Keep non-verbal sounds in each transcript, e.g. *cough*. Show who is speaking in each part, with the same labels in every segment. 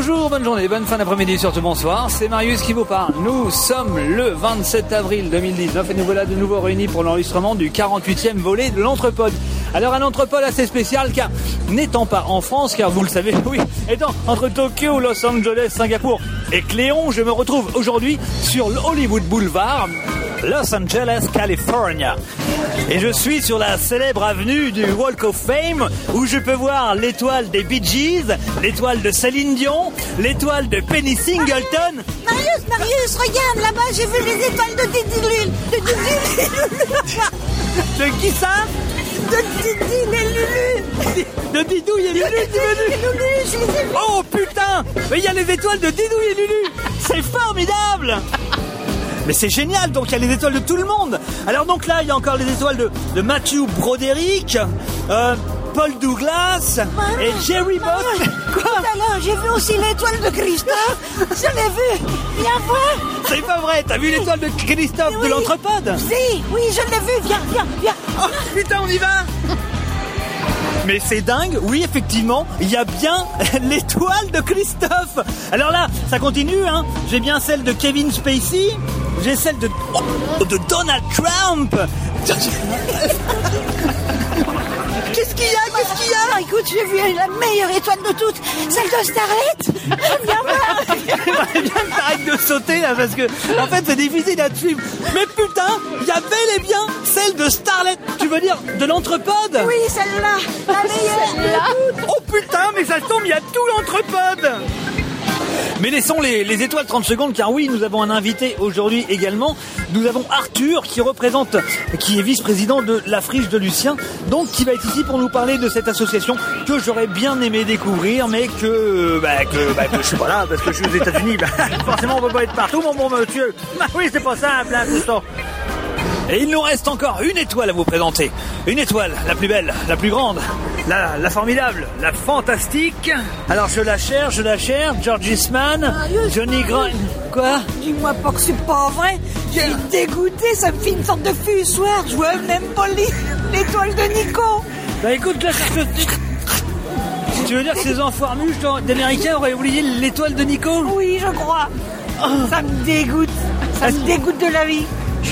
Speaker 1: journée, bonne fin d'après-midi, surtout bonsoir. C'est Marius qui vous parle. Nous sommes le 27 avril 2019 et nous voilà de nouveau réunis pour l'enregistrement du 48e volet de l'Entrepode. Alors un Entrepode assez spécial car n'étant pas en France, car vous le savez, *laughs* oui, étant entre Tokyo, Los Angeles, Singapour et Cléon, je me retrouve aujourd'hui sur le Hollywood Boulevard. Los Angeles, California. Et je suis sur la célèbre avenue du Walk of Fame où je peux voir l'étoile des Bee Gees, l'étoile de Céline Dion, l'étoile de Penny Singleton.
Speaker 2: Marius, Marius, regarde là-bas, j'ai vu les étoiles de Didilul. De Didilul
Speaker 1: De qui ça
Speaker 2: De Didil et Lulu.
Speaker 1: De Didouille et Lulu, tu
Speaker 2: veux dire Lulu, je les ai vus.
Speaker 1: Oh putain Mais il y a les étoiles de Didouille et Lulu C'est formidable mais c'est génial, donc il y a les étoiles de tout le monde. Alors donc là, il y a encore les étoiles de, de Matthew Broderick, euh, Paul Douglas
Speaker 2: Maman,
Speaker 1: et Jerry
Speaker 2: maman,
Speaker 1: Bott. Quoi
Speaker 2: Tout à l'heure, j'ai vu aussi l'étoile de Christophe. Je l'ai vu. Viens voir.
Speaker 1: C'est pas vrai, t'as vu l'étoile de Christophe de
Speaker 2: Oui.
Speaker 1: l'entrepode
Speaker 2: Si, oui, je l'ai vu. Viens, viens, viens.
Speaker 1: Oh putain, on y va mais c'est dingue, oui effectivement, il y a bien *laughs* l'étoile de Christophe. Alors là, ça continue, hein. J'ai bien celle de Kevin Spacey, j'ai celle de oh, de Donald Trump. Qu'est-ce qu'il y a Qu'est-ce qu'il y a
Speaker 2: Ah, écoute, j'ai vu la meilleure étoile de toutes, celle de Starlet. Viens voir.
Speaker 1: J'aimerais bien que t'arrêtes de sauter là parce que en fait c'est difficile à te suivre. Mais putain, il y a bel et bien celle de Starlet, tu veux dire de l'entrepode
Speaker 2: Oui, celle-là. La meilleure.
Speaker 1: Oh putain, mais ça tombe, il y a tout l'entrepode mais laissons les, les étoiles 30 secondes car oui, nous avons un invité aujourd'hui également. Nous avons Arthur qui représente, qui est vice-président de la friche de Lucien, donc qui va être ici pour nous parler de cette association que j'aurais bien aimé découvrir, mais que, bah, que, bah, que je suis pas là parce que je suis aux États-Unis. Bah, *laughs* forcément, on peut pas être partout, mon bon monsieur. *laughs* Bah oui, c'est pas simple, hein, tout ça. Et il nous reste encore une étoile à vous présenter. Une étoile, la plus belle, la plus grande, la, la formidable, la fantastique. Alors je la cherche, je la cherche, George Eastman,
Speaker 2: Marius,
Speaker 1: Johnny Grant.
Speaker 2: Marius.
Speaker 1: Quoi
Speaker 2: Ah, Dis-moi pas que c'est pas vrai. Je suis dégoûtée, ça me fait une sorte de fussoir. Je vois même pas l'é- l'étoile de Nico.
Speaker 1: Bah écoute, là, je... Tu veux dire que ces enfoirmuches d'Américains auraient oublié l'étoile de Nico Oh.
Speaker 2: Oui, je crois. Ça me dégoûte. Ça me dégoûte de la vie.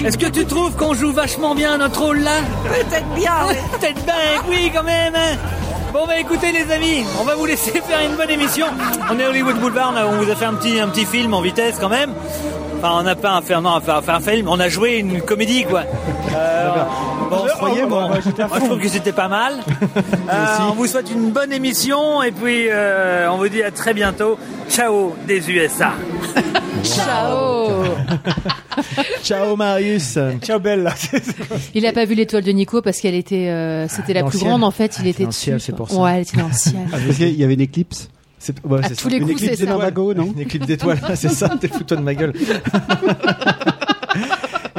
Speaker 1: Est-ce que tu trouves qu'on joue vachement bien notre rôle là Ah
Speaker 2: Peut-être bien. ouais.
Speaker 1: Peut-être bien, oui, quand même. hein. Bon, bah écoutez, les amis, on va vous laisser *laughs* faire une bonne émission. On est à Hollywood Boulevard, là, on vous a fait un petit, un petit film en vitesse quand même. Enfin, on n'a pas un, fait, non, on a pas fait un film, on a joué une comédie quoi. Euh, bon,
Speaker 3: Je croyais, moi, moi, j'étais à
Speaker 1: moi, je trouve que c'était pas mal. Euh, on vous souhaite une bonne émission et puis euh, on vous dit à très bientôt. Ciao des USA.
Speaker 4: Ciao
Speaker 3: Ciao Marius. Ciao Belle.
Speaker 4: Il n'a pas vu l'étoile de Nico parce qu'elle était, euh, c'était la
Speaker 3: dans
Speaker 4: plus
Speaker 3: le ciel.
Speaker 4: grande en fait.
Speaker 3: Ah,
Speaker 4: Il
Speaker 3: elle était
Speaker 4: était
Speaker 3: dans le ciel,
Speaker 4: dessus.
Speaker 3: c'est pour
Speaker 4: quoi.
Speaker 3: ça.
Speaker 4: Ouais, elle était dans le ciel.
Speaker 3: *laughs* Ah, Parce qu'il y avait une éclipse. C'est ouais,
Speaker 4: À
Speaker 3: c'est
Speaker 4: tous
Speaker 3: ça.
Speaker 4: les
Speaker 3: une
Speaker 4: coups,
Speaker 3: éclipse
Speaker 4: c'est ça.
Speaker 3: d'Indigo, non Une éclipse d'étoiles, c'est *laughs* ça, t'es foutu de ma gueule.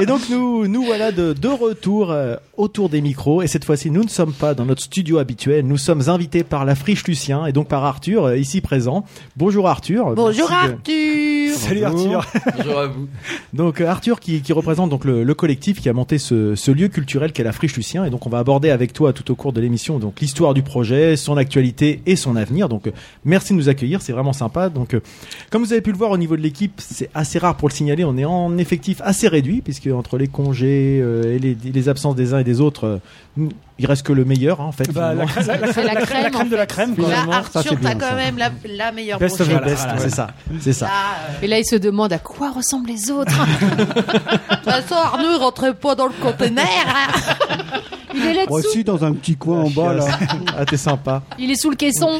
Speaker 3: Et donc nous, nous voilà de, de retour euh, autour des micros et cette fois-ci nous ne sommes pas dans notre studio habituel, nous sommes invités par la friche Lucien et donc par Arthur euh, ici présent. Bonjour Oh, Arthur.
Speaker 4: Bonjour
Speaker 3: Merci de-
Speaker 4: Arthur.
Speaker 3: Salut Arthur. *laughs*
Speaker 5: Bonjour à vous.
Speaker 3: Donc euh, Arthur qui, qui représente donc le, le collectif qui a monté ce, ce lieu culturel qu'est la Friche Lucien et donc on va aborder avec toi tout au cours de l'émission donc l'histoire du projet, son actualité et son avenir. Donc euh, merci de nous accueillir, c'est vraiment sympa. Donc euh, comme vous avez pu le voir au niveau de l'équipe, c'est assez rare pour le signaler, on est en effectif assez réduit puisque entre les congés euh, et les, les absences des uns et des autres, euh, il reste que le meilleur hein, en fait.
Speaker 6: Bah,
Speaker 3: finalement.
Speaker 6: la, crème, la,
Speaker 4: C'est la crème. en
Speaker 6: crème de la crème, quoi.
Speaker 7: Là,
Speaker 3: Vraiment, ça, c'est
Speaker 7: Arthur,
Speaker 3: bien,
Speaker 7: t'as
Speaker 3: ça.
Speaker 7: quand même la, la meilleure
Speaker 3: *laughs*
Speaker 7: Ah,
Speaker 3: Best of the
Speaker 7: brochette.
Speaker 3: best, ouais, c'est ça, c'est ça.
Speaker 7: Là, euh,
Speaker 4: fait. Et là, il se demande à quoi ressemblent les
Speaker 7: *laughs*
Speaker 4: autres.
Speaker 7: de toute façon, Arnaud, il rentrait pas dans le conteneur. *laughs* hein.
Speaker 4: Il est
Speaker 6: Moi
Speaker 4: là-dessous.
Speaker 6: aussi, dans un petit coin en bas, là.
Speaker 3: Ah t'es sympa.
Speaker 4: Il est sous le caisson.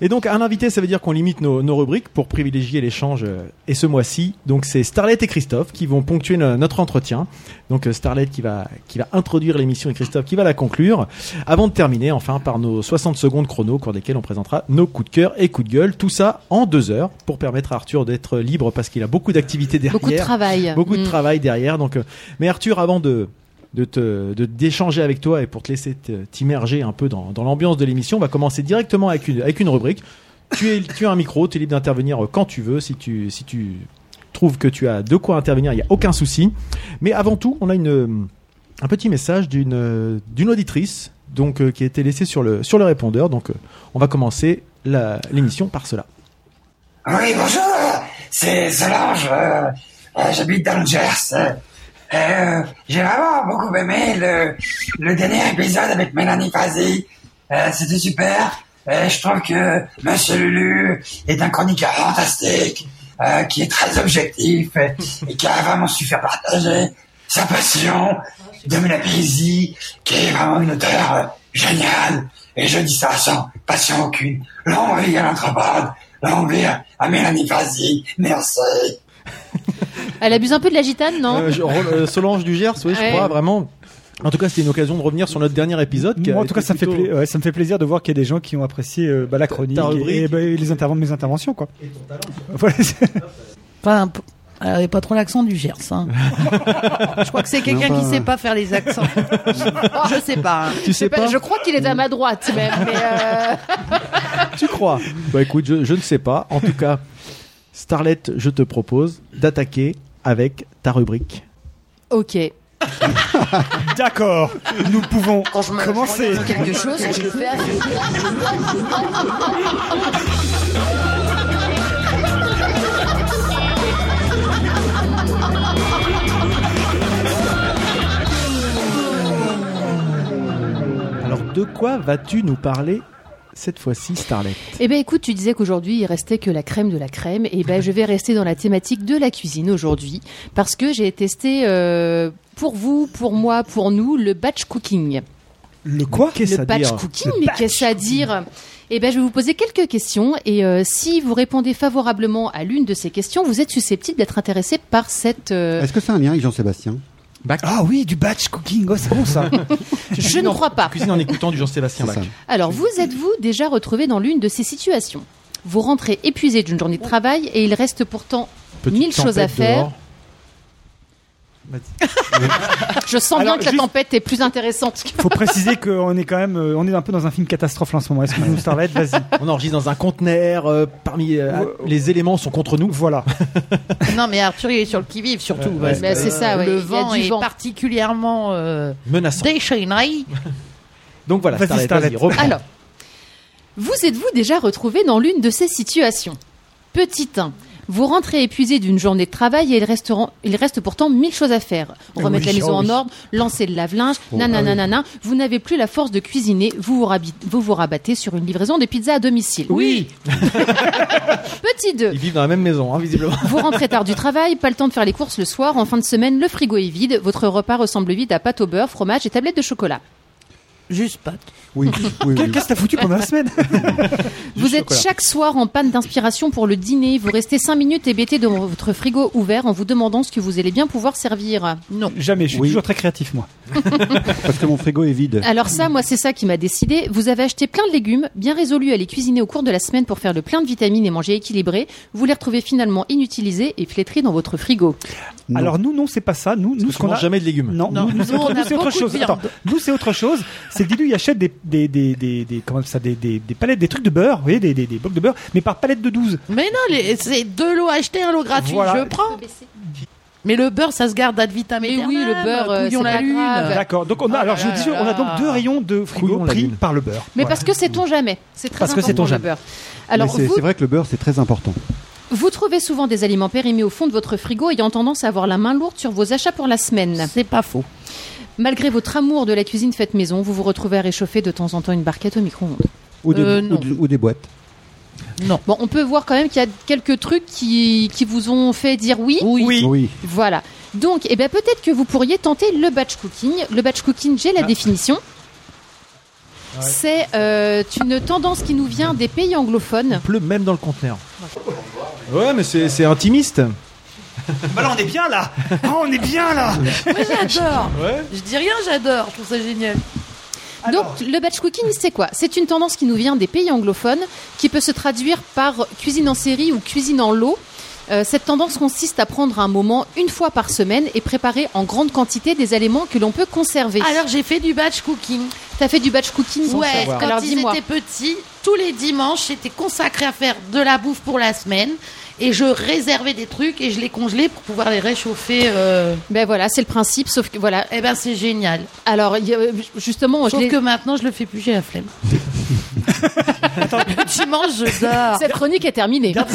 Speaker 3: Et donc, un invité, ça veut dire qu'on limite nos, nos rubriques pour privilégier l'échange. euh, Et ce mois-ci, donc c'est Starlet et Christophe qui vont ponctuer no- notre entretien. Donc, euh, Starlet qui va, qui va introduire l'émission et Christophe qui va la conclure. Avant de terminer, enfin, par nos 60 secondes chrono, au cours desquelles on présentera nos coups de cœur et coups de gueule. Tout ça en deux heures pour permettre à Arthur d'être libre parce qu'il a beaucoup d'activités derrière.
Speaker 4: Beaucoup de travail.
Speaker 3: Beaucoup de
Speaker 4: Mm.
Speaker 3: travail derrière. Donc, euh, mais Arthur, avant de de te de- d'échanger avec toi et pour te laisser te- t'immerger un peu dans, dans l'ambiance de l'émission, on va commencer directement avec une avec une rubrique. Tu es tu as un micro, tu es libre d'intervenir quand tu veux, si tu si tu trouves que tu as de quoi intervenir, il y a aucun souci. Mais avant tout, on a une un petit message d'une euh, d'une auditrice donc euh, qui a été laissée sur le sur le répondeur. Donc euh, on va commencer la- l'émission par cela.
Speaker 5: Ah Oui, bonjour, c'est Solange, euh, euh, j'habite dans le Gers. euh. Euh, J'ai vraiment beaucoup aimé le, le dernier épisode avec Mélanie Fazi, Euh, c'était super. Euh, je trouve que Monsieur Lulu est un chroniqueur fantastique, euh, qui est très objectif et, et qui a vraiment su faire partager sa passion de Mélanie Fazi, qui est vraiment une auteure euh, géniale. Et je dis ça sans passion aucune. Longue vie à l'anthropode, longue vie à à Mélanie Fazi, merci.
Speaker 4: Elle abuse un peu de la gitane, non
Speaker 3: Euh, je- euh, Solange du Gers, oui, je
Speaker 4: Ouais.
Speaker 3: crois vraiment. En tout cas, c'était une occasion de revenir sur notre dernier épisode. qui a
Speaker 6: Moi, en tout
Speaker 3: été
Speaker 6: cas, ça,
Speaker 3: plutôt-
Speaker 6: fait pla- ouais, ça me fait plaisir de voir qu'il y a des gens qui ont apprécié euh, bah, la chronique
Speaker 3: rubrique.
Speaker 6: et, bah, et les interventions, mes interventions, quoi. Voilà, c'est- *laughs*
Speaker 7: Pas un peu- Elle avait pas trop l'accent du Gers.
Speaker 4: *laughs*
Speaker 7: hein. je crois que c'est quelqu'un
Speaker 6: Non,
Speaker 7: qui
Speaker 6: pas-
Speaker 7: sait pas faire les accents. je sais pas. hein.
Speaker 3: Tu sais pas,
Speaker 4: Je crois qu'il est à ma droite, même. Mais euh,
Speaker 3: tu crois Bah écoute, je, je ne sais pas. En tout cas, Starlet, je te propose d'attaquer avec ta rubrique.
Speaker 4: Ok.
Speaker 6: *laughs* D'accord, nous pouvons commencer. *laughs*
Speaker 7: Quelque chose que je fais avec-
Speaker 3: Alors, de quoi vas-tu nous parler cette fois-ci, Starlet
Speaker 4: Eh ben écoute, tu disais qu'aujourd'hui il restait que la crème de la crème. Et ben je vais rester dans la thématique de la cuisine aujourd'hui parce que j'ai testé euh, pour vous, pour moi, pour nous le batch cooking.
Speaker 3: Le quoi Qu'est-ce
Speaker 4: le
Speaker 3: à
Speaker 4: batch
Speaker 3: dire
Speaker 4: cooking, mais qu'est-ce à dire Eh ben je vais vous poser quelques questions et euh, si vous répondez favorablement à l'une de ces questions, vous êtes susceptible d'être intéressé par cette. euh,
Speaker 8: Est-ce que c'est un lien avec Jean-Sébastien
Speaker 6: Ah oui, du batch cooking, oh, c'est bon ça.
Speaker 4: je ne crois
Speaker 3: *laughs*
Speaker 4: pas.
Speaker 3: Cuisine en écoutant du Jean-Sébastien
Speaker 8: C'est
Speaker 3: Bach.
Speaker 8: ça.
Speaker 4: Alors, vous êtes-vous déjà retrouvé dans l'une de ces situations Vous rentrez épuisé d'une journée de travail et il reste pourtant
Speaker 3: Petite
Speaker 4: mille choses à
Speaker 3: tempête
Speaker 4: faire.
Speaker 3: dehors.
Speaker 4: Je sens
Speaker 6: Alors,
Speaker 4: bien que la
Speaker 6: juste-
Speaker 4: tempête est plus intéressante. que- *laughs*
Speaker 6: Faut préciser qu'on est quand même, euh, on est un peu dans un film catastrophe là, en ce moment. Excuse-nous, Starlet, vas-y.
Speaker 3: On enregistre dans un conteneur. euh, parmi euh,
Speaker 6: Ouais.
Speaker 3: les éléments sont contre nous.
Speaker 6: Voilà.
Speaker 7: *laughs* Non, mais Arthur, il est sur le qui-vive surtout.
Speaker 3: Ouais,
Speaker 7: parce
Speaker 4: ouais,
Speaker 7: que
Speaker 4: c'est ça, ouais, il y
Speaker 7: Le
Speaker 4: a
Speaker 7: vent
Speaker 4: du
Speaker 7: est
Speaker 4: vent.
Speaker 7: particulièrement euh,
Speaker 3: Menaçants.
Speaker 7: déchaîné.
Speaker 3: Donc voilà,
Speaker 6: Vas-y,
Speaker 3: Starlet,
Speaker 6: Starlet.
Speaker 3: vas-y, reprends.
Speaker 4: Alors, vous êtes-vous déjà retrouvé dans l'une de ces situations Petit 1. Vous rentrez épuisé d'une journée de travail et il, resteront- il reste pourtant mille choses à faire. Remettre
Speaker 6: oui,
Speaker 4: la maison
Speaker 6: oh
Speaker 4: en
Speaker 6: oui. Oh, ah
Speaker 4: ordre, lancer le lave-linge, nanana, nanana. Vous n'avez plus la force de cuisiner, vous vous, rabi- vous vous rabattez sur une livraison de pizzas à domicile.
Speaker 6: Oui.
Speaker 4: *laughs* Petit 2.
Speaker 3: Ils vivent dans la même maison, hein, visiblement.
Speaker 4: Vous rentrez tard du travail, pas le temps de faire les courses le soir, en fin de semaine, le frigo est vide, votre repas ressemble vide à pâte au beurre, fromage et tablette de chocolat.
Speaker 7: Juste pas.
Speaker 8: Oui, oui, oui.
Speaker 6: Qu'est-ce que t'as foutu pendant la semaine
Speaker 4: Vous êtes chaque soir en panne d'inspiration pour le dîner, vous restez 5 minutes hébété devant votre frigo ouvert en vous demandant ce que vous allez bien pouvoir servir.
Speaker 7: Non.
Speaker 6: Jamais, je suis
Speaker 8: Oui.
Speaker 6: toujours très créatif moi.
Speaker 8: Parce que mon frigo est vide.
Speaker 4: Alors ça, moi, c'est ça qui m'a décidé. Vous avez acheté plein de légumes, bien résolus à les cuisiner au cours de la semaine pour faire le plein de vitamines et manger équilibré. Vous les retrouvez finalement inutilisés et flétris dans votre frigo.
Speaker 8: Non.
Speaker 6: Alors nous, non, c'est pas ça. Nous, nous,
Speaker 3: Nous
Speaker 6: ce qu'on a.
Speaker 3: jamais de légumes.
Speaker 6: Non,
Speaker 7: Non.
Speaker 6: nous, nous,
Speaker 7: Nous, on
Speaker 6: nous,
Speaker 7: a
Speaker 6: c'est autre
Speaker 7: beaucoup de
Speaker 6: chose.
Speaker 7: viande.
Speaker 6: Attends, nous c'est autre chose. C'est que Dilou il achète des des des des, des- comment on appelle ça des, des des palettes des trucs de beurre, vous voyez des des, des blocs de beurre, mais par palette de 12.
Speaker 7: Mais non, les- c'est deux lots achetés, un lot gratuit.
Speaker 6: Voilà.
Speaker 7: Je prends. Mais le beurre, ça se garde ad vitam
Speaker 4: Mais oui,
Speaker 7: aeternam,
Speaker 4: le beurre, euh,
Speaker 7: couillon
Speaker 4: c'est
Speaker 7: la
Speaker 4: pas
Speaker 7: lune.
Speaker 4: grave. Ouais.
Speaker 6: D'accord. Donc on a
Speaker 7: Ah
Speaker 6: alors
Speaker 7: là
Speaker 6: je vous
Speaker 7: là
Speaker 6: dis on a
Speaker 7: là
Speaker 6: donc
Speaker 7: là.
Speaker 6: deux rayons de frigo
Speaker 3: Couillon, la
Speaker 6: pris
Speaker 3: lune.
Speaker 6: par le beurre.
Speaker 4: Mais
Speaker 6: Voilà.
Speaker 4: parce que sait-on jamais. C'est très
Speaker 6: Parce que
Speaker 4: important
Speaker 6: sait-on
Speaker 4: le
Speaker 6: jamais.
Speaker 4: beurre.
Speaker 8: Mais
Speaker 4: Alors
Speaker 8: c'est
Speaker 4: vous,
Speaker 8: c'est vrai que le beurre, c'est très important.
Speaker 4: Vous trouvez souvent des aliments périmés au fond de votre frigo ayant tendance à avoir la main lourde sur vos achats pour la semaine.
Speaker 7: C'est pas faux.
Speaker 4: Malgré votre amour de la cuisine faite maison, vous vous retrouvez à réchauffer de temps en temps une barquette au micro-ondes.
Speaker 8: Ou des,
Speaker 7: Euh,
Speaker 8: ou
Speaker 7: non.
Speaker 8: du- ou des boîtes.
Speaker 4: Bon, on peut voir quand même qu'il y a quelques trucs qui, qui vous ont fait dire oui.
Speaker 8: Oui.
Speaker 4: Voilà. Donc, eh ben, peut-être que vous pourriez tenter le batch cooking. Le batch cooking, j'ai la définition. C'est euh, une tendance qui nous vient des pays anglophones.
Speaker 3: pleut même dans le conteneur. Ouais, mais c'est c'est intimiste.
Speaker 6: Bah là on est bien *laughs* là. Ah, on est bien là.
Speaker 7: *laughs* Moi, j'adore. Je dis rien, j'adore. Je trouve ça génial.
Speaker 6: Alors.
Speaker 4: Donc le batch cooking, c'est quoi C'est une tendance qui nous vient des pays anglophones, qui peut se traduire par cuisine en série ou cuisine en lot. Euh, cette tendance consiste à prendre un moment une fois par semaine et préparer en grande quantité des aliments que l'on peut conserver.
Speaker 7: Alors, j'ai fait du batch cooking.
Speaker 4: t'as fait du batch cooking
Speaker 7: Ouais, quand
Speaker 4: Alors
Speaker 7: ils
Speaker 4: dis-moi.
Speaker 7: étaient petits, tous les dimanches, j'étais consacrée à faire de la bouffe pour la semaine. Et je réservais des trucs et je les congelais pour pouvoir les réchauffer. euh.
Speaker 4: Ben voilà, c'est le principe. Sauf que voilà.
Speaker 7: Eh ben, c'est génial.
Speaker 4: Alors il y a- euh, justement, je
Speaker 7: Sauf
Speaker 4: l'ai-
Speaker 7: que maintenant, je le fais plus, j'ai la flemme. *laughs* Le dimanche, je
Speaker 4: *laughs*
Speaker 7: dors.
Speaker 4: Cette chronique est terminée.
Speaker 6: Garde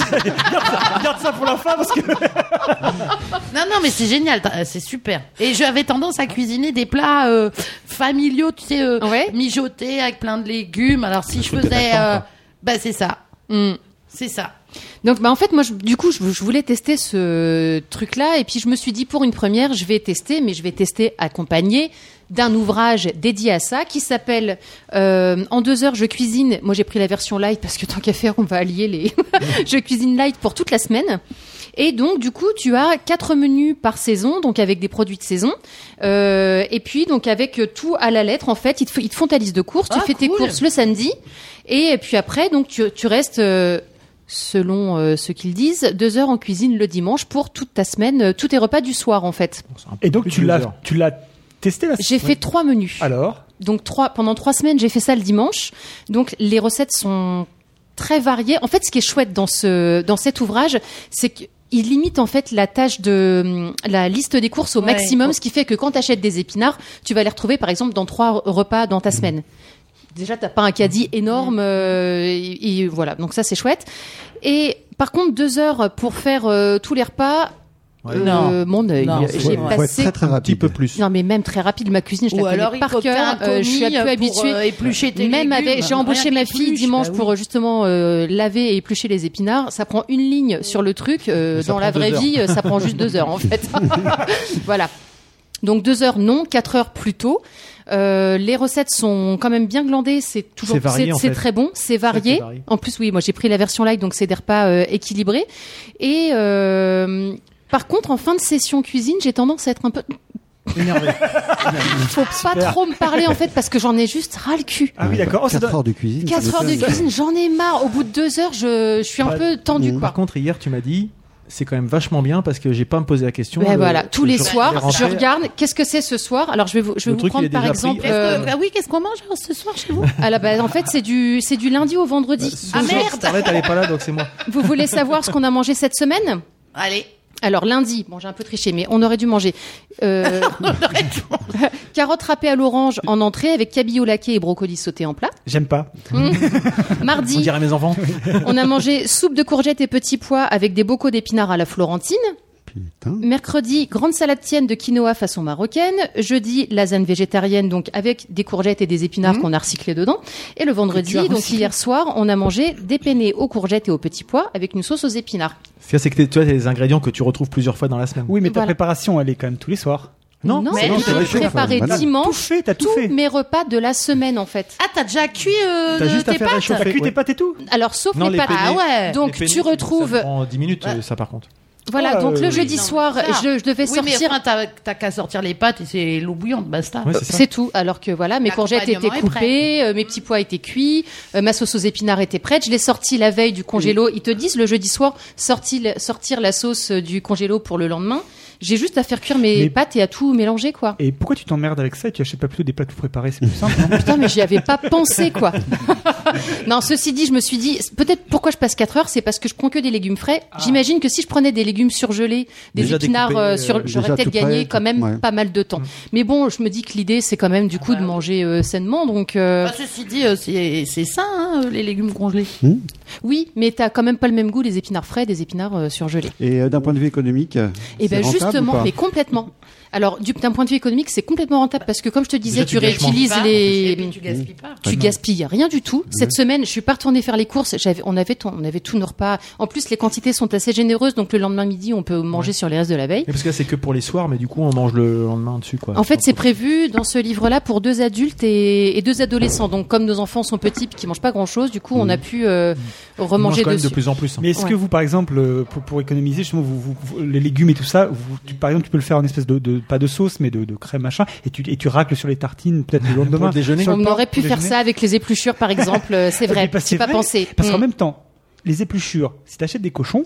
Speaker 6: ça pour la fin parce que.
Speaker 7: Non, non, mais c'est génial, t'as- euh, c'est super. Et j'avais tendance à cuisiner des plats euh, familiaux, tu sais, euh,
Speaker 4: Ouais.
Speaker 7: mijotés avec plein de légumes. Alors si
Speaker 8: Le
Speaker 7: je
Speaker 8: truc de
Speaker 7: faisais,
Speaker 8: Nathan,
Speaker 7: euh,
Speaker 8: quoi.
Speaker 7: bah c'est ça,
Speaker 4: Hmm.
Speaker 7: c'est ça.
Speaker 4: Donc, bah, en fait, moi, je- du coup, je, je voulais tester ce truc-là, et puis je me suis dit, pour une première, je vais tester, mais je vais tester accompagné d'un ouvrage dédié à ça qui s'appelle euh, En deux heures, je cuisine. Moi, j'ai pris la version light parce que tant qu'à faire, on va allier les. *laughs* je cuisine light pour toute la semaine. Et donc, du coup, tu as quatre menus par saison, donc avec des produits de saison, Euh, et puis donc avec tout à la lettre. En fait, ils te, f- ils te font ta liste de courses, tu
Speaker 7: Ah,
Speaker 4: fais tes
Speaker 7: cool.
Speaker 4: courses le samedi, et puis après, donc tu, tu restes. euh, selon euh, ce qu'ils disent, deux heures en cuisine le dimanche pour toute ta semaine, euh, tous tes repas du soir en fait.
Speaker 6: Et donc tu l'as, tu l'as testé là.
Speaker 4: J'ai fait trois menus.
Speaker 6: Alors.
Speaker 4: Donc trois, pendant trois semaines, j'ai fait ça le dimanche. Donc les recettes sont très variées. En fait, ce qui est chouette dans ce dans cet ouvrage, c'est que il limite en fait la tâche de hum, la liste des courses au
Speaker 7: Ouais.
Speaker 4: maximum, ce qui fait que quand tu achètes des épinards, tu vas les retrouver par exemple dans trois repas dans
Speaker 7: Mhm.
Speaker 4: ta semaine. Déjà, t'as pas un caddie énorme, euh, et, et voilà. Donc ça, c'est chouette. Et par contre, deux heures pour faire euh, tous les repas,
Speaker 3: Ouais.
Speaker 4: euh,
Speaker 7: Non.
Speaker 4: mon œil,
Speaker 7: Non, c'est
Speaker 4: j'ai
Speaker 7: vrai.
Speaker 8: Faut être
Speaker 4: passé
Speaker 8: très très
Speaker 3: Un petit
Speaker 8: rapide.
Speaker 3: peu plus.
Speaker 4: non mais même très rapide, ma cuisine, je
Speaker 7: Ou
Speaker 4: la
Speaker 7: alors
Speaker 4: connais par
Speaker 7: il
Speaker 4: cœur. euh, je suis un peu habituée.
Speaker 7: euh, éplucher tes Bah,
Speaker 4: Même avec, j'ai embauché ma fille dimanche pour euh, justement euh, laver et éplucher les épinards. Ça prend une ligne sur le truc. euh,
Speaker 3: Mais ça
Speaker 4: dans la
Speaker 3: prend
Speaker 4: vraie
Speaker 3: deux heures.
Speaker 4: vie, euh, ça prend juste deux heures
Speaker 3: *laughs*
Speaker 4: en fait. *laughs* voilà. Donc deux heures non, quatre heures plus tôt. Euh, les recettes sont quand même bien glandées. C'est toujours,
Speaker 3: C'est varié, en
Speaker 4: c'est
Speaker 3: fait.
Speaker 4: très bon, c'est
Speaker 3: qui est
Speaker 4: varié.
Speaker 3: varié.
Speaker 4: En plus, oui, moi j'ai pris la version light, donc c'est des repas euh, équilibrés. Et euh, par contre, en fin de session cuisine, j'ai tendance à être un peu
Speaker 3: Énervé.
Speaker 4: faut pas trop me parler en fait parce que j'en ai juste ras le cul.
Speaker 6: Ah oui, d'accord. Oh, ça
Speaker 8: 4
Speaker 6: doit-
Speaker 8: heures de cuisine. ça
Speaker 4: 4
Speaker 8: doit
Speaker 4: heures de
Speaker 8: faire-
Speaker 4: cuisine, j'en ai marre. Au bout de 2 heures, je, je suis un
Speaker 3: Bah,
Speaker 4: peu tendue
Speaker 8: mm.
Speaker 4: quoi.
Speaker 3: Par contre, hier, tu m'as dit, c'est quand même vachement bien parce que j'ai pas à me poser la question.
Speaker 4: Ouais,
Speaker 3: Le-
Speaker 4: voilà, tous les
Speaker 3: je-
Speaker 4: soirs,
Speaker 3: rentré-
Speaker 4: je regarde qu'est-ce que c'est ce soir. Alors je vais vous, je vais
Speaker 3: Le truc,
Speaker 4: vous
Speaker 3: il
Speaker 4: prendre
Speaker 3: est
Speaker 4: par
Speaker 3: déjà
Speaker 4: exemple.
Speaker 3: pris.
Speaker 4: euh,
Speaker 7: ah oui, qu'est-ce qu'on mange euh, ce
Speaker 4: *laughs*
Speaker 7: soir chez vous
Speaker 4: à la base, en fait, c'est du, c'est du lundi au vendredi.
Speaker 3: Bah,
Speaker 7: Ah merde
Speaker 3: Starlet, elle est pas là, donc c'est moi.
Speaker 4: *laughs* Vous voulez savoir ce qu'on a mangé cette semaine
Speaker 7: Allez,
Speaker 4: Alors lundi, bon j'ai un peu triché, mais on aurait dû manger
Speaker 7: *laughs*
Speaker 4: euh, *laughs* carottes râpées à l'orange en entrée avec cabillaud laqué et brocoli sauté en plat.
Speaker 6: J'aime pas.
Speaker 3: On
Speaker 4: Mm. *laughs* Mardi,
Speaker 3: dirait mes
Speaker 6: *laughs*
Speaker 3: enfants.
Speaker 4: On a mangé soupe de courgettes et petits pois avec des bocaux d'épinards à la Florentine.
Speaker 8: Putain.
Speaker 4: Mercredi, grande salade tienne de quinoa façon marocaine. Jeudi, lasagne végétarienne, donc avec des courgettes et des épinards qu'on a recyclés dedans. Et le vendredi,
Speaker 6: as
Speaker 4: donc
Speaker 6: recyclé.
Speaker 4: hier soir, on a mangé des penne aux courgettes et aux petits pois avec une sauce aux épinards.
Speaker 3: Ce qu'il y a, c'est que t'es- tu vois, t'as des ingrédients que tu retrouves plusieurs fois dans la semaine.
Speaker 6: Oui, mais ta
Speaker 4: Voilà.
Speaker 6: préparation, elle est quand même tous les soirs.
Speaker 3: Non,
Speaker 4: non,
Speaker 7: c'est
Speaker 4: j'ai
Speaker 7: bon,
Speaker 8: c'est vrai, c'est
Speaker 4: préparé
Speaker 8: bon, voilà.
Speaker 6: Tout
Speaker 4: dimanche
Speaker 6: fait, t'as tout
Speaker 4: tous
Speaker 6: fait.
Speaker 4: mes repas de la semaine en fait.
Speaker 7: ah t'as déjà cuit euh,
Speaker 3: T'as juste à
Speaker 7: tes
Speaker 3: faire
Speaker 7: pâtes
Speaker 6: T'as
Speaker 3: réchauffer.
Speaker 6: cuit
Speaker 3: Ouais.
Speaker 6: tes pâtes et tout.
Speaker 4: Alors sauf
Speaker 3: Non,
Speaker 4: les
Speaker 3: les
Speaker 4: pâtes.
Speaker 3: penne-
Speaker 7: Ah ouais.
Speaker 4: Donc
Speaker 3: Les
Speaker 4: tu
Speaker 3: pénis, Ça
Speaker 4: retrouves,
Speaker 3: prend 10 minutes, euh, ça, par contre.
Speaker 4: voilà,
Speaker 6: Ah,
Speaker 4: donc
Speaker 6: euh,
Speaker 4: le
Speaker 6: oui,
Speaker 4: jeudi
Speaker 7: non, mais
Speaker 4: soir,
Speaker 7: ça.
Speaker 4: je, je devais
Speaker 7: oui, mais
Speaker 4: sortir
Speaker 7: enfin, t'as t'as qu'à sortir les pâtes et c'est l'eau bouillante, basta.
Speaker 3: Ouais, c'est ça.
Speaker 4: C'est tout. Alors que voilà, mes courgettes étaient
Speaker 7: L'accompagnement est
Speaker 4: coupées, euh, mes petits pois étaient cuits, euh, ma sauce aux épinards était prête. Je l'ai sortie la veille du congélo. Ils te disent le jeudi soir sorti- sortir la sauce euh, du congélo pour le lendemain. J'ai juste à faire cuire mes
Speaker 6: Mais-
Speaker 4: pâtes et à tout mélanger quoi.
Speaker 6: Et pourquoi tu t'emmerdes avec ça et tu achètes pas plutôt des plats tout préparés C'est plus simple. non
Speaker 4: Putain, mais j'y avais pas pensé quoi. *laughs* non, ceci dit, je me suis dit peut-être pourquoi je passe 4 heures, c'est parce que je prends que des légumes frais.
Speaker 7: Ah.
Speaker 4: J'imagine que si je prenais des légumes surgelés, des
Speaker 3: Déjà
Speaker 4: épinards
Speaker 3: découpés,
Speaker 4: euh, sur,
Speaker 3: euh,
Speaker 4: j'aurais
Speaker 8: déjà
Speaker 4: peut-être
Speaker 8: tout prêt,
Speaker 4: gagné
Speaker 8: tout-
Speaker 4: quand même
Speaker 8: ouais.
Speaker 4: pas mal de
Speaker 7: Mm.
Speaker 4: temps. Mais bon, je me dis que l'idée c'est quand même du coup de manger euh, sainement donc euh,
Speaker 7: Ah Bah, ceci dit, euh, c'est c'est ça, hein, euh, les légumes congelés.
Speaker 4: Hmm
Speaker 8: Hmm
Speaker 4: Oui, mais t'as quand même pas le même goût les épinards frais des épinards euh, surgelés.
Speaker 8: Et euh, d'un point de vue économique.
Speaker 4: Et ben
Speaker 8: c'est rentable ou
Speaker 4: justement,
Speaker 8: pas
Speaker 4: mais complètement. Alors du- d'un point de vue économique, c'est complètement rentable parce que comme je te disais,
Speaker 3: Déjà,
Speaker 4: tu
Speaker 3: tu gâches
Speaker 4: réutilises
Speaker 7: Pas, et puis
Speaker 4: les Mmh.
Speaker 7: tu gaspilles pas.
Speaker 4: tu gaspilles rien du tout. Cette semaine, je suis pas retournée faire les courses. J'avais, on avait, ton- on avait tout nos repas. En plus, les quantités sont assez généreuses, donc le lendemain midi, on peut manger sur les restes de la veille.
Speaker 3: Mais parce que là, c'est que pour les soirs, mais du coup, on mange le lendemain dessus, quoi.
Speaker 4: En fait, c'est prévu dans ce livre-là pour deux adultes et, et deux adolescents. Donc, comme nos enfants sont petits, puis qu'ils mangent pas grand-chose, du coup, on a pu euh,
Speaker 3: on mange
Speaker 4: remanger
Speaker 3: quand même de
Speaker 4: dessus.
Speaker 3: plus en plus. hein.
Speaker 6: Mais est-ce
Speaker 4: Ouais.
Speaker 6: que vous, par exemple, euh, pour, pour économiser justement vous, vous- vous- les légumes et tout ça, vous, tu- par exemple, tu peux le faire en espèce de, de- pas de sauce, mais de, de crème machin, et tu et tu racles sur les tartines peut-être
Speaker 3: *laughs*
Speaker 6: le lendemain.
Speaker 3: Pour le déjeuner.
Speaker 6: Sur le
Speaker 4: On
Speaker 6: pain,
Speaker 4: aurait pu
Speaker 6: le
Speaker 4: faire
Speaker 6: déjeuner.
Speaker 4: ça avec les épluchures, par exemple. euh, C'est
Speaker 6: Mais
Speaker 4: vrai.
Speaker 6: parce que
Speaker 4: J'ai
Speaker 6: c'est
Speaker 4: pas
Speaker 6: vrai,
Speaker 4: pensé.
Speaker 6: Parce qu'en
Speaker 4: Mm.
Speaker 6: même temps, les épluchures, si t'achètes des cochons,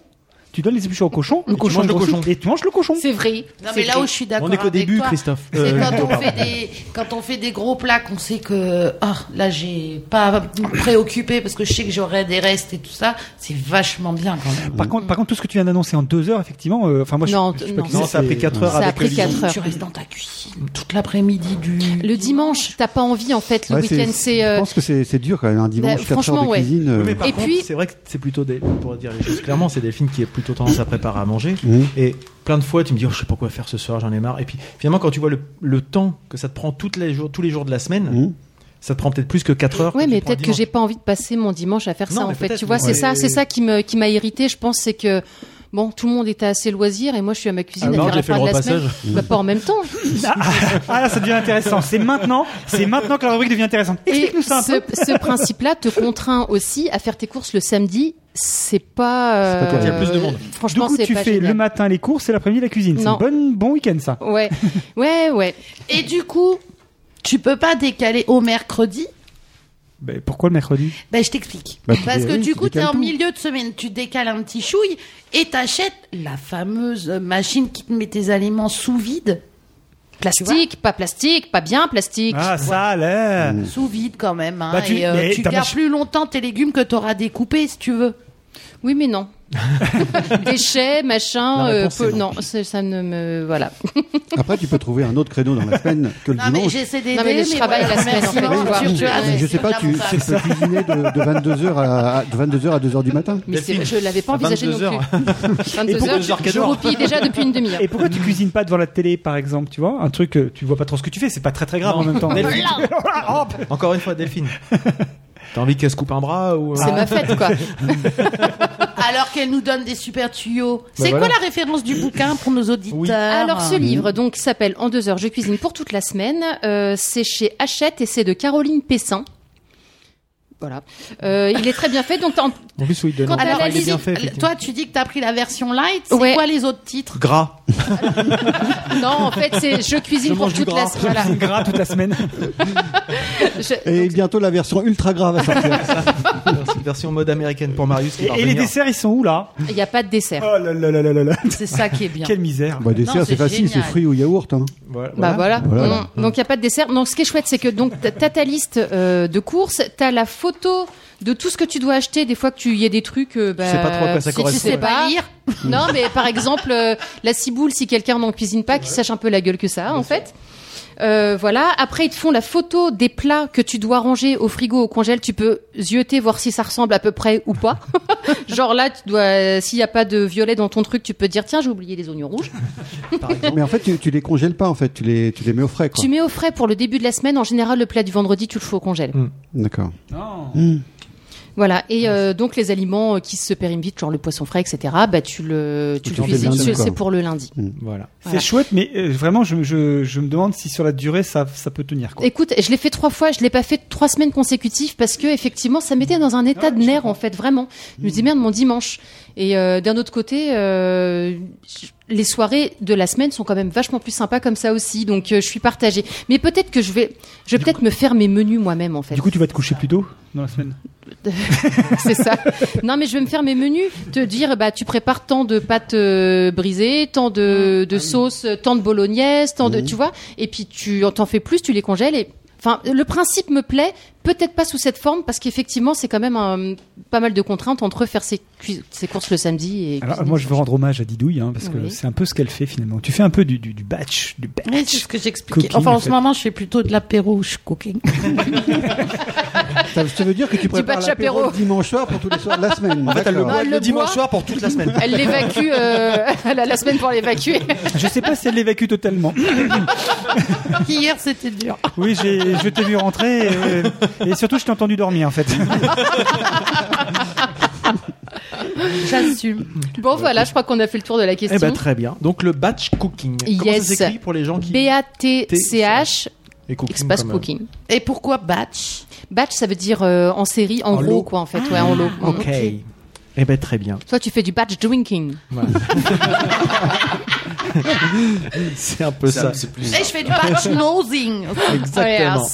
Speaker 6: tu donnes les épluchures au cochon, et tu
Speaker 3: cochon
Speaker 6: manges
Speaker 3: grossit.
Speaker 6: et tu manges le cochon.
Speaker 4: C'est vrai.
Speaker 7: Non,
Speaker 4: C'est
Speaker 7: mais là
Speaker 4: vrai.
Speaker 7: où je suis d'accord.
Speaker 3: On est qu'au
Speaker 7: avec
Speaker 3: début,
Speaker 7: toi,
Speaker 3: Christophe.
Speaker 7: C'est
Speaker 3: Euh,
Speaker 7: quand,
Speaker 3: Ludo,
Speaker 7: on
Speaker 3: pardon.
Speaker 7: fait des, quand on fait des gros plats qu'on sait que ah, là j'ai pas à me préoccuper parce que je sais que j'aurai des restes et tout ça, c'est vachement bien quand
Speaker 3: Mm.
Speaker 7: même.
Speaker 6: Par contre, par contre, tout ce que tu viens d'annoncer en deux heures, effectivement, euh, enfin moi, je-
Speaker 4: Non,
Speaker 6: je, je
Speaker 4: non.
Speaker 3: Non, ça a pris 4 heures
Speaker 4: Ça a
Speaker 3: avec
Speaker 4: pris
Speaker 3: le
Speaker 4: quatre
Speaker 3: Lyon.
Speaker 4: heures.
Speaker 7: Tu restes dans ta cuisine toute l'après-midi du.
Speaker 4: Le dimanche, t'as pas envie en fait. Le
Speaker 8: Ouais,
Speaker 4: week-end, c'est.
Speaker 8: Je
Speaker 4: euh, Ben,
Speaker 8: pense que c'est c'est dur quand même, un dimanche, 4
Speaker 4: franchement,
Speaker 8: heures de
Speaker 4: ouais.
Speaker 8: cuisine. euh,
Speaker 3: Oui, mais par
Speaker 4: Et
Speaker 3: contre,
Speaker 4: puis-
Speaker 3: c'est vrai que c'est plutôt des, pour dire les choses clairement, c'est Delphine qui a plutôt tendance à préparer à manger.
Speaker 8: Mhm.
Speaker 3: Et plein de fois, tu me dis, oh, je sais pas quoi faire ce soir, j'en ai marre. Et puis finalement, quand tu vois le, le temps que ça te prend toutes les jours, tous les jours de la semaine,
Speaker 8: Mhm.
Speaker 3: ça te prend peut-être plus que 4 heures.
Speaker 4: Ouais,
Speaker 3: que tu
Speaker 4: mais
Speaker 3: prends le
Speaker 4: peut-être que j'ai
Speaker 3: dimanche.
Speaker 4: pas envie de passer mon dimanche à faire
Speaker 3: Non,
Speaker 4: ça
Speaker 3: mais
Speaker 4: en fait.
Speaker 3: peut-être,
Speaker 4: Tu vois,
Speaker 3: mais-
Speaker 4: c'est ça, c'est ça qui me qui m'a irrité. Je pense c'est que bon, tout le monde était assez loisir et moi je suis à ma cuisine
Speaker 3: Ah, non,
Speaker 4: à faire
Speaker 3: j'ai
Speaker 4: la
Speaker 3: fait
Speaker 4: fin de
Speaker 3: le
Speaker 4: la semaine.
Speaker 3: repassage.
Speaker 4: *laughs* Bah, pas en même temps.
Speaker 6: Ah là, ça devient intéressant. C'est maintenant, c'est maintenant que la rubrique devient intéressante.
Speaker 4: Et
Speaker 6: Explique-nous ça un
Speaker 4: ce,
Speaker 6: peu.
Speaker 4: ce
Speaker 3: *laughs*
Speaker 4: principe-là te contraint aussi à faire tes courses le samedi. C'est pas. euh,
Speaker 8: C'est pas terrible.
Speaker 3: Il y a plus de monde.
Speaker 6: Du
Speaker 4: Franchement,
Speaker 6: coup,
Speaker 4: c'est
Speaker 6: tu
Speaker 4: pas
Speaker 6: fais
Speaker 4: génial.
Speaker 6: le matin les courses et l'après-midi la cuisine. C'est
Speaker 4: Non. Oh.
Speaker 6: un bon, bon week-end ça.
Speaker 4: Ouais, ouais, ouais.
Speaker 7: Et du coup, tu peux pas décaler au mercredi
Speaker 6: Ben, pourquoi le mercredi
Speaker 7: Ben, je t'explique.
Speaker 8: Bah, tu
Speaker 7: Parce
Speaker 8: dé-
Speaker 7: que
Speaker 8: oui,
Speaker 7: du
Speaker 8: tu
Speaker 7: coup, t'es
Speaker 8: décales
Speaker 7: en
Speaker 8: tout.
Speaker 7: milieu de semaine, tu décales un petit chouille et t'achètes la fameuse machine qui te met tes aliments sous vide.
Speaker 4: Plastique, pas plastique, pas bien plastique.
Speaker 6: Ah ça là.
Speaker 7: Sous vide quand même. hein,
Speaker 6: Bah, tu-
Speaker 7: et, euh,
Speaker 6: mais
Speaker 7: tu
Speaker 6: ta
Speaker 7: gardes
Speaker 6: machi-
Speaker 7: plus longtemps tes légumes que t'auras découpés si tu veux.
Speaker 4: Oui, mais non. Déchets, machin,
Speaker 3: La
Speaker 4: euh,
Speaker 3: réponse,
Speaker 4: peu-
Speaker 3: c'est non.
Speaker 4: non, c'est- ça ne me voilà.
Speaker 8: Après, tu peux trouver un autre créneau dans la semaine que le
Speaker 7: Non mais
Speaker 8: dimanche.
Speaker 7: j'essaie d'aider.
Speaker 4: Non, mais je travaille
Speaker 7: voilà,
Speaker 4: la semaine, en fait,
Speaker 7: maximum,
Speaker 4: tu vois.
Speaker 7: tu- tu as-
Speaker 8: Mais je sais pas, tu,
Speaker 7: clairement
Speaker 8: tu peux cuisiner de, 22h à, à- de 22h à 2h du matin.
Speaker 4: Mais c'est-
Speaker 3: Delphine,
Speaker 4: je l'avais pas
Speaker 3: à
Speaker 4: envisagé non
Speaker 3: 22
Speaker 4: *laughs*
Speaker 3: heures. *laughs*
Speaker 4: plus. 22 heures, je, je
Speaker 3: 22 heures.
Speaker 4: roupille déjà depuis une demi-heure.
Speaker 6: Et pourquoi tu cuisines pas devant la télé, par exemple, tu vois Un truc, euh, tu vois pas trop ce que tu fais, c'est pas très très grave en même
Speaker 4: *laughs*
Speaker 6: temps.
Speaker 3: Delphine. Encore une fois, Delphine. T'as envie qu'elle se coupe un bras ou. euh,
Speaker 4: C'est ma fête, quoi.
Speaker 7: *laughs* Alors qu'elle nous donne des super tuyaux.
Speaker 8: Bah,
Speaker 7: c'est
Speaker 3: voilà.
Speaker 7: quoi la référence du bouquin pour nos auditeurs
Speaker 4: Alors, ce livre, donc, s'appelle En deux heures, je cuisine pour toute la semaine. Euh, c'est chez Hachette et c'est de Caroline Pessin. Voilà. Euh, il est très bien fait. Donc, t'as en-
Speaker 3: *laughs* En plus, oui, de
Speaker 4: Quand
Speaker 3: non,
Speaker 4: elle
Speaker 7: Alors,
Speaker 4: a
Speaker 3: il est
Speaker 4: dit-
Speaker 3: bien fait, effectivement.
Speaker 7: toi, tu dis que t'as pris la version light. C'est
Speaker 4: Ouais.
Speaker 7: quoi les autres titres
Speaker 3: Gras.
Speaker 4: non, en fait, c'est je cuisine
Speaker 3: Je
Speaker 4: pour
Speaker 3: mange du
Speaker 4: toute la
Speaker 3: gras.
Speaker 4: semaine. Voilà.
Speaker 6: *laughs* C'est gras toute la semaine.
Speaker 4: Je-
Speaker 8: Et bientôt, la version ultra grave
Speaker 3: *laughs*
Speaker 8: va sortir.
Speaker 3: Version- Version mode américaine pour Marius qui
Speaker 6: Et,
Speaker 3: va
Speaker 6: et les
Speaker 3: revenir.
Speaker 6: desserts, ils sont où là
Speaker 4: Il n'y a pas de dessert.
Speaker 6: Oh là là là là là là.
Speaker 7: C'est ça qui est bien.
Speaker 6: Quelle
Speaker 9: Ah.
Speaker 6: misère.
Speaker 8: bah, dessert,
Speaker 7: Non,
Speaker 8: c'est
Speaker 7: c'est
Speaker 8: facile, c'est
Speaker 7: génial.
Speaker 8: fruits ou yaourt. Hein.
Speaker 3: Voilà,
Speaker 4: Bah voilà.
Speaker 8: Voilà,
Speaker 4: Mm.
Speaker 8: voilà.
Speaker 4: Donc il n'y a pas de dessert. Donc ce qui est chouette, c'est que donc t'as- t'as ta liste euh, de courses, t'as la photo de tout ce que tu dois acheter. Des fois que tu y a des trucs, euh, bah,
Speaker 3: sais pas trop à quoi ça
Speaker 4: si
Speaker 3: correspond,
Speaker 4: Tu sais
Speaker 3: ouais. *laughs*
Speaker 4: pas.
Speaker 7: lire.
Speaker 4: non, mais par exemple euh, la ciboule, si quelqu'un n'en cuisine pas, qu'il sache un peu la gueule que ça, a, en fait. Euh, voilà. Après, ils te font la photo des plats que tu dois ranger au frigo, au congèle. Tu peux zioter, voir si ça ressemble à peu près ou pas. *laughs* Genre là, tu dois, euh, s'il n'y a pas de violet dans ton truc, tu peux te dire tiens, j'ai oublié les oignons rouges.
Speaker 3: par exemple.
Speaker 8: Mais en fait, tu, tu les congèles pas, en fait, tu les, tu les mets au frais. Quoi.
Speaker 4: Tu mets au frais pour le début de la semaine. En général, le plat du vendredi, tu le fous au congèle.
Speaker 8: D'accord. Hmm.
Speaker 4: Voilà, et euh, donc les aliments euh, qui se périment vite, genre le poisson frais, etc., bah, tu le, tu
Speaker 8: Tu
Speaker 4: le
Speaker 8: en fais
Speaker 4: cuisines,
Speaker 8: le lundi,
Speaker 4: c'est-
Speaker 8: quoi.
Speaker 4: c'est pour le lundi.
Speaker 3: Voilà.
Speaker 6: C'est
Speaker 4: Voilà.
Speaker 6: chouette, mais euh, vraiment, je, je, je me demande si sur la durée, ça, ça peut tenir. Quoi.
Speaker 4: Écoute, je l'ai fait trois fois, je l'ai pas fait trois semaines consécutives parce que effectivement, ça m'était dans un état
Speaker 6: Ouais,
Speaker 4: de
Speaker 6: je
Speaker 4: nerf
Speaker 6: comprends.
Speaker 4: en fait, vraiment. Je me disais merde, mon dimanche. Et euh, d'un autre côté, euh, je- les soirées de la semaine sont quand même vachement plus sympas comme ça aussi, donc euh, je suis partagée. Mais peut-être que je vais, je vais peut-être me faire mes menus moi-même en fait.
Speaker 6: Du coup, tu vas te coucher plus tôt dans la semaine.
Speaker 4: *laughs* C'est ça. Non, mais je vais me faire mes menus, te dire, bah, tu prépares tant de pâtes euh, brisées, tant
Speaker 3: Mm.
Speaker 4: de,
Speaker 3: Ah
Speaker 4: de sauces, euh, tant de bolognaise, tant de, tu vois. Et puis tu en t'en fais plus, tu les congèles et, enfin, le principe me plaît. Peut-être pas sous cette forme parce qu'effectivement, c'est quand même un- pas mal de contraintes entre faire ses, cui- ses courses le samedi et.
Speaker 3: Ah.
Speaker 6: Alors,
Speaker 4: cuisiner.
Speaker 6: moi, je veux rendre hommage à Didouille, hein, parce que
Speaker 4: Oui.
Speaker 6: c'est un peu ce qu'elle fait finalement. Tu fais un peu du, du, du batch, du batch.
Speaker 7: Oui, c'est ce que j'expliquais.
Speaker 6: Cooking,
Speaker 7: Enfin,
Speaker 6: en
Speaker 7: en
Speaker 6: fait.
Speaker 7: ce moment, je fais plutôt de l'apéro je cooking.
Speaker 8: Ça, ça veut dire
Speaker 7: *laughs*
Speaker 8: que tu prépares
Speaker 4: batch
Speaker 8: l'apéro
Speaker 4: apéro.
Speaker 8: le dimanche soir pour tous les soirs de la
Speaker 9: *laughs*
Speaker 8: semaine.
Speaker 3: En fait, elle le
Speaker 8: D'accord.
Speaker 3: boit
Speaker 4: Ah,
Speaker 3: le,
Speaker 4: le
Speaker 3: dimanche
Speaker 4: bois.
Speaker 3: soir pour toute la semaine.
Speaker 4: Elle l'évacue euh, *laughs* elle a la semaine pour l'évacuer.
Speaker 6: Je sais pas si elle l'évacue totalement.
Speaker 7: *laughs* Hier, c'était dur.
Speaker 6: Oui, j'ai, je t'ai vu rentrer euh, et, surtout je t'ai entendu dormir en fait.
Speaker 7: J'assume.
Speaker 4: Bon, voilà, je crois qu'on a fait le tour de la
Speaker 3: Mm. Eh
Speaker 4: question.
Speaker 3: ben très bien. Donc le batch cooking. Comment
Speaker 4: Yes.
Speaker 3: ça s'écrit pour les gens qui
Speaker 4: B-A-T-C-H,
Speaker 3: et cooking
Speaker 4: espace
Speaker 3: comme, euh,
Speaker 4: cooking.
Speaker 7: Et pourquoi batch
Speaker 4: Batch, ça veut dire euh, en série, en,
Speaker 3: En
Speaker 4: gros,
Speaker 3: lot.
Speaker 4: quoi, en fait. Ouais, en lot. Mm.
Speaker 3: Ah, Ok. Eh ben très bien.
Speaker 4: Toi, tu fais du batch drinking.
Speaker 3: C'est un peu ça.
Speaker 10: C'est plus
Speaker 7: Et je fais du batch nosing.
Speaker 3: *laughs* Exactement.
Speaker 4: Oh,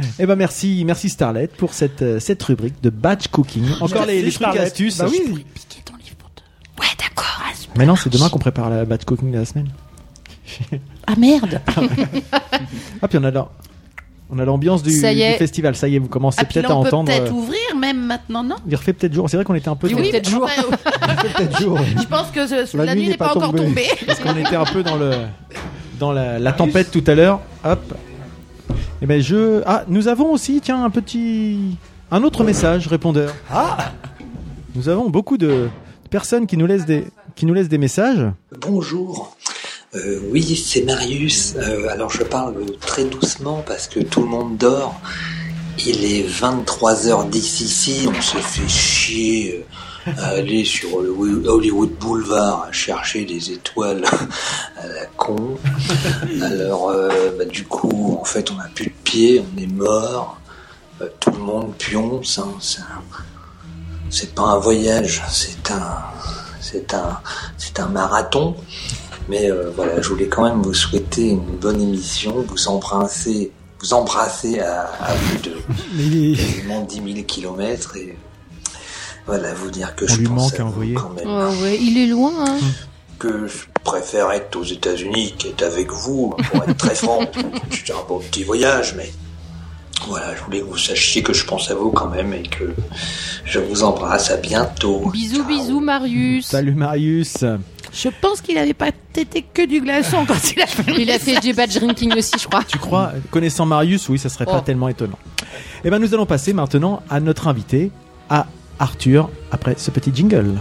Speaker 4: Yes.
Speaker 3: Eh ben merci, merci Starlet pour cette euh, cette rubrique de batch cooking. Encore les, les trucs
Speaker 6: Starlet.
Speaker 3: astuces.
Speaker 6: Bah oui.
Speaker 7: Ah, Piquer ton livre pour te. Ouais, d'accord.
Speaker 3: Mais non, c'est demain qu'on prépare la bad cooking de la semaine.
Speaker 7: Ah
Speaker 3: *laughs*
Speaker 7: merde
Speaker 3: Ah, puis on a la- on a l'ambiance du,
Speaker 4: Ça y est.
Speaker 3: du festival. Ça y est, vous commencez
Speaker 7: Ah, puis
Speaker 3: peut-être
Speaker 7: là,
Speaker 3: à
Speaker 7: on peut
Speaker 3: entendre.
Speaker 7: peut-être
Speaker 3: euh,
Speaker 7: ouvrir même maintenant, non
Speaker 3: Il refait peut-être jour. C'est vrai qu'on était un peu. dans-
Speaker 4: Oui,
Speaker 3: *laughs*
Speaker 4: peut-être jour.
Speaker 7: enfin,
Speaker 8: Peut-être jour.
Speaker 7: Je pense que ce-
Speaker 8: La
Speaker 7: la,
Speaker 8: nuit
Speaker 7: nuit n'est pas, encore tombée.
Speaker 3: Parce qu'on était un peu dans le dans la, la tempête tout à l'heure. Hop. Et ben je ah nous avons aussi tiens un petit un autre message répondeur. Ah. Nous avons beaucoup de personnes qui nous laissent des qui nous laissent des messages.
Speaker 10: Bonjour. Euh, oui, c'est Marius. Euh, alors je parle très doucement parce que tout le monde dort. Il est 23h10 ici, on se fait chier euh, à aller sur Hollywood Hollywood Boulevard à chercher des étoiles à la con. Alors euh, bah, du coup, en fait, on n'a plus de pied, on est mort. Euh, tout le monde pionce. hein, c'est un- c'est pas un voyage, c'est un, c'est un, c'est un marathon. Mais euh, voilà, je voulais quand même vous souhaiter une bonne émission, vous embrasser, vous embrasser à, à plus de
Speaker 6: Mais il est-
Speaker 10: quasiment 10 000 kilomètres et voilà, vous dire que
Speaker 3: On
Speaker 10: je
Speaker 3: lui
Speaker 10: pense
Speaker 3: manque hein,
Speaker 10: à
Speaker 3: à
Speaker 10: vous
Speaker 3: envoyer.
Speaker 10: quand même
Speaker 4: ouais, il est loin. hein.
Speaker 10: que je préfère être aux États-Unis qu'être avec vous, pour être très franc. *laughs* C'était un beau petit voyage, mais voilà, je voulais que vous sachiez que je pense à vous quand même et que je vous embrasse. À bientôt.
Speaker 4: Bisous,
Speaker 10: Ciao.
Speaker 4: bisous, Marius.
Speaker 3: Salut Marius.
Speaker 7: Je pense qu'il n'avait pas tété que du glaçon quand il a fait le
Speaker 4: Il a fait du bad drinking aussi, je crois.
Speaker 3: Tu crois euh, connaissant Marius oui ça serait pas
Speaker 4: Oh.
Speaker 3: tellement étonnant. Et ben nous allons passer maintenant à notre invité à Arthur après ce petit jingle.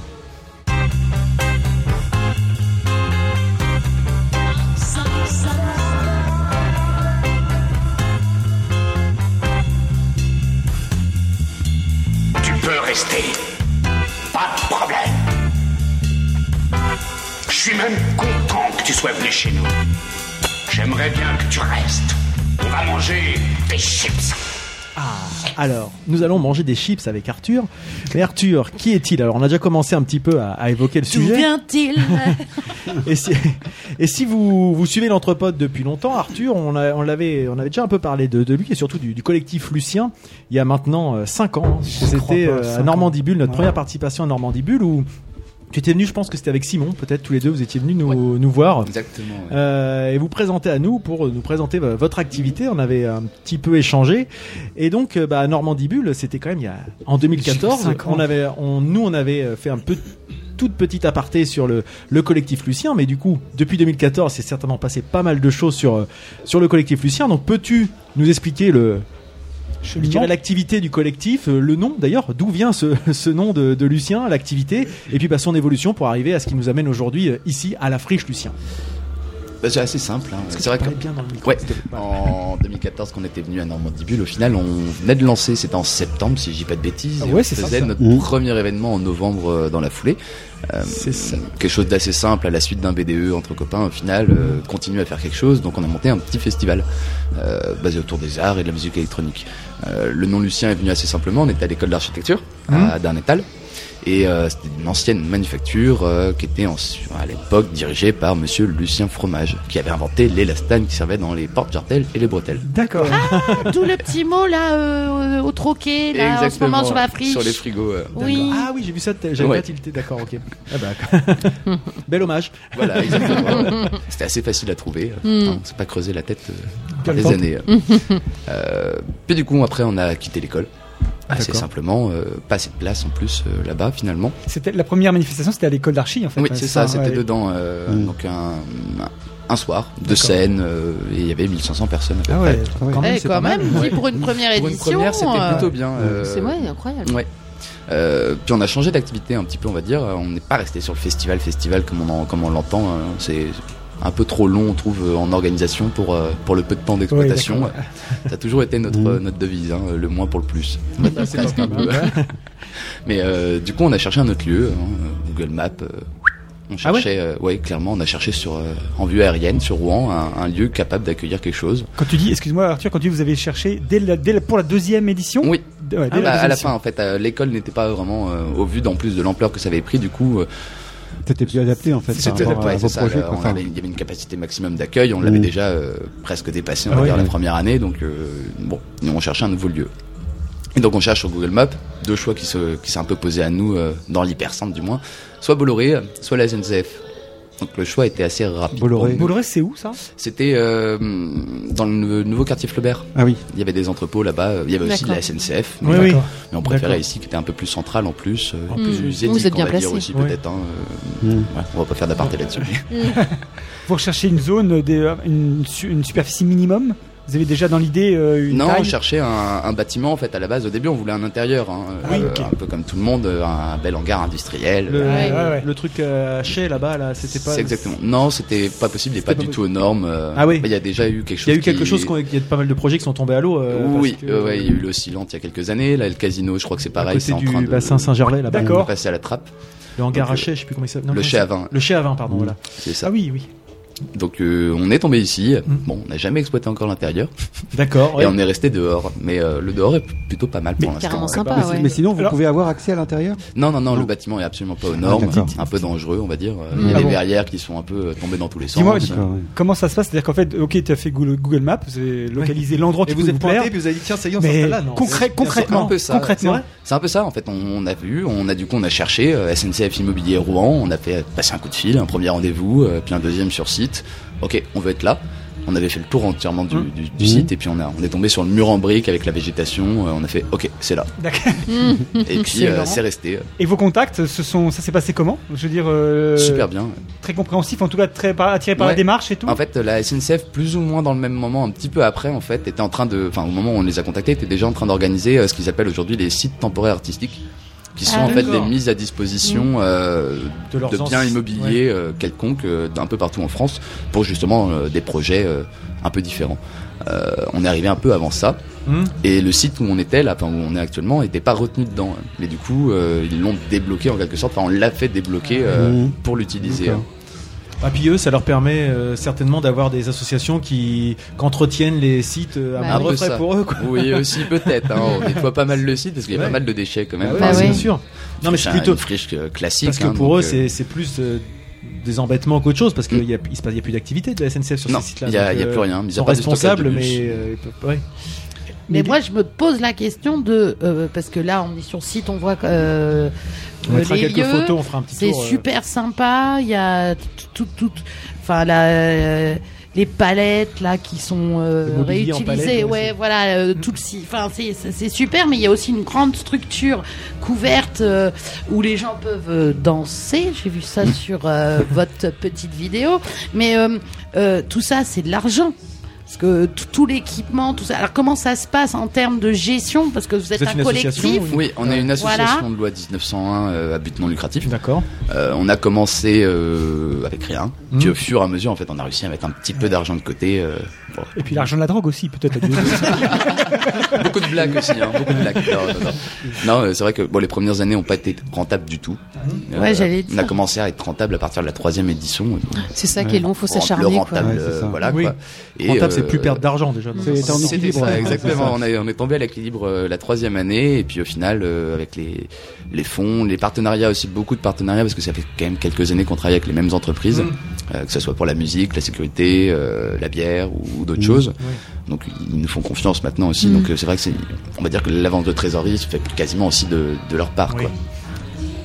Speaker 11: Tu peux rester. Pas de problème. Je suis même content que tu sois venu chez nous. J'aimerais bien que tu restes. On va manger des chips.
Speaker 3: Ah. Alors, nous allons manger des chips avec Arthur. Mais Arthur, qui est-il Alors, on a déjà commencé un petit peu à, à évoquer le
Speaker 7: D'où
Speaker 3: sujet.
Speaker 7: vient-il euh,
Speaker 3: Et si, *laughs* et si vous, vous suivez l'entrepode depuis longtemps, Arthur, on, a- on l'avait, on avait déjà un peu parlé de, de lui et surtout du, du collectif Lucien il y a maintenant 5 ans. C'était
Speaker 6: crois pas,
Speaker 3: euh, à
Speaker 6: cinq
Speaker 3: Normandie Bulle, notre
Speaker 6: Ouais.
Speaker 3: première participation à Normandie Bulle où tu étais venu, je pense que c'était avec Simon, peut-être tous les deux, vous étiez venus nous, nous voir.
Speaker 9: Exactement. ouais.
Speaker 3: Euh, et vous présenter à nous pour nous présenter euh, votre activité. On avait un petit peu échangé et donc euh, bah, Normandie Bulle, c'était quand même il y a en 2014.
Speaker 6: Cinq ans.
Speaker 3: On avait, on, nous, on avait euh, fait un peu toute petite aparté sur le, le collectif Lucien, mais du coup, depuis 2014, c'est certainement passé pas mal de choses sur euh, sur le collectif Lucien. Donc, peux-tu nous expliquer le je dirais l'activité du collectif, euh, le nom d'ailleurs, d'où vient ce, *laughs* ce nom de, de Lucien, l'activité, et puis bah, son évolution pour arriver à ce qui nous amène aujourd'hui euh, ici à la friche Lucien.
Speaker 9: Bah, c'est assez simple. hein. C'est vrai
Speaker 3: On
Speaker 9: que
Speaker 3: est bien dans le micro,
Speaker 9: Ouais.
Speaker 3: s'il te plaît.
Speaker 9: en 2014, qu'on était venu à Normandibule, au final, on venait de lancer, c'était en septembre, si je dis pas de bêtises,
Speaker 6: Ah
Speaker 9: et
Speaker 6: ouais,
Speaker 9: on
Speaker 6: c'est ça,
Speaker 9: faisait
Speaker 6: ça.
Speaker 9: notre
Speaker 8: Mmh.
Speaker 9: premier événement en novembre euh, dans la foulée. Euh,
Speaker 3: C'est ça.
Speaker 9: Quelque chose d'assez simple, à la suite d'un BDE entre copains, au final, euh, continue à faire quelque chose, donc on a monté un petit festival euh, basé autour des arts et de la musique électronique. Euh, le nom Lucien est venu assez simplement, on était à l'école d'architecture, à Darnétal. Et euh, c'était une ancienne manufacture euh, qui était en- à l'époque dirigée par monsieur Lucien Fromage, qui avait inventé l'élastane qui servait dans les portes jartelles et les bretelles.
Speaker 3: D'accord.
Speaker 7: D'où le petit mot là euh, au troquet, là, en ce moment sur la friche.
Speaker 9: Sur les frigos. euh,
Speaker 7: Oui.
Speaker 3: Ah oui, j'ai vu ça, t- j'avais
Speaker 9: Ouais.
Speaker 3: pas tilté, d'accord, ok. Ah
Speaker 9: *laughs*
Speaker 3: bah,
Speaker 7: Ah,
Speaker 3: Bel hommage.
Speaker 9: Voilà,
Speaker 7: *laughs*
Speaker 9: exactement. ouais. C'était assez facile à trouver.
Speaker 7: Hmm.
Speaker 9: euh, hein, on s'est pas creusé la tête euh, par
Speaker 6: Quelle
Speaker 9: des
Speaker 6: pente.
Speaker 9: années. euh. Euh, puis du coup, après, on a quitté l'école. Assez
Speaker 3: d'accord.
Speaker 9: simplement, euh, pas assez de place en plus euh, là-bas finalement.
Speaker 6: C'était la première manifestation, c'était à l'école d'archi en fait.
Speaker 9: oui, c'est ça, c'était
Speaker 6: ouais.
Speaker 9: dedans. euh,
Speaker 8: Mm.
Speaker 9: Donc un, un soir, deux scènes, euh, et il y avait 1500 personnes à peu
Speaker 6: Ah
Speaker 9: près.
Speaker 6: ouais, quand même.
Speaker 7: Eh,
Speaker 3: c'est
Speaker 7: quand
Speaker 3: pas mal.
Speaker 7: même, dit pour une première
Speaker 9: Pour une
Speaker 7: édition.
Speaker 9: première, c'était
Speaker 7: euh,
Speaker 9: plutôt bien. euh,
Speaker 4: C'est ouais, incroyable.
Speaker 9: Ouais. Euh, puis on a changé d'activité un petit peu, on va dire. On n'est pas resté sur le festival, festival comme on, en- comme on l'entend. Euh, C'est un peu trop long, on trouve, euh, en organisation pour, euh, pour le peu de temps d'exploitation.
Speaker 6: Ouais,
Speaker 9: Ça a toujours été notre,
Speaker 8: Mm.
Speaker 9: euh, notre devise, hein, le moins pour le plus.
Speaker 3: Ah, c'est pas mal.
Speaker 9: Mais euh, du coup, on a cherché un autre lieu, hein, euh, Google Maps. euh, on
Speaker 3: Ah ouais
Speaker 9: cherchait, euh, ouais, clairement, on a cherché sur, euh, en vue aérienne, sur Rouen, un- un lieu capable d'accueillir quelque chose.
Speaker 6: Quand tu dis, excuse-moi Arthur, quand tu dis vous avez cherché dès la, dès la- pour la deuxième édition
Speaker 9: Oui.
Speaker 6: d- ouais, dès
Speaker 9: Ah bah, à
Speaker 6: deuxième
Speaker 9: la
Speaker 6: édition.
Speaker 9: fin, en fait, euh, l'école n'était pas vraiment, euh, au vu d'en plus de l'ampleur que ça avait pris, du coup, euh,
Speaker 8: T'étais plus adapté en fait. par
Speaker 9: C'était-
Speaker 8: rapport à
Speaker 9: ouais,
Speaker 8: vos
Speaker 9: c'est ça,
Speaker 8: projets,
Speaker 9: là,
Speaker 8: quoi.
Speaker 9: on
Speaker 8: Enfin,
Speaker 9: avait- il y avait une capacité maximum d'accueil, on l'avait
Speaker 8: Mm.
Speaker 9: déjà euh, presque dépassé, on
Speaker 6: Ah
Speaker 9: va
Speaker 6: oui,
Speaker 9: dire, la
Speaker 6: oui.
Speaker 9: première année, donc euh, bon, nous, on cherchait un nouveau lieu. Et donc on cherche sur Google Maps deux choix qui se qui s'est un peu posé à nous euh, dans l'hypercentre du moins, soit Bolloré, soit la SNCF. Donc le choix était assez rapide.
Speaker 6: Bolloré. Bolloré, c'est où ça
Speaker 9: C'était euh, dans le nouveau quartier Flaubert.
Speaker 6: Ah oui.
Speaker 9: Il y avait des entrepôts là-bas. euh, Il y avait aussi de la SNCF.
Speaker 6: Oui,
Speaker 9: mais,
Speaker 6: oui.
Speaker 9: mais on préférait
Speaker 6: D'accord.
Speaker 9: ici, qui était un peu plus central en plus. euh,
Speaker 6: En
Speaker 9: plus
Speaker 6: plus, oui.
Speaker 9: zénique,
Speaker 6: Vous êtes bien
Speaker 9: on va dire
Speaker 6: placé.
Speaker 9: aussi,
Speaker 6: Oui.
Speaker 9: peut-être. hein, euh,
Speaker 3: Hmm.
Speaker 9: ouais, on va pas faire d'aparté là-dessus.
Speaker 6: Vous recherchez une zone, des, euh, une, su- une superficie minimum Vous avez déjà dans l'idée euh, une
Speaker 9: Non,
Speaker 6: taille
Speaker 9: on cherchait un, un bâtiment en fait à la base. Au début, on voulait un intérieur, hein,
Speaker 6: oui,
Speaker 9: euh,
Speaker 6: ok.
Speaker 9: un peu comme tout le monde, euh, un bel hangar industriel.
Speaker 3: Ah Le,
Speaker 9: euh,
Speaker 3: le truc euh, chez là-bas, là, c'était pas.
Speaker 9: C'est exactement. Non, c'était pas possible. Il n'est pas,
Speaker 3: pas
Speaker 9: du tout aux normes. euh,
Speaker 3: Ah oui.
Speaker 9: Il y a déjà eu quelque
Speaker 3: Il
Speaker 9: chose.
Speaker 3: y a eu quelque
Speaker 9: qui-
Speaker 3: chose, qu'on- il y a pas mal de projets qui sont tombés à l'eau. euh,
Speaker 9: oui,
Speaker 3: parce que-
Speaker 9: euh, ouais, il y a eu le Silente il y a quelques années. Là, le casino, je crois que c'est pareil.
Speaker 3: côté
Speaker 9: C'est en
Speaker 3: du
Speaker 9: train de
Speaker 3: bassin Saint-Gervais, là-bas. D'accord.
Speaker 9: On est passé à la trappe.
Speaker 3: Le hangar
Speaker 9: Donc,
Speaker 3: à
Speaker 9: euh,
Speaker 3: chais, je sais plus comment il s'appelle. Non,
Speaker 9: le
Speaker 3: comment il
Speaker 9: chais à
Speaker 3: s'appelle
Speaker 9: vin. Mm. Mmh,
Speaker 3: Le chais à vin, pardon, voilà.
Speaker 9: C'est ça.
Speaker 6: Ah oui, oui.
Speaker 9: Donc euh, on est tombé ici. Bon, on n'a jamais exploité encore l'intérieur.
Speaker 3: D'accord.
Speaker 9: Et
Speaker 3: ouais.
Speaker 9: on est resté dehors. Mais euh, le dehors est plutôt pas mal pour l'instant.
Speaker 8: mais, si- mais sinon, vous
Speaker 9: Alors-
Speaker 8: pouvez avoir accès à l'intérieur
Speaker 9: Non, non, non, le bâtiment est absolument pas aux
Speaker 8: Ah,
Speaker 9: normes,
Speaker 8: d'accord.
Speaker 9: un peu dangereux, on va dire. Euh,
Speaker 8: Mm.
Speaker 9: Il y a
Speaker 8: Ah
Speaker 9: des
Speaker 8: bon.
Speaker 9: verrières qui sont euh, un peu euh, tombées dans tous les sens.
Speaker 6: Dis-moi, comment ça se passe C'est-à-dire qu'en fait, ok, tu as fait Google Google Maps, vous avez localisé l'endroit qui
Speaker 3: Et vous
Speaker 6: peut
Speaker 3: êtes
Speaker 6: vous
Speaker 3: pointé,
Speaker 6: plaire.
Speaker 3: puis vous avez dit, tiens, ça y est, on
Speaker 6: Mais
Speaker 3: s'installe là, non
Speaker 6: concret-
Speaker 3: C'est-
Speaker 6: concrètement,
Speaker 9: C'est un peu ça.
Speaker 6: concrètement.
Speaker 3: *laughs*
Speaker 9: C'est vrai C'est un peu ça en fait. On, on a vu, on a du coup on a cherché euh, SNCF Immobilier Rouen, on a fait passer un coup de fil, un premier rendez-vous, euh, puis un deuxième sur site. Ok, on veut être là. On avait fait le tour entièrement du,
Speaker 6: Mmh.
Speaker 9: du- du
Speaker 8: Mhm.
Speaker 9: site et puis on a on est tombé sur le mur en briques avec la végétation. euh, on a fait ok, c'est
Speaker 6: *laughs*
Speaker 9: là. Et puis euh,
Speaker 6: Excellent.
Speaker 9: c'est resté euh,
Speaker 6: Et vos contacts, ce sont, ça s'est passé comment Je veux dire, euh,
Speaker 9: super bien.
Speaker 6: très compréhensif, en tout cas très par- attiré par
Speaker 9: Ouais.
Speaker 6: la démarche et tout.
Speaker 9: En fait, la SNCF, plus ou moins dans le même moment, un petit peu après, en fait, était en train de, enfin, au moment où on les a contactés, était déjà en train d'organiser euh, ce qu'ils appellent aujourd'hui les sites temporaires artistiques, qui sont
Speaker 3: Ah,
Speaker 9: en fait des
Speaker 3: d'accord.
Speaker 9: mises à disposition
Speaker 3: Mmh.
Speaker 9: euh,
Speaker 3: De
Speaker 9: de,
Speaker 3: leurs
Speaker 9: biens
Speaker 3: anci-
Speaker 9: immobiliers euh, quelconques euh, d'un peu partout en France pour justement euh, des projets euh, un peu différents. Euh, on est arrivé un peu avant ça.
Speaker 3: Hmm.
Speaker 9: Et le site où on était, là, enfin où on est actuellement, n'était pas retenu dedans. Mais du coup, euh, ils l'ont débloqué en quelque sorte. Enfin, on l'a fait débloquer
Speaker 6: Ah.
Speaker 9: euh,
Speaker 3: Mmh.
Speaker 9: pour l'utiliser. hein.
Speaker 3: D'accord. Ah, puis eux, ça leur permet euh, certainement d'avoir des associations qui qu'entretiennent les sites euh, à
Speaker 9: Bah
Speaker 3: moindre
Speaker 9: oui.
Speaker 3: frais
Speaker 9: Ça.
Speaker 3: pour eux. Quoi. *laughs*
Speaker 9: Oui, aussi peut-être. hein. On nettoie pas mal le site parce qu'il y a
Speaker 3: Ouais.
Speaker 9: pas mal de déchets quand même.
Speaker 3: Bah oui, bien sûr. Non, mais
Speaker 9: c'est
Speaker 3: c'est plutôt-
Speaker 9: une friche euh, classique.
Speaker 3: Parce que
Speaker 9: hein,
Speaker 3: pour
Speaker 9: donc,
Speaker 3: eux,
Speaker 9: euh,
Speaker 3: c'est- c'est plus euh, des embêtements qu'autre chose parce qu'il n'y a, il se passe- il y a plus d'activité de la SNCF sur
Speaker 9: Non,
Speaker 3: ces sites-là.
Speaker 9: il y a-
Speaker 3: Donc,
Speaker 9: il y a
Speaker 3: euh,
Speaker 9: plus rien, mis à
Speaker 3: Ils sont
Speaker 9: part du stockage
Speaker 3: responsables,
Speaker 9: de
Speaker 3: mais.
Speaker 9: bus.
Speaker 3: euh, ils peuvent- ouais.
Speaker 7: Mais moi, je me pose la question de euh, parce que là, on est sur site, on voit euh,
Speaker 3: On
Speaker 7: euh,
Speaker 3: mettra
Speaker 7: les
Speaker 3: quelques
Speaker 7: lieux.
Speaker 3: photos, on fera un petit
Speaker 7: C'est
Speaker 3: tour, euh.
Speaker 7: super sympa. Il y a tout, tout, tout- enfin la, euh, les palettes là qui sont euh,
Speaker 4: Le mobilier en
Speaker 7: réutilisées.
Speaker 4: palettes, ouais,
Speaker 7: ouais, voilà, euh, tout le si- Enfin, c'est- c'est c'est super, mais il y a aussi une grande structure couverte euh, où les gens peuvent euh, danser. J'ai vu ça sur euh, votre petite vidéo. Mais euh, euh, tout ça, c'est de l'argent. Parce que tout tout l'équipement, tout ça. Alors comment ça se passe en termes de gestion Parce que vous êtes, un collectif.
Speaker 9: Oui, on est une association
Speaker 7: Voilà.
Speaker 9: de loi 1901 euh, à but non lucratif.
Speaker 3: D'accord. Hmm.
Speaker 9: on a commencé euh, avec rien.
Speaker 6: Mhm.
Speaker 9: Puis au fur et à mesure, en fait, on a réussi à mettre un petit peu d'argent de côté. euh, bon.
Speaker 6: Et puis l'argent de la drogue aussi, peut-être.
Speaker 9: *laughs* beaucoup de blagues aussi, hein, beaucoup de blagues. Non, non, non. Non, euh, c'est vrai que bon, les premières années n'ont pas été rentables du tout.
Speaker 7: Mhm.
Speaker 9: Euh,
Speaker 7: Ouais, j'allais dire.
Speaker 9: On a commencé à être rentable à partir de la troisième édition.
Speaker 7: C'est ça qui est long, faut
Speaker 9: Rendre-
Speaker 7: s'acharner,
Speaker 9: Le rentable,
Speaker 3: quoi. Ouais, c'est ça.
Speaker 9: euh, voilà
Speaker 3: Oui.
Speaker 9: quoi. euh,
Speaker 3: Rentable, c'est plus perdre d'argent, déjà, dans un C'est sens. être en
Speaker 9: C'était
Speaker 3: équilibre,
Speaker 9: ça,
Speaker 3: ouais,
Speaker 9: exactement.
Speaker 3: c'est
Speaker 9: On, est, on est tombé à l'équilibre euh, la troisième année et puis au final euh, avec les les fonds, les partenariats aussi beaucoup de partenariats parce que ça fait quand même quelques années qu'on travaille avec les mêmes entreprises,
Speaker 3: Mm.
Speaker 9: euh, que ce soit pour la musique, la sécurité, euh, la bière ou, ou d'autres
Speaker 3: Mm.
Speaker 9: choses.
Speaker 3: Oui.
Speaker 9: Donc ils nous font confiance maintenant aussi.
Speaker 3: Mm.
Speaker 9: Donc euh, c'est vrai que c'est, on va dire que l'avance de trésorerie se fait quasiment aussi de, de leur part. Quoi.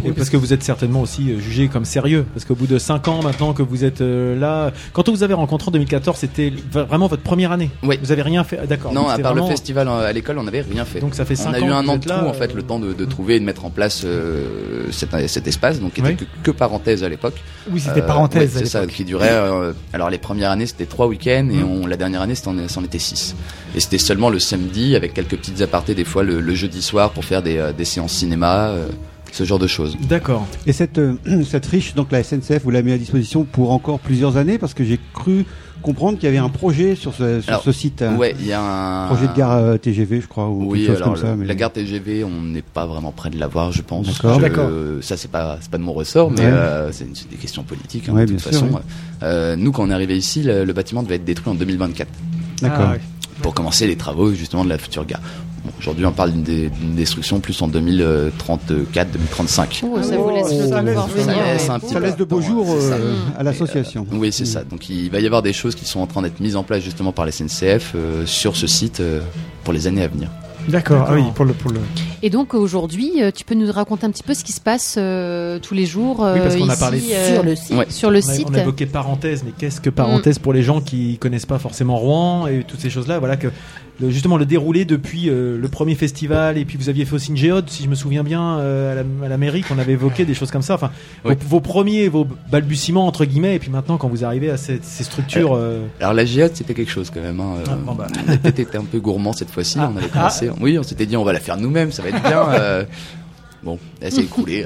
Speaker 3: Et parce que vous êtes certainement aussi euh, jugé comme sérieux, parce qu'au bout de 5 ans maintenant que vous êtes euh, là, quand on vous avez rencontré en 2014, c'était v- vraiment votre première année. Vous avez rien fait, ah, d'accord.
Speaker 9: Non,
Speaker 3: donc
Speaker 9: à
Speaker 3: c'est
Speaker 9: part
Speaker 3: vraiment-
Speaker 9: le festival euh, à l'école, on n'avait rien fait.
Speaker 3: Donc ça fait cinq
Speaker 9: On a
Speaker 3: ans
Speaker 9: eu
Speaker 3: que
Speaker 9: un
Speaker 3: vous
Speaker 9: an de
Speaker 3: êtes
Speaker 9: trou
Speaker 3: là, euh,
Speaker 9: en fait, le temps de, de trouver et de mettre en place euh, cet, cet espace, donc qui était que, que parenthèse à l'époque.
Speaker 6: Oui, c'était parenthèse
Speaker 9: ouais,
Speaker 6: à
Speaker 9: c'est ça, qui durait. euh, alors les premières années, c'était trois week-ends et
Speaker 3: Mmh.
Speaker 9: on, la dernière année, c'en c'en était six. Et c'était seulement le samedi avec quelques petites apartés des fois le, le jeudi soir pour faire des, euh, des séances cinéma, euh, ce genre de choses.
Speaker 3: D'accord.
Speaker 8: Et cette, euh, *clears throat* cette riche, donc la SNCF, vous la met à disposition pour encore plusieurs années parce que j'ai cru comprendre qu'il y avait un projet sur ce, sur
Speaker 9: Alors,
Speaker 8: ce site. hein.
Speaker 9: ouais, il y a un-
Speaker 8: Projet de gare euh, TGV, je crois, ou
Speaker 9: Oui,
Speaker 8: quelque chose
Speaker 9: alors
Speaker 8: comme ça.
Speaker 9: le-
Speaker 8: mais-
Speaker 9: la gare TGV, on n'est pas vraiment près de l'avoir, je pense.
Speaker 8: D'accord.
Speaker 9: Je-
Speaker 8: D'accord.
Speaker 9: Ça, c'est pas, c'est pas de mon ressort, mais
Speaker 8: Ouais.
Speaker 9: euh, c'est c'est des questions politiques. hein,
Speaker 8: Ouais,
Speaker 9: de toute
Speaker 8: bien sûr,
Speaker 9: façon,
Speaker 8: ouais.
Speaker 9: Euh, nous, quand on est arrivé ici, le, le bâtiment devait être détruit en 2024.
Speaker 8: D'accord. Ah, ouais.
Speaker 9: Pour commencer les travaux justement de la future gare. Bon, Aujourd'hui, on parle d'une dé- d'une destruction plus en 2034-2035.
Speaker 8: Oh, ça vous laisse le
Speaker 9: ça
Speaker 8: temps de voir
Speaker 9: ça
Speaker 8: venir,
Speaker 9: laisse
Speaker 8: ouais.
Speaker 9: un petit
Speaker 8: Ça
Speaker 9: peu
Speaker 8: laisse de beaux
Speaker 9: temps, hein,
Speaker 8: jours,
Speaker 9: c'est ça.
Speaker 8: euh, à
Speaker 9: Et,
Speaker 8: l'association.
Speaker 9: euh, oui, c'est ça. Donc il va y avoir des choses qui sont en train d'être mises en place justement par la SNCF euh, sur ce site euh, pour les années à venir.
Speaker 6: D'accord, ah oui, pour le, pour le.
Speaker 4: Et donc aujourd'hui, euh, tu peux nous raconter un petit peu ce qui se passe euh, tous les jours
Speaker 3: Oui, parce
Speaker 4: euh,
Speaker 3: qu'on a
Speaker 4: ici,
Speaker 3: parlé
Speaker 4: euh,
Speaker 3: Ouais.
Speaker 4: Sur le
Speaker 3: On a-
Speaker 4: site. Mm.
Speaker 3: On a évoqué parenthèse, mais qu'est-ce que parenthèse pour les gens qui connaissent pas forcément Rouen et toutes ces choses-là Voilà que le- justement le déroulé depuis euh, le premier festival et puis vous aviez fait aussi une géode, si je me souviens bien, euh, à, la, à la mairie qu'on avait évoqué des choses comme ça. Enfin,
Speaker 9: Oui.
Speaker 3: vos, vos premiers, vos balbutiements entre guillemets, et puis maintenant quand vous arrivez à ces, ces structures. euh,
Speaker 9: Alors la géode, c'était quelque chose quand même. hein. Euh, On a peut-être été un peu gourmand cette fois-ci. on avait commencé. Oui, on s'était dit on va la faire nous-mêmes, ça va être bien. euh, Bon, elle s'est écroulée.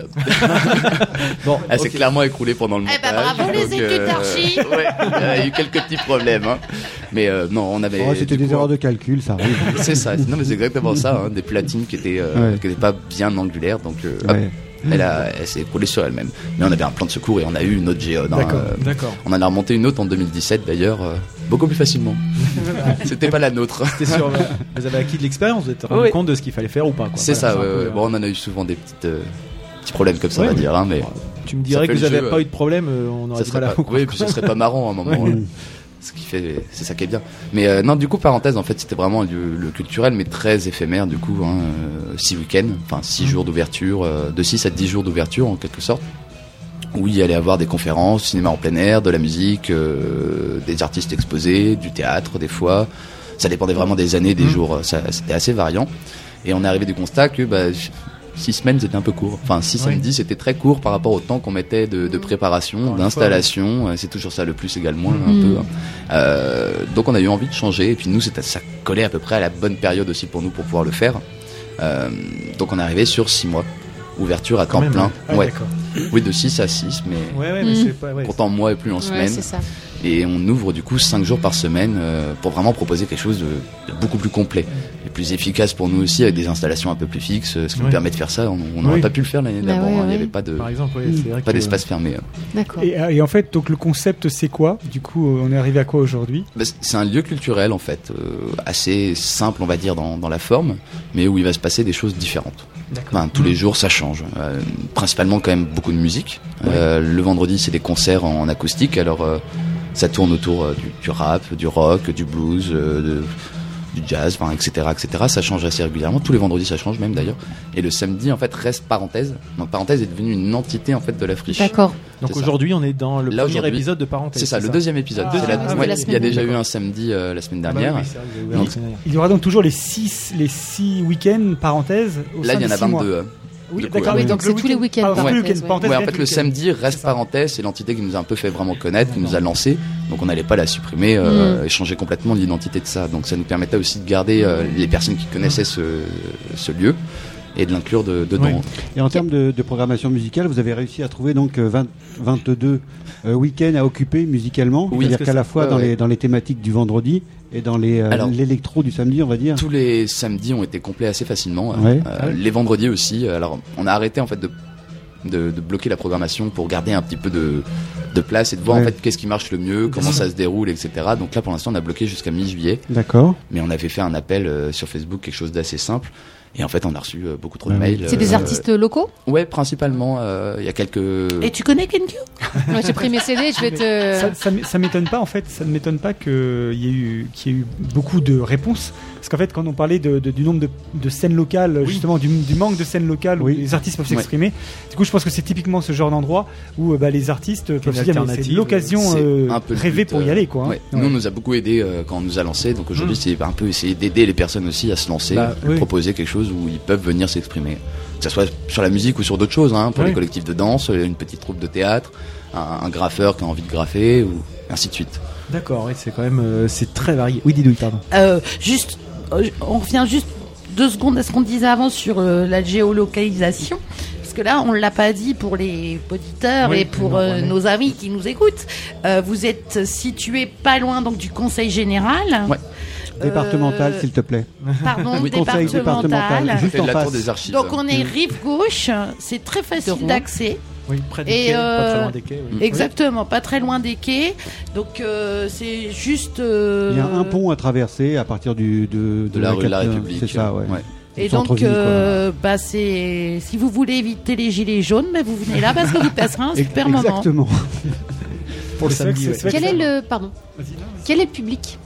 Speaker 3: bon,
Speaker 9: elle s'est clairement écroulée pendant le
Speaker 2: Eh
Speaker 9: montage.
Speaker 7: Eh ben,
Speaker 2: ben,
Speaker 7: bravo les
Speaker 9: donc,
Speaker 7: études
Speaker 9: euh,
Speaker 7: d'archi.
Speaker 9: ouais, *laughs* Il y a eu quelques petits problèmes, hein. mais euh, non, on avait.
Speaker 8: Oh, C'était
Speaker 9: du
Speaker 8: des
Speaker 9: coup,
Speaker 8: erreurs de calcul, ça arrive.
Speaker 9: *laughs* C'est ça, non mais c'est exactement ça, hein, des platines qui étaient, euh,
Speaker 8: Ouais.
Speaker 9: qui n'étaient pas bien angulaires, donc euh, hop,
Speaker 8: Ouais.
Speaker 9: elle, a- elle s'est écroulée sur elle-même. Mais on avait un plan de secours et on a eu une autre géode. hein,
Speaker 3: D'accord,
Speaker 9: euh,
Speaker 3: d'accord.
Speaker 9: On en a remonté une autre en 2017 d'ailleurs, euh, beaucoup plus facilement. *laughs* C'était pas la nôtre.
Speaker 3: C'était sur- euh, vous avez acquis de l'expérience, vous êtes rendu
Speaker 9: Oui.
Speaker 3: compte de ce qu'il fallait faire ou pas. quoi.
Speaker 9: C'est
Speaker 3: Voilà,
Speaker 9: ça, ouais,
Speaker 3: un peu,
Speaker 9: ouais.
Speaker 3: euh,
Speaker 9: Bon, on en a eu souvent des petites, euh, petits problèmes comme ça,
Speaker 3: Ouais,
Speaker 9: on va
Speaker 3: mais-
Speaker 9: dire, hein, mais.
Speaker 3: Tu me dirais
Speaker 9: ça
Speaker 3: que
Speaker 9: fait
Speaker 3: vous
Speaker 9: le
Speaker 3: n'avez
Speaker 9: jeu,
Speaker 3: pas
Speaker 9: ouais.
Speaker 3: eu de problème, euh, on aurait
Speaker 9: ça
Speaker 3: dit
Speaker 9: serait
Speaker 3: voilà.
Speaker 9: pas, oui, et puis ce serait pas marrant à un moment.
Speaker 3: Ouais. *laughs*
Speaker 9: euh, Ce qui fait, c'est ça qui est bien. Mais euh, non, du coup, parenthèse, en fait, c'était vraiment le, le culturel, mais très éphémère, du coup, hein, euh, six week-ends, enfin six
Speaker 3: Mmh.
Speaker 9: jours d'ouverture, euh, de 6 à 10 jours d'ouverture, en quelque sorte, où il y allait avoir des conférences, cinéma en plein air, de la musique, euh, des artistes exposés, du théâtre, des fois. Ça dépendait vraiment des années,
Speaker 3: Mmh.
Speaker 9: des jours, euh, ça- c'était assez variant. Et on est arrivé du constat que bah, six semaines c'était un peu court. Enfin, six
Speaker 3: Oui.
Speaker 9: samedis c'était très court par rapport au temps qu'on mettait de, de préparation, d'installation. Euh, C'est toujours ça le plus égal moins un
Speaker 12: Mm.
Speaker 9: peu. hein. Euh, donc on a eu envie de changer. Et puis nous, c'était- ça collait à peu près à la bonne période aussi pour nous pour pouvoir le faire. Euh, donc on est arrivé sur six mois. Ouverture à temps
Speaker 3: même,
Speaker 9: plein.
Speaker 3: hein. Ah,
Speaker 9: ouais.
Speaker 3: d'accord.
Speaker 9: Oui, de 6 à 6, mais,
Speaker 3: Ouais, ouais, mais Mm. c'est pas- ouais.
Speaker 9: comptant mois et plus en
Speaker 3: Ouais,
Speaker 9: semaine.
Speaker 3: c'est ça.
Speaker 9: Et on ouvre du coup 5 jours par semaine euh, pour vraiment proposer quelque chose de, de beaucoup plus complet et plus efficace pour nous aussi avec des installations un peu plus fixes, euh, ce qui nous
Speaker 3: Ouais.
Speaker 9: permet de faire ça. On n'aurait
Speaker 6: Oui.
Speaker 9: pas pu le faire l'année
Speaker 6: Bah
Speaker 9: d'avant,
Speaker 6: ouais,
Speaker 9: hein, il n'y
Speaker 6: ouais.
Speaker 9: avait pas de
Speaker 3: Par exemple, ouais, c'est vrai
Speaker 9: pas
Speaker 3: que-
Speaker 9: d'espace fermé. hein.
Speaker 4: D'accord.
Speaker 6: Et, euh, et en fait, donc le concept, c'est quoi Du coup, euh, on est arrivé à quoi aujourd'hui
Speaker 9: Bah, c- C'est un lieu culturel en fait, euh, assez simple on va dire dans, dans la forme, mais où il va se passer des choses différentes. Enfin,
Speaker 13: Mm.
Speaker 9: tous les jours ça change. Euh, principalement quand même beaucoup de musique. Euh, le vendredi c'est des concerts en acoustique, alors euh, ça tourne autour euh, du, du rap, du rock, du blues, euh, de- du jazz, enfin, etc., etc. Ça change assez régulièrement. Tous les vendredis ça change même d'ailleurs. Et le samedi en fait reste parenthèse. Donc parenthèse est devenue une entité en fait de la friche.
Speaker 4: D'accord.
Speaker 3: Donc
Speaker 9: C'est ça.
Speaker 3: aujourd'hui, on est dans le
Speaker 9: Là,
Speaker 3: premier
Speaker 9: aujourd'hui-
Speaker 3: épisode de parenthèse.
Speaker 9: C'est ça, le deuxième épisode.
Speaker 3: Ah,
Speaker 9: C'est la-
Speaker 3: ah, oui,
Speaker 9: ouais,
Speaker 3: la
Speaker 9: il y a
Speaker 3: semaine
Speaker 9: déjà eu
Speaker 3: dernière.
Speaker 9: un samedi euh, la semaine
Speaker 3: Ah bah oui,
Speaker 9: dernière.
Speaker 3: oui, c'est vrai, vous avez ouvert
Speaker 9: Donc,
Speaker 3: la semaine dernière.
Speaker 6: Il y aura donc toujours les 6 les six week-ends, parenthèse, au
Speaker 9: Là,
Speaker 6: sein
Speaker 9: il y en
Speaker 6: des
Speaker 9: a
Speaker 6: six mois.
Speaker 9: 22. euh,
Speaker 6: Oui,
Speaker 9: du coup,
Speaker 6: d'accord,
Speaker 9: ouais.
Speaker 6: oui, donc le week-end- ah, tous les week-ends, parenthèse,
Speaker 9: Ouais,
Speaker 6: rien
Speaker 9: en fait,
Speaker 6: que
Speaker 9: le
Speaker 6: week-end.
Speaker 9: samedi reste parenthèse, c'est l'entité qui nous a un peu fait vraiment connaître, qui nous a lancé. Donc, on n'allait pas la supprimer euh,
Speaker 12: Mm.
Speaker 9: et changer complètement l'identité de ça. Donc, ça nous permettait aussi de garder euh, les personnes qui connaissaient ce, ce lieu et de l'inclure de- dedans.
Speaker 8: Et en termes de, de programmation musicale, vous avez réussi à trouver donc euh, 20 22 euh, week-ends à occuper musicalement,
Speaker 9: Oui, parce que
Speaker 8: c'est-à-dire qu'à la
Speaker 9: ça-
Speaker 8: fois
Speaker 9: ouais,
Speaker 8: dans,
Speaker 9: ouais.
Speaker 8: Les, dans les thématiques du vendredi et dans les, euh,
Speaker 9: Alors-
Speaker 8: l'électro du samedi, on va dire.
Speaker 9: Tous les samedis ont été complets assez facilement. euh,
Speaker 8: Ouais.
Speaker 9: euh,
Speaker 8: Ah ouais.
Speaker 9: Les vendredis aussi. Alors, on a arrêté en fait de, de, de bloquer la programmation pour garder un petit peu de, de place et de voir
Speaker 8: Ouais.
Speaker 9: en fait qu'est-ce qui marche le mieux, comment
Speaker 8: sûr.
Speaker 9: ça se déroule, etc. Donc là, pour l'instant, on a bloqué jusqu'à mi-juillet.
Speaker 8: D'accord.
Speaker 9: Mais on avait fait un appel euh, sur Facebook, quelque chose d'assez simple. Et en fait, on a reçu euh, beaucoup trop de
Speaker 8: Ouais.
Speaker 9: mails.
Speaker 4: C'est des artistes locaux
Speaker 9: Ouais, principalement. euh, Il y a quelques.
Speaker 4: Et
Speaker 7: tu connais Kenkyu Moi j'ai pris mes CD, je vais
Speaker 4: Euh,
Speaker 6: *laughs*
Speaker 7: te.
Speaker 6: Ça, ça m'é- ça m'étonne pas en fait, ça ne m'étonne pas que il y ait eu- qu'il y, ait eu beaucoup de réponses. Parce qu'en fait, quand on parlait de- de- du nombre de, de scènes locales, justement, du, du manque de scènes locales où les artistes peuvent
Speaker 9: Ouais.
Speaker 6: s'exprimer, du coup, je pense que c'est typiquement ce genre d'endroit où euh, bah, les artistes peuvent se dire, mais c'est
Speaker 9: alternative.
Speaker 6: l'occasion
Speaker 9: C'est
Speaker 6: euh,
Speaker 9: un peu le
Speaker 6: rêvée
Speaker 9: but,
Speaker 6: pour y
Speaker 9: euh,
Speaker 6: aller. quoi. hein. Mm.
Speaker 9: ouais. Nous, on nous a beaucoup aidé euh, quand on nous a lancé. Donc aujourd'hui, c'est bah, un peu essayer d'aider les personnes aussi à se lancer,
Speaker 6: Bah,
Speaker 9: de
Speaker 6: oui.
Speaker 9: proposer quelque chose où ils peuvent venir s'exprimer. Que ce soit sur la musique ou sur d'autres choses, hein, pour
Speaker 6: Oui.
Speaker 9: les collectifs de danse, une petite troupe de théâtre, un, un graffeur qui a envie de graffer, ou ainsi de suite.
Speaker 3: D'accord, oui, c'est quand même euh, c'est très varié. Oui, Didouille, pardon.
Speaker 7: Euh, juste, euh, on revient juste deux secondes à ce qu'on disait avant sur euh, la géolocalisation. Parce que là, on ne l'a pas dit pour les auditeurs
Speaker 4: Oui,
Speaker 7: et pour
Speaker 4: non,
Speaker 7: euh,
Speaker 4: ouais.
Speaker 7: nos amis qui nous écoutent. Euh, vous êtes situé pas loin donc du Conseil général.
Speaker 9: Ouais.
Speaker 8: Départemental,
Speaker 7: Euh,
Speaker 8: s'il te plaît.
Speaker 7: Pardon,
Speaker 8: Oui.
Speaker 7: départemental.
Speaker 8: Conseil départemental, juste
Speaker 9: Et
Speaker 8: en
Speaker 9: la tour
Speaker 8: face.
Speaker 9: des archives. Mm.
Speaker 7: Donc on est rive gauche, c'est très facile d'accès.
Speaker 3: Oui, près des
Speaker 7: Et,
Speaker 3: quais, pas très
Speaker 7: euh,
Speaker 3: loin des quais.
Speaker 9: Mm.
Speaker 3: oui.
Speaker 7: Exactement, pas très loin des quais. Donc euh, c'est juste.
Speaker 8: Il y a un
Speaker 7: euh,
Speaker 8: pont à traverser à partir du, de, de
Speaker 9: De la rue de la
Speaker 8: quatre-
Speaker 9: République.
Speaker 8: C'est ça, ouais.
Speaker 9: Ouais.
Speaker 7: Et
Speaker 8: Du
Speaker 7: donc,
Speaker 8: centre-ville, quoi.
Speaker 7: euh, bah, c'est si vous voulez éviter les gilets jaunes, mais vous venez là parce que vous passerez un super moment.
Speaker 8: Exactement.
Speaker 3: Pour le
Speaker 8: C'est vrai que
Speaker 3: samedi,
Speaker 8: c'est-
Speaker 3: ouais.
Speaker 8: c'est vrai
Speaker 4: Quel est le pardon Quel est le public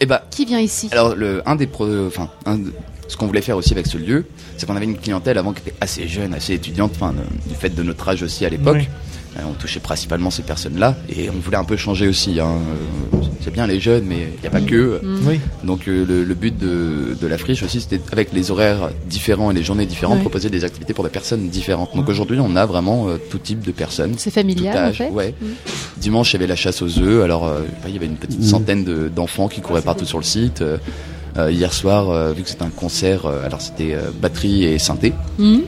Speaker 9: Et bah,
Speaker 4: qui vient ici
Speaker 9: Alors, le, un des pro- enfin, un de- Ce qu'on voulait faire aussi avec ce lieu, c'est qu'on avait une clientèle avant qui était assez jeune, assez étudiante, enfin, de- du fait de notre âge aussi à l'époque.
Speaker 6: Oui.
Speaker 9: Euh, on touchait principalement ces personnes-là et on voulait un peu changer aussi. hein. Euh, C'est bien les jeunes, mais il n'y a pas que.
Speaker 6: Mm. Oui.
Speaker 9: Donc euh, le, le but de, de la friche aussi, c'était avec les horaires différents et les journées différentes,
Speaker 4: Ouais.
Speaker 9: proposer des activités pour des personnes différentes. Donc aujourd'hui, on a vraiment euh, tout type de personnes.
Speaker 4: Mm. C'est familial,
Speaker 9: tout âge,
Speaker 4: en fait. Mm.
Speaker 9: ouais. Dimanche, il y avait la chasse aux œufs. Alors, euh, je sais pas, il y avait une
Speaker 3: Mm.
Speaker 9: petite centaine de- d'enfants qui couraient partout sur le site. Euh, euh, hier soir, euh, vu que c'était un concert, euh, alors c'était euh, batterie et synthé,
Speaker 4: Mhm.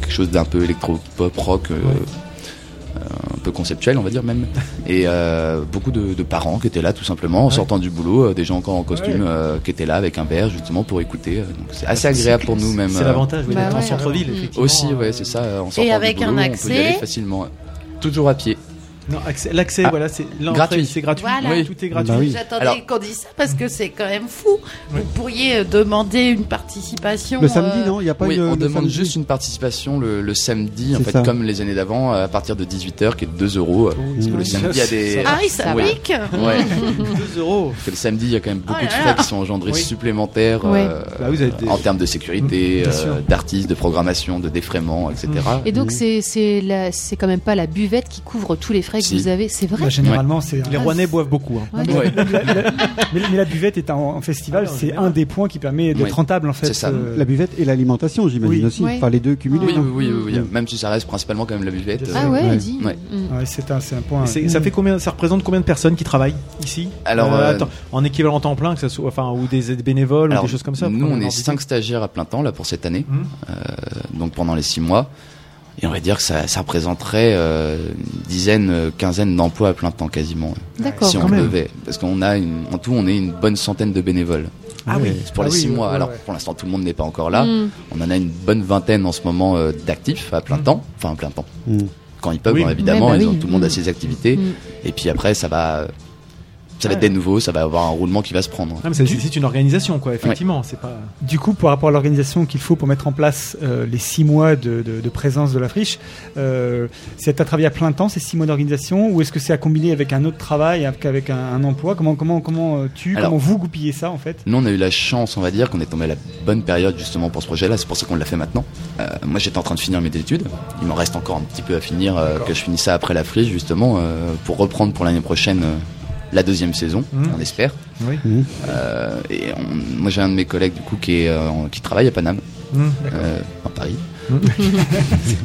Speaker 9: quelque chose d'un peu électro-pop rock. euh, euh, un peu conceptuel on va dire même et euh, beaucoup de, de parents qui étaient là tout simplement en sortant du boulot euh, des gens encore en costume
Speaker 3: Ouais.
Speaker 9: euh, qui étaient là avec un verre justement pour écouter euh, donc c'est assez agréable pour nous même
Speaker 3: Ah, C'est
Speaker 9: euh,
Speaker 3: l'avantage oui,
Speaker 7: Bah
Speaker 3: d'être en
Speaker 7: ouais.
Speaker 3: centre-ville,
Speaker 7: Mm.
Speaker 3: effectivement.
Speaker 9: aussi ouais c'est ça euh, en sortant du
Speaker 7: avec un
Speaker 9: boulot, on peut y
Speaker 7: accès.
Speaker 9: aller facilement toujours à pied
Speaker 3: Non, accès- l'accès,
Speaker 9: Ah.
Speaker 3: voilà, c'est l'entrée,
Speaker 9: Gratuit.
Speaker 3: c'est gratuit.
Speaker 7: Voilà.
Speaker 3: Tout est gratuit.
Speaker 9: Bah oui.
Speaker 7: J'attendais
Speaker 9: Alors-
Speaker 7: qu'on dise ça parce que c'est quand même fou. Vous pourriez euh, demander une participation. euh,
Speaker 9: Oui,
Speaker 8: une-
Speaker 9: on
Speaker 8: le
Speaker 9: demande
Speaker 8: samedi
Speaker 9: juste une participation le, le samedi, en
Speaker 8: C'est
Speaker 9: fait,
Speaker 8: ça.
Speaker 9: comme les années d'avant, à partir de 18h, qui est de 2 euros. euh, Parce que le
Speaker 8: oui.
Speaker 9: samedi, il y a des.
Speaker 7: Ah oui, ça pique.
Speaker 3: *laughs*
Speaker 9: Ouais.
Speaker 3: 2 euros.
Speaker 9: Parce que le samedi, il y a quand même beaucoup
Speaker 7: Oh là
Speaker 9: de frais
Speaker 7: là.
Speaker 9: qui sont engendrés
Speaker 7: Oui.
Speaker 9: supplémentaires
Speaker 4: Ouais.
Speaker 9: euh, en termes de sécurité,
Speaker 3: Bien sûr.
Speaker 9: euh, d'artistes, de programmation, de défraiement, etc.
Speaker 4: Mmh. Et donc, c'est c'est la- c'est quand même pas la buvette qui couvre tous les frais que
Speaker 9: Si.
Speaker 4: vous avez, c'est vrai
Speaker 6: Bah, généralement, c'est.
Speaker 3: Les Rouennais boivent beaucoup. hein.
Speaker 4: Ouais.
Speaker 6: *laughs*
Speaker 9: Ouais. Ah,
Speaker 6: Mais, mais la buvette est un, un festival, c'est un des points qui permet d'être
Speaker 9: Oui.
Speaker 6: rentable en fait.
Speaker 9: C'est ça.
Speaker 6: euh,
Speaker 8: La buvette et l'alimentation, j'imagine
Speaker 6: Oui.
Speaker 8: aussi.
Speaker 4: Ouais.
Speaker 8: Enfin, les deux cumulés.
Speaker 9: Oui, oui,
Speaker 8: non
Speaker 9: oui, oui, oui. même si ça reste principalement quand même la buvette.
Speaker 4: Ah
Speaker 9: euh,
Speaker 4: ouais,
Speaker 8: Ouais.
Speaker 4: dis.
Speaker 9: Ouais.
Speaker 4: Mm.
Speaker 6: ouais, c'est un, c'est un point.
Speaker 3: C'est- Ça fait combien Ça représente combien de personnes qui travaillent ici
Speaker 9: Alors,
Speaker 3: Euh,
Speaker 9: euh,
Speaker 3: attends, en équivalent temps plein, que ça soit, enfin, ou des aides bénévoles
Speaker 9: Alors,
Speaker 3: ou des choses comme ça.
Speaker 9: Nous,
Speaker 3: pour
Speaker 9: on
Speaker 3: leur
Speaker 9: est
Speaker 3: dire.
Speaker 9: cinq stagiaires à plein temps là pour cette année,
Speaker 3: Mhm.
Speaker 9: Euh, donc pendant les six mois. Et on va dire que ça, ça représenterait euh, une dizaine, euh, quinzaine d'emplois à plein temps quasiment. euh,
Speaker 4: D'accord.
Speaker 9: si
Speaker 3: quand
Speaker 9: on
Speaker 3: même.
Speaker 9: devait, parce qu'on a une- en tout, on est une bonne centaine de bénévoles.
Speaker 3: Ah oui.
Speaker 9: C'est pour les
Speaker 3: Ah oui,
Speaker 9: six
Speaker 3: ouais,
Speaker 9: mois.
Speaker 3: ouais,
Speaker 9: Alors
Speaker 3: ouais.
Speaker 9: pour l'instant, tout le monde n'est pas encore là.
Speaker 4: Mm.
Speaker 9: On en a une bonne vingtaine en ce moment euh, d'actifs à plein temps, enfin à plein temps.
Speaker 8: Mm.
Speaker 9: Quand ils peuvent,
Speaker 3: Hum. Oui.
Speaker 9: hein, évidemment,
Speaker 4: Mais bah
Speaker 9: ils ont-
Speaker 4: oui.
Speaker 9: tout le monde
Speaker 4: Mm.
Speaker 9: a ses activités.
Speaker 4: Mm.
Speaker 9: Et puis après, ça va, euh, ça va être
Speaker 3: Ouais.
Speaker 9: des nouveaux, ça va avoir un roulement qui va se prendre.
Speaker 3: Ah, mais c'est- c'est une organisation, quoi. Effectivement, c'est pas.
Speaker 6: Du coup, par rapport à l'organisation qu'il faut pour mettre en place euh, les six mois de, de- de présence de la friche, euh, c'est à travailler à plein temps ces six mois d'organisation ou est-ce que c'est à combiner avec un autre travail, avec avec un, un emploi Comment comment comment euh, tu
Speaker 9: Alors-
Speaker 6: comment vous goupillez ça en fait
Speaker 9: Nous, on a eu la chance, on va dire, qu'on est tombé à la bonne période justement pour ce projet-là. C'est pour ça qu'on l'a fait maintenant. Euh, moi, j'étais en train de finir mes études. Il m'en reste encore un petit peu à finir, euh, que je finisse ça après la frise, justement, euh, pour reprendre pour l'année prochaine euh, la deuxième saison,
Speaker 3: Mhm.
Speaker 9: on espère.
Speaker 3: Oui.
Speaker 8: Mhm.
Speaker 9: Euh, et on- moi, j'ai un de mes collègues, du coup, qui, est, euh, en- qui travaille à Paname,
Speaker 3: Mmh.
Speaker 9: euh, à Paris.
Speaker 3: Mhm.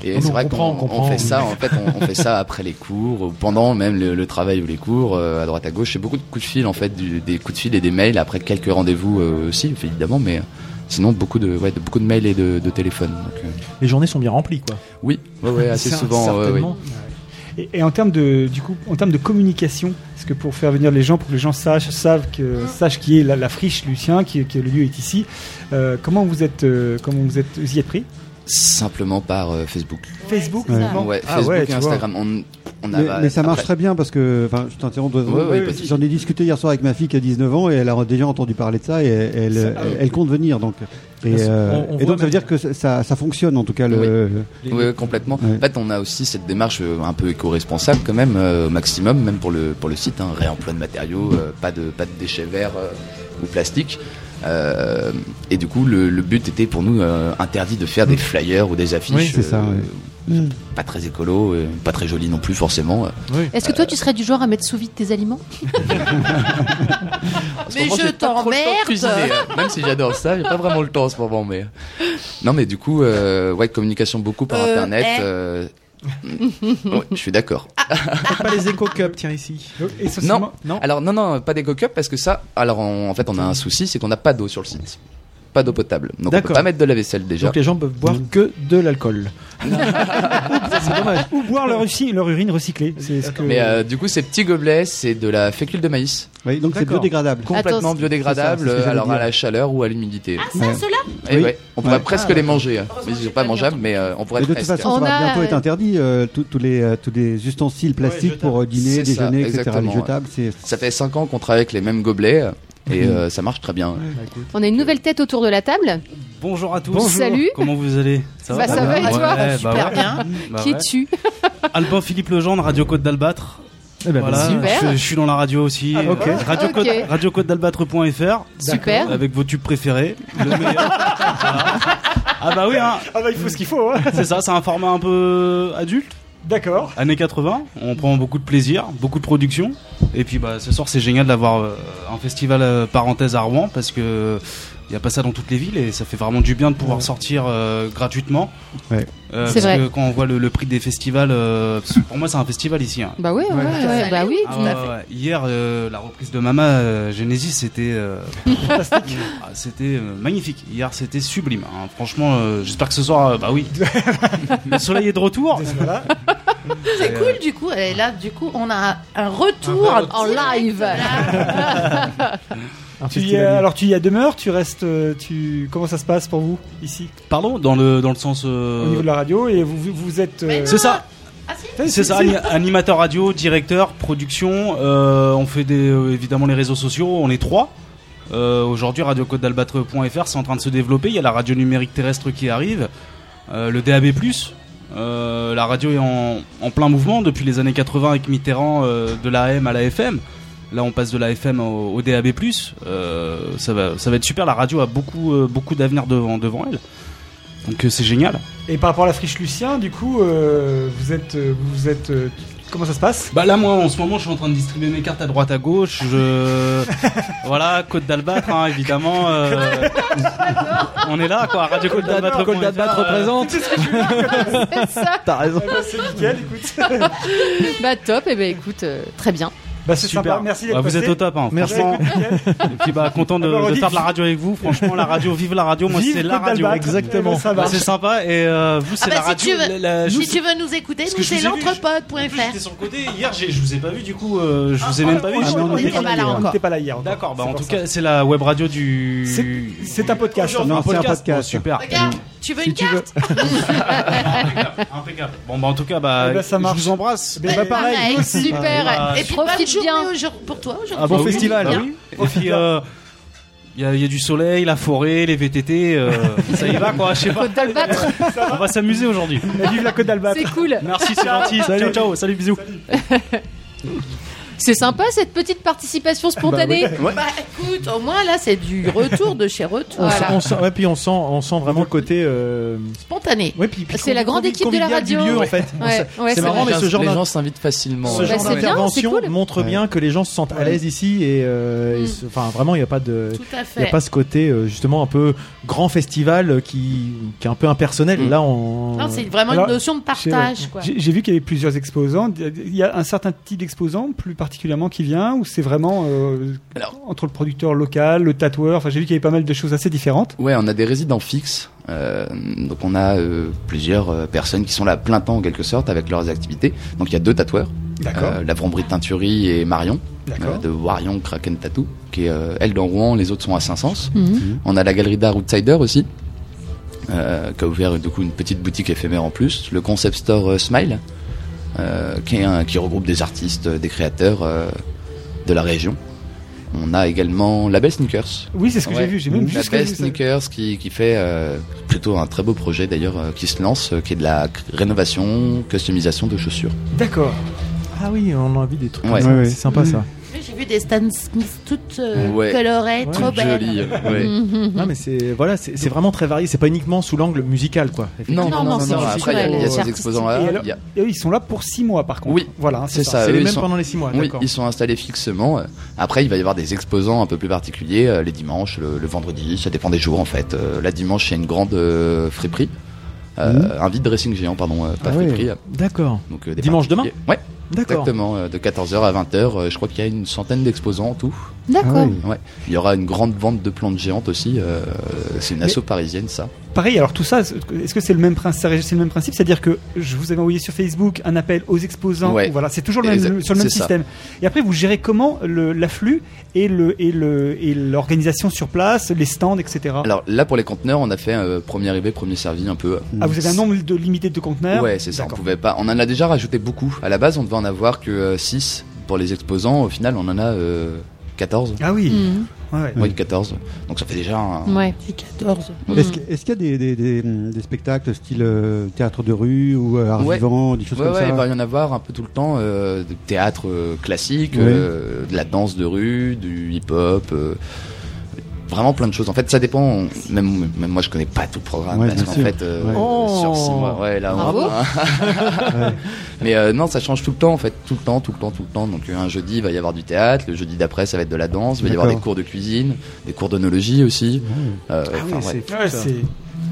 Speaker 9: Et *laughs*
Speaker 3: On
Speaker 9: c'est vrai
Speaker 3: comprend,
Speaker 9: qu'on
Speaker 3: on comprend.
Speaker 9: on fait ça, en fait, on, on fait ça après les cours, ou pendant même le, le travail ou les cours, euh, à droite à gauche. C'est beaucoup de coups de fil, en fait, du- des coups de fil et des mails après quelques rendez-vous euh, aussi, évidemment, mais euh, sinon beaucoup de, ouais, de- beaucoup de mails et de, de téléphones. Donc, euh,
Speaker 3: Les journées sont bien remplies, quoi.
Speaker 9: oui, ouais,
Speaker 6: *laughs*
Speaker 9: ouais, assez
Speaker 3: C'est-
Speaker 9: souvent. ouais, *laughs*
Speaker 3: certainement.
Speaker 6: Et, et en termes de du coup en termes de communication, est-ce que pour faire venir les gens, pour que les gens sachent savent que sachent qui est la, la friche Lucien, qui, que le lieu est ici, euh, comment vous êtes euh, comment vous êtes vous y êtes pris
Speaker 9: ouais. Simplement par euh, Facebook.
Speaker 6: Facebook
Speaker 7: c'est ça.
Speaker 6: uniquement
Speaker 9: Ouais,
Speaker 6: Ah
Speaker 9: Facebook
Speaker 6: ouais, tu
Speaker 9: et
Speaker 6: vois.
Speaker 9: Instagram. On, on a,
Speaker 8: Mais, mais ça marche
Speaker 9: après-
Speaker 8: très bien parce que, enfin, je t'interromps. deux secondes.
Speaker 9: Ouais, ouais, pas de souci.
Speaker 8: J'en ai discuté hier soir avec ma fille qui a 19 ans et elle a déjà entendu parler de ça et elle,
Speaker 3: Ça-
Speaker 8: elle, elle compte venir donc. Et,
Speaker 3: Bien sûr.
Speaker 8: euh,
Speaker 3: On- on voit
Speaker 8: et donc ça
Speaker 3: même-
Speaker 8: veut dire que ça- ça, ça fonctionne en tout cas. Le,
Speaker 3: Les-
Speaker 9: Oui, complètement.
Speaker 8: Ouais.
Speaker 9: En fait, on a aussi cette démarche euh, un peu éco-responsable quand même, euh, au maximum, même pour le, pour le site. Hein, réemploi de matériaux, euh, pas, de, pas de déchets verts euh, ou plastiques. Euh, et du coup, le, le but était pour nous euh, interdit de faire des flyers ou des affiches euh,
Speaker 3: Oui,
Speaker 8: Mm. c'est ça, ouais. Mm.
Speaker 9: pas très écolo, euh, pas très jolies non plus forcément.
Speaker 4: Est-ce que toi, tu serais du genre à mettre sous vide tes aliments
Speaker 7: Mais je t'emmerde.
Speaker 9: hein. Même si j'adore ça, j'ai pas vraiment le temps en ce moment. Mais euh. non, mais du coup, euh, ouais, communication beaucoup par
Speaker 7: Euh,
Speaker 9: internet.
Speaker 7: eh.
Speaker 9: euh, ouais, je suis d'accord.
Speaker 3: Pas les éco cups tiens ici.
Speaker 6: Et socialement-
Speaker 9: Non. Alors non, non, pas des coca parce que ça. Alors on- en fait, on a un souci, c'est qu'on n'a pas d'eau sur le site. Pas d'eau potable. Donc on peut
Speaker 3: D'accord.
Speaker 9: pas mettre de la vaisselle déjà.
Speaker 3: Donc les gens peuvent boire
Speaker 6: Mm.
Speaker 3: que de l'alcool. Ça, c'est dommage.
Speaker 6: ou boire leur, usi- leur urine recyclée. C'est ce que.
Speaker 9: Mais euh, du coup, ces petits gobelets, c'est de la fécule de maïs,
Speaker 8: Oui, donc c'est
Speaker 3: D'accord.
Speaker 8: biodégradable.
Speaker 9: complètement
Speaker 4: Attends, Ah,
Speaker 9: biodégradable.
Speaker 8: c'est ça, c'est ce que j'allais
Speaker 9: alors à
Speaker 8: dire.
Speaker 9: la chaleur ou à l'humidité.
Speaker 7: Ça,
Speaker 8: Ouais.
Speaker 7: cela
Speaker 9: Eh
Speaker 8: Oui.
Speaker 9: ouais, on pourrait
Speaker 8: Ouais. Ah,
Speaker 9: presque les manger. hein. Mais ils sont pas mangeables, mais euh, on pourrait
Speaker 8: Mais de toute
Speaker 9: presque.
Speaker 8: façon, ça
Speaker 4: On
Speaker 8: va
Speaker 4: a-
Speaker 8: bientôt être interdit euh, tous- tous les euh, tous les ustensiles plastiques
Speaker 3: jetables.
Speaker 8: pour euh, dîner,
Speaker 9: C'est ça,
Speaker 8: déjeuner, etc.
Speaker 9: exactement,
Speaker 8: Les
Speaker 9: ouais.
Speaker 8: jetables, c'est
Speaker 9: Ça fait 5 ans qu'on travaille avec les mêmes gobelets euh, et euh, ça marche très bien.
Speaker 4: On a une nouvelle tête autour de la table.
Speaker 12: Bah, Bonjour à tous.
Speaker 4: Bonjour. Salut.
Speaker 12: Comment vous allez
Speaker 4: Bah, ça va, et toi
Speaker 12: Ouais, bah
Speaker 7: Super
Speaker 12: ouais.
Speaker 7: bien.
Speaker 12: Bah
Speaker 4: Qui
Speaker 12: ouais.
Speaker 4: es-tu
Speaker 12: Albin Philippe Legendre, Radio Côte d'Albâtre.
Speaker 3: Eh ben,
Speaker 12: voilà,
Speaker 3: super.
Speaker 12: Je, je suis dans la radio aussi.
Speaker 3: Ah, ok.
Speaker 12: Radio
Speaker 3: Ok.
Speaker 12: Côte, radio Côte d'Albâtre.fr.
Speaker 3: Super.
Speaker 12: D'accord. Avec vos tubes préférés. Le meilleur.
Speaker 4: *laughs*
Speaker 12: Voilà. Ah bah oui, hein.
Speaker 6: Ah bah il faut ce qu'il faut. hein.
Speaker 12: C'est ça, c'est un format un peu adulte.
Speaker 6: D'accord.
Speaker 12: Années 80, on prend beaucoup de plaisir, beaucoup de production. Et puis bah, ce soir, c'est génial d'avoir euh, un festival euh, parenthèse à Rouen parce que il n'y a pas ça dans toutes les villes et ça fait vraiment du bien de pouvoir sortir euh, gratuitement.
Speaker 8: Ouais.
Speaker 12: Euh,
Speaker 4: C'est
Speaker 12: parce
Speaker 4: vrai.
Speaker 12: que quand on voit le, le prix des festivals, euh, parce que pour moi, c'est un festival ici. hein.
Speaker 4: Bah oui, ouais,
Speaker 12: Ouais.
Speaker 4: ouais, bah oui.
Speaker 12: Ah ouais, ouais. Hier, euh, la reprise de Mama euh, Genesis, c'était
Speaker 6: *laughs*
Speaker 12: euh, fantastique. Ah, c'était euh, magnifique. Hier, c'était sublime. hein. Franchement, euh, j'espère que ce soir, euh, bah
Speaker 6: *laughs*
Speaker 12: oui, le soleil est de retour.
Speaker 7: C'est cool du coup. Et là, du coup, on a un retour
Speaker 12: Un vrai
Speaker 7: en live. Ah
Speaker 6: Tu y es- alors tu y as demeures, tu restes, euh, tu comment ça se passe pour vous ici
Speaker 12: Pardon, dans le dans le sens. euh,
Speaker 6: au niveau de la radio et vous vous, vous êtes. euh,
Speaker 12: C'est ça.
Speaker 6: si,
Speaker 12: C'est ça,
Speaker 6: si.
Speaker 12: ani- animateur radio, directeur, production. euh, on fait des, euh, évidemment les réseaux sociaux, on est trois. Euh, Aujourd'hui, radiocôte-d'albâtre.fr, c'est en train de se développer. Il y a la radio numérique terrestre qui arrive, euh, le DAB. Euh, la radio est en, en plein mouvement depuis les années 80 avec Mitterrand, euh, de l'AM à la FM. Là, on passe de la FM au, au DAB. Euh, ça, va, ça va être super. La radio a beaucoup, euh, beaucoup d'avenir devant, devant elle. Donc, euh, c'est génial.
Speaker 6: Et par rapport à la friche Lucien, du coup, euh, vous êtes, euh, vous êtes, euh, comment ça se passe
Speaker 12: Bah là moi en ce moment je suis en train de distribuer mes cartes à droite à gauche.
Speaker 6: *laughs*
Speaker 12: Je voilà Côte d'Albâtre hein, évidemment. euh, *laughs* On est là quoi Radio Côte d'Albâtre. euh,
Speaker 1: Côte d'Albâtre représente.
Speaker 4: *laughs*
Speaker 12: T'as raison.
Speaker 6: c'est nickel, écoute.
Speaker 4: bah top, et ben écoute, euh, très bien.
Speaker 6: *laughs* Bah c'est sympa, merci d'être
Speaker 12: Bah, vous
Speaker 6: passé.
Speaker 12: êtes au top, hein,
Speaker 6: Merci. *laughs*
Speaker 12: franchement. Et puis bah content de,
Speaker 6: Alors, on
Speaker 12: de
Speaker 6: dit-
Speaker 12: faire de la radio avec vous. Franchement la radio, vive la radio. Moi
Speaker 6: Vive
Speaker 12: c'est la
Speaker 6: Côte
Speaker 12: radio.
Speaker 6: d'Albâtre. Exactement. Ça
Speaker 12: Bah,
Speaker 6: marche.
Speaker 12: c'est sympa et euh, vous
Speaker 7: Ah
Speaker 12: c'est
Speaker 7: bah,
Speaker 12: la
Speaker 7: si,
Speaker 12: radio.
Speaker 7: tu veux,
Speaker 12: la- la-
Speaker 7: si
Speaker 12: nous-
Speaker 7: tu veux nous écouter,
Speaker 12: Parce que
Speaker 7: nous
Speaker 12: je vous
Speaker 7: c'est
Speaker 12: ai vu,
Speaker 7: l'entrepode.fr.
Speaker 12: Sur le côté hier j'ai- je vous ai pas vu du coup euh, je vous ai même pas vu.
Speaker 6: Ah,
Speaker 12: je suis
Speaker 6: non,
Speaker 12: en
Speaker 6: on
Speaker 12: train de
Speaker 6: était
Speaker 12: faire
Speaker 6: pas
Speaker 12: des-
Speaker 6: là encore. On était pas là hier. hein.
Speaker 12: D'accord, bah
Speaker 6: C'est
Speaker 12: en
Speaker 6: pour
Speaker 12: tout
Speaker 6: ça.
Speaker 12: cas c'est la web radio du.
Speaker 6: C'est un podcast.
Speaker 12: Aujourd'hui,
Speaker 6: Non,
Speaker 12: un
Speaker 6: c'est un
Speaker 12: podcast.
Speaker 6: podcast.
Speaker 12: Oh, super.
Speaker 7: Regarde, tu veux une carte
Speaker 12: Impeccable, impeccable. Bon bah en tout cas bah,
Speaker 6: Eh ben, ça
Speaker 12: je
Speaker 6: marche.
Speaker 12: vous embrasse.
Speaker 6: Mais bah, pareil. *laughs*
Speaker 7: Pareil, super.
Speaker 12: Ah,
Speaker 7: Et puis
Speaker 4: Profite
Speaker 7: bonne journée
Speaker 4: bien.
Speaker 7: aujourd'hui- pour toi aujourd'hui.
Speaker 12: Ah, bah, oui, bah oui. Et puis euh, il y, a- il y a du soleil, la forêt, les VTT, euh, ça y va quoi, je sais pas.
Speaker 4: Côte d'Albâtre,
Speaker 12: On va s'amuser *laughs* aujourd'hui.
Speaker 6: Mais *laughs* vive la Côte d'Albâtre.
Speaker 4: c'est cool.
Speaker 12: Merci, c'est gentil. Ciao ciao, salut bisous.
Speaker 4: C'est sympa cette petite participation spontanée.
Speaker 7: Bah écoute, au moins là c'est
Speaker 9: *laughs*
Speaker 7: du retour de chez retour.
Speaker 3: On sent-
Speaker 7: Voilà.
Speaker 3: on sent- ouais, puis on sent, on sent vraiment le côté. euh,
Speaker 7: Spontané.
Speaker 3: ouais, puis- puis
Speaker 4: C'est la
Speaker 3: convi-
Speaker 4: grande
Speaker 3: convi-
Speaker 4: équipe de la
Speaker 3: convivial du
Speaker 4: radio.
Speaker 3: lieu, en
Speaker 4: Ouais.
Speaker 3: fait.
Speaker 4: Ouais,
Speaker 3: C'est-
Speaker 4: ouais,
Speaker 3: c'est
Speaker 4: c'est
Speaker 3: marrant,
Speaker 4: vrai.
Speaker 3: mais ce genre
Speaker 9: les
Speaker 3: d'in-
Speaker 9: gens s'invitent facilement.
Speaker 3: ce
Speaker 9: ouais.
Speaker 4: Bah,
Speaker 3: genre
Speaker 4: c'est bien,
Speaker 3: d'intervention
Speaker 4: c'est cool.
Speaker 3: montre bien que les gens se sentent à l'aise ici et, euh, et
Speaker 4: Mm.
Speaker 3: se- enfin vraiment il n'y a pas de
Speaker 7: Tout à
Speaker 3: il n'y a
Speaker 7: fait.
Speaker 3: pas ce côté euh, justement un peu grand festival euh, qui, qui est un peu impersonnel.
Speaker 9: Mm.
Speaker 3: Là, on.
Speaker 7: Non, c'est vraiment
Speaker 6: Alors,
Speaker 7: une notion de
Speaker 6: je sais, ouais.
Speaker 7: partage quoi.
Speaker 6: J'ai j'ai vu qu'il y avait plusieurs exposants. Il y a un certain type d'exposant, plus particulièrement, qui vient, ou c'est vraiment euh,
Speaker 9: Alors.
Speaker 6: entre le producteur local, le tatoueur. Enfin, j'ai vu qu'il y avait pas mal de choses assez différentes.
Speaker 9: Ouais, on a des résidents fixes. euh, donc on a euh, plusieurs euh, personnes qui sont là à plein temps en quelque sorte avec leurs activités. Donc il y a deux tatoueurs,
Speaker 6: D'accord.
Speaker 9: euh, la Vromberie Teinturie et Marion,
Speaker 6: D'accord.
Speaker 9: euh, de Warion Kraken Tattoo, qui est euh, elle dans Rouen, les autres sont à Saint-Sens.
Speaker 4: Mhm.
Speaker 9: On a la galerie d'art Outsider aussi, euh, qui a ouvert du coup une petite boutique éphémère en plus. Le concept store euh, Smile, euh, qui, est un- qui regroupe des artistes, euh, des créateurs euh, de la région. On a également Label Sneakers.
Speaker 6: Oui, c'est ce que
Speaker 9: Ouais.
Speaker 6: j'ai vu. J'ai même
Speaker 9: Label
Speaker 6: juste vu ça.
Speaker 9: Sneakers qui, qui fait euh, plutôt un très beau projet d'ailleurs euh, qui se lance, euh, qui est de la c- rénovation, customisation de chaussures.
Speaker 6: D'accord.
Speaker 3: Ah oui, on a envie des trucs. comme
Speaker 9: Ouais.
Speaker 3: ça,
Speaker 8: Ouais, ouais.
Speaker 3: C'est sympa ça.
Speaker 7: J'ai vu des Stan Smith toutes euh,
Speaker 9: Ouais.
Speaker 7: colorées,
Speaker 3: Ouais,
Speaker 7: trop belles. Mm.
Speaker 9: Joli. *laughs* ouais.
Speaker 3: Non, mais c'est voilà, c'est c'est vraiment très varié. C'est pas uniquement sous l'angle musical quoi.
Speaker 9: Non, non,
Speaker 4: non,
Speaker 9: non,
Speaker 4: c'est
Speaker 9: non, Après, il y a-
Speaker 4: culturel,
Speaker 9: il y a,
Speaker 4: c'est
Speaker 9: ces
Speaker 4: artistique.
Speaker 9: exposants là.
Speaker 6: Euh, Et alors-
Speaker 9: il y a-
Speaker 6: Et eux, ils sont là pour six mois, par contre.
Speaker 9: Oui.
Speaker 6: Voilà, hein,
Speaker 9: C'est ça.
Speaker 3: C'est
Speaker 9: eux,
Speaker 3: les
Speaker 9: ils
Speaker 3: mêmes
Speaker 9: sont-
Speaker 3: pendant les six mois.
Speaker 9: Oui,
Speaker 3: d'accord.
Speaker 9: ils sont installés fixement. euh. Après, il va y avoir des exposants un peu plus particuliers euh, les dimanches, le, le vendredi, ça dépend des jours en fait. Euh, la dimanche, il y a une grande euh, friperie. Euh,
Speaker 6: Mmh.
Speaker 9: Un vide dressing géant, pardon, euh, pas
Speaker 3: Ah ouais.
Speaker 9: friperie.
Speaker 3: D'accord.
Speaker 9: Donc, euh, des
Speaker 3: Dimanche demain
Speaker 9: particuliers. Ouais,
Speaker 3: D'accord.
Speaker 9: exactement. euh, de 14h à 20h, je crois qu'il y a une centaine d'exposants en tout.
Speaker 4: D'accord.
Speaker 9: Ouais. Il y aura une grande vente de plantes géantes aussi. euh, c'est une
Speaker 6: Mais-
Speaker 9: asso parisienne, ça.
Speaker 6: Pareil, alors tout ça, est-ce que c'est le même principe C'est le même principe, c'est-à-dire que je vous avais envoyé sur Facebook un appel aux exposants.
Speaker 9: Ouais.
Speaker 6: ou Voilà, c'est toujours le même,
Speaker 9: Exact,
Speaker 6: sur le même
Speaker 9: c'est ça.
Speaker 6: système. Et après, vous gérez comment le- l'afflux et le et le et l'organisation sur place, les stands, etc.
Speaker 9: Alors là, pour les conteneurs, on a fait euh, premier arrivé, premier servi un peu. euh,
Speaker 6: ah, vous avez un nombre de limité de conteneurs.
Speaker 9: Mm. Ouais, c'est ça. On
Speaker 6: D'accord.
Speaker 9: pouvait pas. On en a déjà rajouté beaucoup. À la base, on devait en avoir que 6 pour les exposants. Au final, on en a euh, 14.
Speaker 6: Ah oui.
Speaker 4: Mhm.
Speaker 6: Ouais,
Speaker 9: Oui, 14. Donc ça fait déjà un.
Speaker 4: Ouais.
Speaker 7: 14.
Speaker 9: Mm.
Speaker 8: Est-ce que- est-ce qu'il y a des, des- des- des spectacles style euh, théâtre de rue ou euh, art
Speaker 9: Ouais.
Speaker 8: vivant, des choses
Speaker 9: Ouais,
Speaker 8: comme
Speaker 9: ouais,
Speaker 8: ça
Speaker 9: Il va y en avoir un peu tout le temps. euh, du théâtre euh, classique,
Speaker 8: Ouais.
Speaker 9: euh, de la danse de rue, du hip-hop. euh, vraiment plein de choses. En fait, ça dépend. on- Même, même moi, je connais pas tout le programme.
Speaker 8: Ouais,
Speaker 9: parce
Speaker 8: bien
Speaker 9: qu'en
Speaker 8: sûr.
Speaker 9: fait, euh,
Speaker 8: Ouais.
Speaker 9: euh, sur six
Speaker 8: Oh.
Speaker 9: mois, ouais, là, on- hein.
Speaker 8: Bravo. Ouais.
Speaker 9: *laughs* Mais euh, non, ça change tout le temps, en fait. Tout le temps, tout le temps, tout le temps. Donc, euh, un jeudi, il va y avoir du théâtre. Le jeudi d'après, ça va être de la danse. Il va y avoir des
Speaker 8: D'accord.
Speaker 9: cours de cuisine, des cours d'onologie aussi.
Speaker 6: Ah
Speaker 9: Euh,
Speaker 3: Ah
Speaker 6: oui,
Speaker 9: enfin, ouais.
Speaker 6: c'est- ouais, c'est-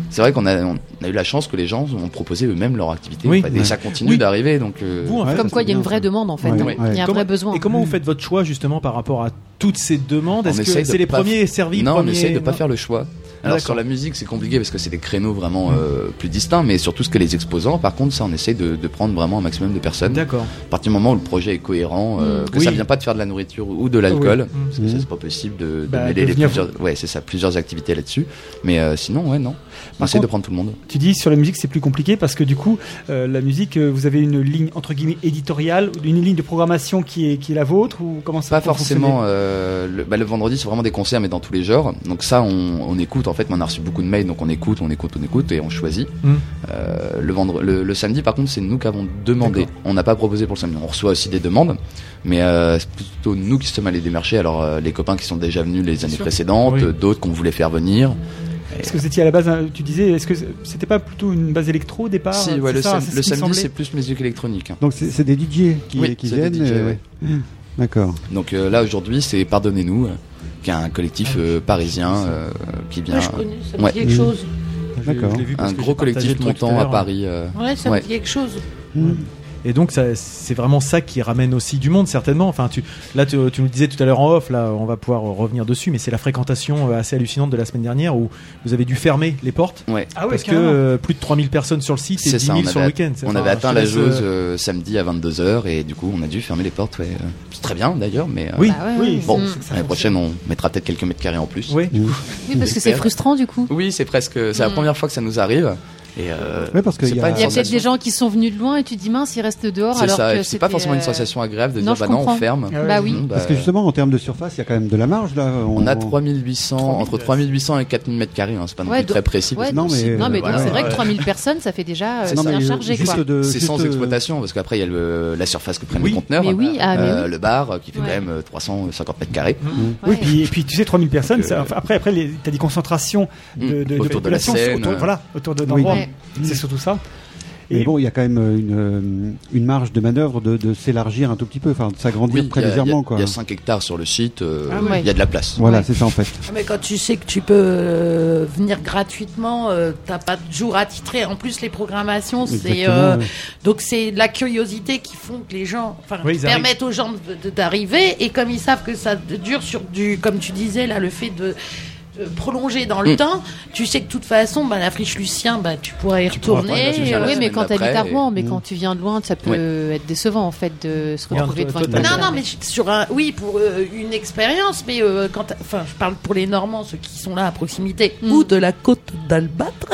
Speaker 9: C'est vrai qu'on a, on a eu la chance que les gens ont proposé eux-mêmes leur activité.
Speaker 3: Oui.
Speaker 9: en fait, et
Speaker 3: Ouais.
Speaker 9: ça continue
Speaker 3: Oui.
Speaker 9: d'arriver. Donc, euh,
Speaker 4: Comme quoi, il y a une vraie demande en fait. hein. Il y a un
Speaker 3: Comment-
Speaker 4: vrai besoin.
Speaker 3: Et comment vous faites votre choix justement par rapport à toutes ces demandes
Speaker 9: On
Speaker 3: Est-ce
Speaker 9: essaye
Speaker 3: que
Speaker 9: de
Speaker 3: c'est les
Speaker 9: pas-
Speaker 3: premiers servis
Speaker 9: Non, on
Speaker 3: premiers-
Speaker 9: essaye de
Speaker 3: non.
Speaker 9: pas
Speaker 3: Ah,
Speaker 9: faire le choix. Alors
Speaker 3: D'accord.
Speaker 9: sur la musique, c'est compliqué parce que c'est des créneaux vraiment euh, plus distincts, mais surtout ce que les exposants. Par contre, ça, on essaye de, de prendre vraiment un maximum de personnes.
Speaker 3: D'accord.
Speaker 9: À partir du moment où le projet est cohérent, euh,
Speaker 3: Mm.
Speaker 9: que
Speaker 3: Oui.
Speaker 9: ça vient pas de faire de la nourriture ou de l'alcool,
Speaker 3: Oui. Mm.
Speaker 9: parce que ça, c'est pas possible de, de
Speaker 6: Bah,
Speaker 9: mêler
Speaker 6: de
Speaker 9: les
Speaker 6: venir-
Speaker 9: plusieurs. Ouais, c'est ça, plusieurs activités là-dessus. Mais euh, sinon, ouais, non. On
Speaker 6: Par
Speaker 9: essaie de
Speaker 6: contre-
Speaker 9: prendre tout le monde.
Speaker 6: Tu dis sur la musique c'est plus compliqué parce que du coup euh, la musique euh, vous avez une ligne entre guillemets éditoriale, une ligne de programmation qui est qui est la vôtre ou comment ça
Speaker 9: Pas
Speaker 6: peut
Speaker 9: forcément.
Speaker 6: fonctionner
Speaker 9: euh, le, bah, le vendredi, c'est vraiment des concerts, mais dans tous les genres. Donc ça, on, on écoute. En fait, on a reçu beaucoup de mails, donc on écoute, on écoute, on écoute, et on choisit.
Speaker 3: Mm.
Speaker 9: Euh, le, vendre, le, le samedi, par contre, c'est nous qui avons demandé. On n'a pas proposé pour le samedi. On reçoit aussi des demandes, mais euh, c'est plutôt nous qui sommes allés démarcher. Alors euh, les copains qui sont déjà venus les années
Speaker 6: sûr.
Speaker 9: précédentes,
Speaker 6: Oui.
Speaker 9: euh, d'autres qu'on voulait faire venir.
Speaker 6: Est-ce que vous étiez à la base hein, tu disais est-ce que c'était pas plutôt une base électro au départ
Speaker 9: Si, ouais,
Speaker 6: Ah, C'est
Speaker 9: le,
Speaker 6: ça,
Speaker 9: sam-
Speaker 6: c'est ce
Speaker 9: le
Speaker 6: qui me
Speaker 9: samedi, c'est
Speaker 6: semblait
Speaker 9: plus musique électronique. hein.
Speaker 8: Donc c'est c'est des DJ qui,
Speaker 9: Oui,
Speaker 8: qui
Speaker 9: c'est des
Speaker 8: viennent.
Speaker 9: DJ,
Speaker 8: euh,
Speaker 9: ouais.
Speaker 8: D'accord.
Speaker 9: Donc euh, là aujourd'hui, c'est Pardonnez-nous, euh, qui est un collectif euh, parisien euh, qui vient.
Speaker 7: Ouais, je connais, Ah, ça me dit quelque chose.
Speaker 8: D'accord.
Speaker 3: Mmh. Je l'ai vu parce
Speaker 9: Un
Speaker 3: que
Speaker 9: gros
Speaker 3: j'ai partagé
Speaker 9: collectif
Speaker 3: le truc tout à
Speaker 9: montant à
Speaker 3: l'heure. hein.
Speaker 9: Paris. euh,
Speaker 7: Ouais, ça me dit quelque chose.
Speaker 3: Et donc ça- c'est vraiment ça qui ramène aussi du monde certainement. Enfin tu là tu, tu nous le disais tout à l'heure en off là on va pouvoir euh, revenir dessus mais c'est la fréquentation euh, assez hallucinante de la semaine dernière où vous avez dû fermer les portes
Speaker 9: Ouais. Ah ouais,
Speaker 3: parce que
Speaker 9: carrément.
Speaker 3: euh, plus de 3000 personnes sur le site et
Speaker 9: C'est
Speaker 3: 10
Speaker 9: ça,
Speaker 3: 000
Speaker 9: on
Speaker 3: sur
Speaker 9: avait,
Speaker 3: le week-end.
Speaker 9: on
Speaker 3: Enfin,
Speaker 9: avait
Speaker 3: je
Speaker 9: atteint
Speaker 3: te
Speaker 9: la
Speaker 3: laisse,
Speaker 9: jauge
Speaker 3: euh,
Speaker 9: euh, samedi à 22h et du coup on a dû fermer les portes. ouais. euh, C'est très bien d'ailleurs, mais euh,
Speaker 3: Oui, Bah ouais, oui.
Speaker 9: bon,
Speaker 3: mm.
Speaker 9: l'année prochaine on mettra peut-être quelques mètres carrés en plus.
Speaker 3: Oui,
Speaker 4: Oui, parce que c'est frustrant du coup.
Speaker 9: Oui, c'est presque, c'est la
Speaker 4: Mm.
Speaker 9: première fois que ça nous arrive. Et euh,
Speaker 8: Ouais, parce que
Speaker 9: c'est
Speaker 8: y a-
Speaker 9: pas une
Speaker 4: Il y a peut-être
Speaker 9: sensation-
Speaker 4: des gens qui sont venus de loin et tu te dis mince, ils restent dehors
Speaker 9: C'est
Speaker 4: alors
Speaker 9: ça,
Speaker 4: que
Speaker 9: et c'est pas
Speaker 4: c'était,
Speaker 9: forcément une
Speaker 4: euh,
Speaker 9: sensation agréable de
Speaker 4: non,
Speaker 9: dire
Speaker 4: je
Speaker 9: bah non, on
Speaker 4: comprends.
Speaker 9: ferme.
Speaker 4: Bah oui.
Speaker 9: Bon, bah,
Speaker 8: Parce que justement, en termes de surface, il y a quand même de la marge là.
Speaker 9: on a 3800, entre 3800 et 4000 mètres carrés, hein, c'est pas non
Speaker 4: ouais,
Speaker 9: plus très
Speaker 4: donc-
Speaker 9: précis.
Speaker 4: ouais,
Speaker 9: parce que
Speaker 4: donc
Speaker 9: c'est-
Speaker 4: c'est- non, mais donc,
Speaker 9: voilà.
Speaker 4: c'est vrai que 3000 personnes, ça fait déjà euh,
Speaker 9: C'est ça.
Speaker 4: bien chargé quoi.
Speaker 9: C'est sans
Speaker 8: juste, euh,
Speaker 9: exploitation, parce qu'après il y a le- la surface que prennent les conteneurs,
Speaker 4: Mais oui, ah, mais
Speaker 9: euh,
Speaker 4: oui.
Speaker 9: le bar euh, qui fait
Speaker 4: Ouais.
Speaker 9: quand même euh, 350 mètres carrés.
Speaker 6: Oui, puis, et puis tu sais, 3000 personnes, ça- enfin, après, après les- t'as des concentrations de, de, de
Speaker 9: Mm. Autour de la
Speaker 6: population,
Speaker 9: scène,
Speaker 6: autour,
Speaker 9: euh.
Speaker 6: voilà, autour de
Speaker 8: Oui.
Speaker 6: d'endroits.
Speaker 8: Ouais.
Speaker 6: C'est surtout ça.
Speaker 8: Mais
Speaker 6: Et-
Speaker 8: bon, il y a quand même euh, une, euh, une marge de manœuvre de, de s'élargir un tout petit peu, enfin de s'agrandir
Speaker 9: Oui, il
Speaker 8: très
Speaker 9: y a-
Speaker 8: légèrement.
Speaker 9: Il
Speaker 8: quoi.
Speaker 9: y, a 5 hectares sur le site, euh,
Speaker 7: Ah
Speaker 9: il
Speaker 7: ouais.
Speaker 9: y a de la place.
Speaker 8: Voilà, c'est ça en fait.
Speaker 7: Ah, Mais quand tu sais que tu peux euh, venir gratuitement, euh, t'as pas de jour attitré. En plus, les programmations, c'est
Speaker 8: Exactement,
Speaker 7: euh,
Speaker 8: ouais.
Speaker 7: donc c'est de la curiosité qui font que les gens, enfin,
Speaker 8: Oui,
Speaker 7: qui
Speaker 8: ils
Speaker 7: permettent aux gens de- de- d'arriver. Et comme ils savent que ça dure sur du, comme tu disais là, le fait de de prolonger dans le
Speaker 4: Mm.
Speaker 7: temps, tu sais que de toute façon, bah, la friche Lucien, bah, tu pourras y
Speaker 4: Tourner,
Speaker 7: retourner.
Speaker 4: euh,
Speaker 7: euh,
Speaker 4: oui, mais quand t'habites à Rouen, mais
Speaker 7: Mm.
Speaker 4: quand tu viens de loin, ça peut être décevant en fait de se
Speaker 7: Non,
Speaker 4: retrouver devant une
Speaker 7: non,
Speaker 4: table.
Speaker 7: non, mais je- sur un, oui, pour euh, une expérience, mais euh, quand, t'as- enfin, je parle pour les Normands, ceux qui sont là à proximité,
Speaker 4: Mm.
Speaker 7: ou de la côte d'Albâtre.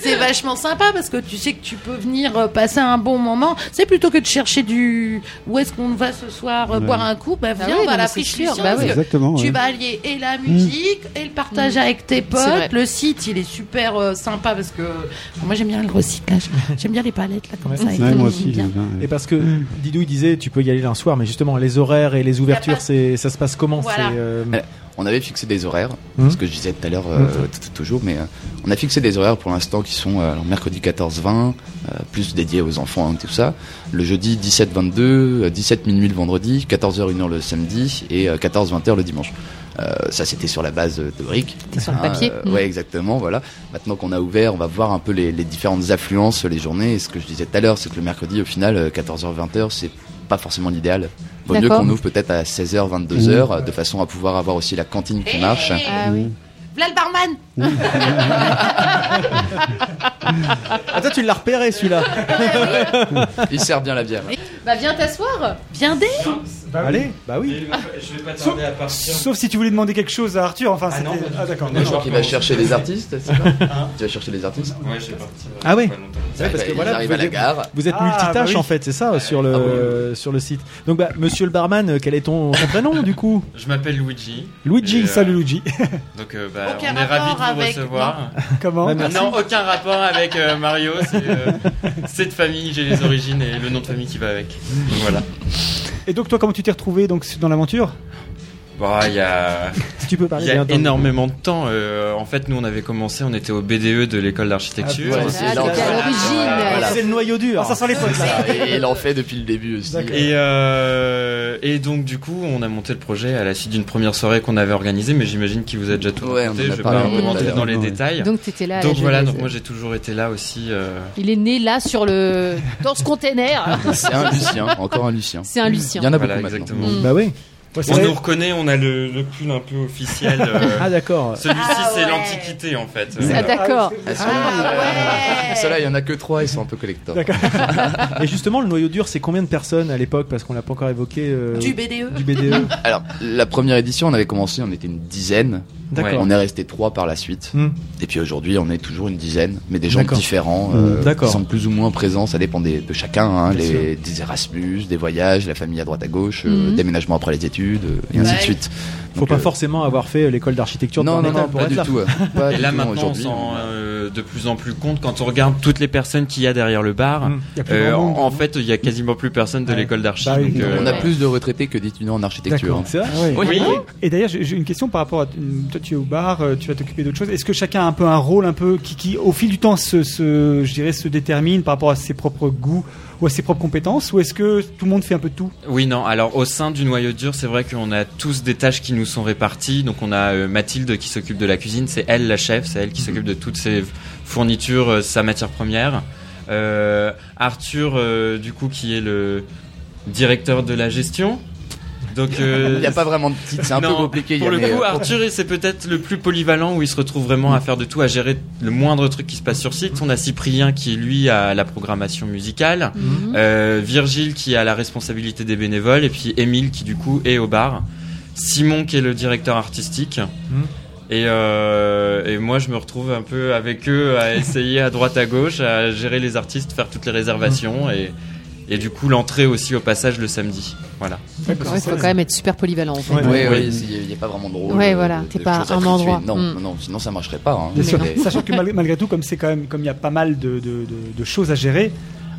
Speaker 7: c'est vachement sympa parce que tu sais que tu peux venir euh, passer un bon moment. C'est plutôt que de chercher du où est-ce qu'on va ce soir euh,
Speaker 8: Ouais.
Speaker 7: boire un coup. Bah
Speaker 4: Bah
Speaker 7: viens,
Speaker 4: oui,
Speaker 7: on
Speaker 4: non,
Speaker 7: va à
Speaker 4: mais
Speaker 7: la
Speaker 4: c'est
Speaker 7: friche
Speaker 4: sûr, bah
Speaker 7: Lucien, parce
Speaker 8: oui.
Speaker 7: que
Speaker 8: Exactement,
Speaker 7: Tu
Speaker 8: ouais.
Speaker 7: vas allier et la musique et le partage
Speaker 4: Mm.
Speaker 7: avec tes
Speaker 4: C'est vrai.
Speaker 7: potes. Le site, il est super euh, sympa parce que moi j'aime bien le recyclage. j'aime bien les palettes là comme ça. et tout, j'aime bien.
Speaker 3: Et parce que Didou il disait tu peux y aller l'un soir mais justement les horaires et les ouvertures c'est ça se passe comment
Speaker 7: Voilà.
Speaker 3: c'est, euh,
Speaker 9: Voilà. On avait fixé des horaires, ce que je disais tout à l'heure, euh,
Speaker 3: Mhm.
Speaker 9: t- t- toujours, mais euh, on a fixé des horaires pour l'instant qui sont euh, alors, mercredi 14-20, euh, plus dédiés aux enfants et tout ça. Le jeudi 17-22, euh, 17 minuit le vendredi, 14h-1h le samedi et euh, 14-20h le dimanche. Euh, ça c'était sur la base euh, théorique.
Speaker 4: C'était sur le papier.
Speaker 9: euh,
Speaker 4: Mhm.
Speaker 9: Ouais, exactement. Voilà. Maintenant qu'on a ouvert, on va voir un peu les, les différentes affluences, les journées. Et ce que je disais tout à l'heure, c'est que le mercredi, au final, euh, 14h-20h, c'est pas forcément l'idéal. Vaut mieux
Speaker 4: D'accord.
Speaker 9: qu'on ouvre peut-être à 16h, 22h, de façon à pouvoir avoir aussi la cantine qui marche.
Speaker 7: Eh, V'là le barman
Speaker 3: Attends, Ah, tu l'as repéré celui-là.
Speaker 9: *laughs* Il sert bien la bière.
Speaker 4: Bah viens t'asseoir. Viens dès.
Speaker 3: Allez, bah oui.
Speaker 12: Je vais pas tarder à partir.
Speaker 6: Sauf si tu voulais demander quelque chose à Arthur, enfin c'était. Ah d'accord.
Speaker 9: je crois qu'il va chercher les artistes. c'est ça Tu vas chercher les artistes
Speaker 12: Ouais, je vais partir.
Speaker 3: Ah oui.
Speaker 9: Ouais, parce que voilà, arrive à la gare.
Speaker 3: Vous êtes
Speaker 9: Ah,
Speaker 3: multitâche
Speaker 9: bah oui.
Speaker 3: en fait, c'est ça sur le sur le site. Donc bah, Monsieur le barman, euh, quel est ton, ton prénom du
Speaker 9: *laughs*
Speaker 3: coup
Speaker 14: *laughs* Je m'appelle Luigi.
Speaker 3: Luigi,
Speaker 14: Et, euh,
Speaker 3: salut Luigi.
Speaker 14: Donc euh, bah,
Speaker 7: Aucun
Speaker 14: on est ravis
Speaker 7: rapport
Speaker 14: de vous
Speaker 7: avec-
Speaker 14: recevoir.
Speaker 7: non.
Speaker 3: Comment
Speaker 14: Ah,
Speaker 3: Bah, merci.
Speaker 14: Non, aucun rapport avec euh, Mario. C'est euh, c'est de famille, j'ai les origines et le nom de famille qui va avec. Donc, voilà.
Speaker 6: Et donc toi, comment tu t'es retrouvé donc dans l'aventure
Speaker 14: Bon, ah, il y a,
Speaker 6: Si tu peux parler
Speaker 14: il y a
Speaker 6: bien entendu.
Speaker 14: énormément de temps. Euh, en fait, nous, on avait commencé, on était au BDE de l'école d'architecture.
Speaker 9: Ah, voilà, c'est Ah, l'entrée. c'était à l'origine. Voilà.
Speaker 3: C'est le noyau dur.
Speaker 9: Ah, ça sent les potes, là. *laughs* Et il en fait depuis le début aussi.
Speaker 14: Et, euh, et donc du coup, on a monté le projet à la suite d'une première soirée qu'on avait organisée, mais j'imagine qu'il vous a déjà tout
Speaker 9: Ouais, on
Speaker 14: raconté.
Speaker 9: en a
Speaker 14: Je vais
Speaker 9: parlé
Speaker 14: pas
Speaker 9: tout à
Speaker 14: rentrer
Speaker 9: l'heure.
Speaker 14: dans les
Speaker 9: Ouais.
Speaker 14: détails.
Speaker 4: Donc, t'étais là à la
Speaker 14: Donc voilà,
Speaker 4: Genèse.
Speaker 14: donc moi j'ai toujours été là aussi. euh,
Speaker 4: Il est né là sur le dans ce container.
Speaker 9: Ah, C'est un Lucien, encore un Lucien.
Speaker 4: C'est un Lucien. Mm.
Speaker 9: Il y en a
Speaker 14: Voilà,
Speaker 9: beaucoup maintenant.
Speaker 14: exactement.
Speaker 3: Bah oui.
Speaker 14: on nous reconnaît, on a le, le pull un peu officiel. euh,
Speaker 3: Ah, d'accord.
Speaker 14: Celui-ci
Speaker 9: Ah,
Speaker 14: c'est
Speaker 9: ouais.
Speaker 14: l'antiquité en fait.
Speaker 9: Ah,
Speaker 4: d'accord.
Speaker 9: Ah, ceux-là, euh, Ceux-là, il y en a que trois, ils sont un peu collecteurs. *laughs*
Speaker 3: D'accord. Et justement, le noyau dur, c'est combien de personnes à l'époque Parce qu'on l'a pas encore évoqué. euh,
Speaker 7: Du BDE.
Speaker 3: Du E
Speaker 9: *laughs*
Speaker 3: BDE.
Speaker 9: Alors, la première édition, on avait commencé, on était une dizaine.
Speaker 3: D'accord.
Speaker 9: On est resté trois par la suite.
Speaker 3: Hmm.
Speaker 9: Et puis aujourd'hui, on est toujours une dizaine, mais des gens
Speaker 3: D'accord.
Speaker 9: différents, euh,
Speaker 3: Hmm,
Speaker 9: qui
Speaker 3: d'accord.
Speaker 9: sont plus ou moins présents, ça dépend des- de chacun. hein.
Speaker 3: Bien
Speaker 9: les, des Erasmus, des voyages, la famille à droite à gauche, euh,
Speaker 14: Hmm.
Speaker 3: Mhm.
Speaker 9: déménagement après les études, euh, et ainsi
Speaker 3: Ouais.
Speaker 9: de suite.
Speaker 3: Faut
Speaker 9: Donc,
Speaker 3: pas
Speaker 9: euh,
Speaker 3: forcément avoir fait euh, l'école d'architecture.
Speaker 9: Non,
Speaker 3: de
Speaker 9: non,
Speaker 3: Cornétal
Speaker 9: non,
Speaker 3: pour
Speaker 9: pas
Speaker 3: être
Speaker 9: du
Speaker 3: là.
Speaker 9: tout, euh, pas
Speaker 14: Et
Speaker 9: du
Speaker 14: là
Speaker 9: tout,
Speaker 14: maintenant, on
Speaker 9: aujourd'hui, hein.
Speaker 14: s'en euh, de plus en plus compte quand on regarde toutes les personnes qu'il y a derrière le bar.
Speaker 9: y a plus
Speaker 14: euh,
Speaker 9: grand
Speaker 14: en
Speaker 9: monde,
Speaker 14: en fait, il y a quasiment plus personne de l'école d'archi.
Speaker 6: Bah oui.
Speaker 14: donc, euh,
Speaker 9: On a plus de retraités que d'étudiants en architecture.
Speaker 6: D'accord.
Speaker 9: hein.
Speaker 6: C'est vrai
Speaker 9: Oui.
Speaker 6: Ah Et d'ailleurs, j'ai j'ai une question par rapport à toi, tu es au bar, euh, tu vas t'occuper d'autres choses. Est-ce que chacun a un peu un rôle, un peu qui, qui au fil du temps, se, se- je dirais, se détermine par rapport à ses propres goûts ou à ses propres compétences, ou est-ce que tout le monde fait un peu de tout
Speaker 14: Oui, non. Alors, au sein du noyau dur, c'est vrai qu'on a tous des tâches qui nous sont réparties. Donc, on a euh, Mathilde qui s'occupe de la cuisine. C'est elle la chef. C'est elle
Speaker 9: Mhm.
Speaker 14: qui s'occupe de toutes ses fournitures, euh, sa matière première. Euh, Arthur, euh, du coup, qui est le directeur de la gestion. Donc, euh,
Speaker 9: *laughs* Il n'y a pas vraiment de titre, c'est un peu
Speaker 14: non,
Speaker 9: compliqué. il y
Speaker 14: Pour
Speaker 9: a euh,
Speaker 14: le
Speaker 9: mes-
Speaker 14: coup, Arthur, il- c'est peut-être le plus polyvalent où il se retrouve vraiment à faire de tout, à gérer le moindre truc qui se passe sur site. On a Cyprien qui, lui, a la programmation musicale,
Speaker 13: Mhm.
Speaker 14: euh, Virgile qui a la responsabilité des bénévoles, et puis Émile qui, du coup, est au bar, Simon qui est le directeur artistique. Et, euh, et moi, je me retrouve un peu avec eux à essayer à droite à gauche, à gérer les artistes, faire toutes les réservations et, et du coup l'entrée aussi au passage le samedi. Voilà.
Speaker 4: Il faut quand même être super polyvalent. En fait.
Speaker 9: Ouais, ouais,
Speaker 14: Ouais.
Speaker 9: il n'y a pas vraiment de rôle.
Speaker 4: Ouais,
Speaker 9: euh,
Speaker 4: voilà,
Speaker 9: de-
Speaker 4: t'es
Speaker 9: de
Speaker 4: pas
Speaker 9: choses à
Speaker 4: un
Speaker 9: effectuer.
Speaker 4: endroit.
Speaker 9: Non,
Speaker 4: Mm.
Speaker 9: non, non, sinon ça marcherait pas. hein.
Speaker 6: Bien sûr.
Speaker 9: Mais-
Speaker 6: Sachant que mal- malgré tout, comme c'est quand même, comme il y a pas mal de, de- de- de choses à gérer,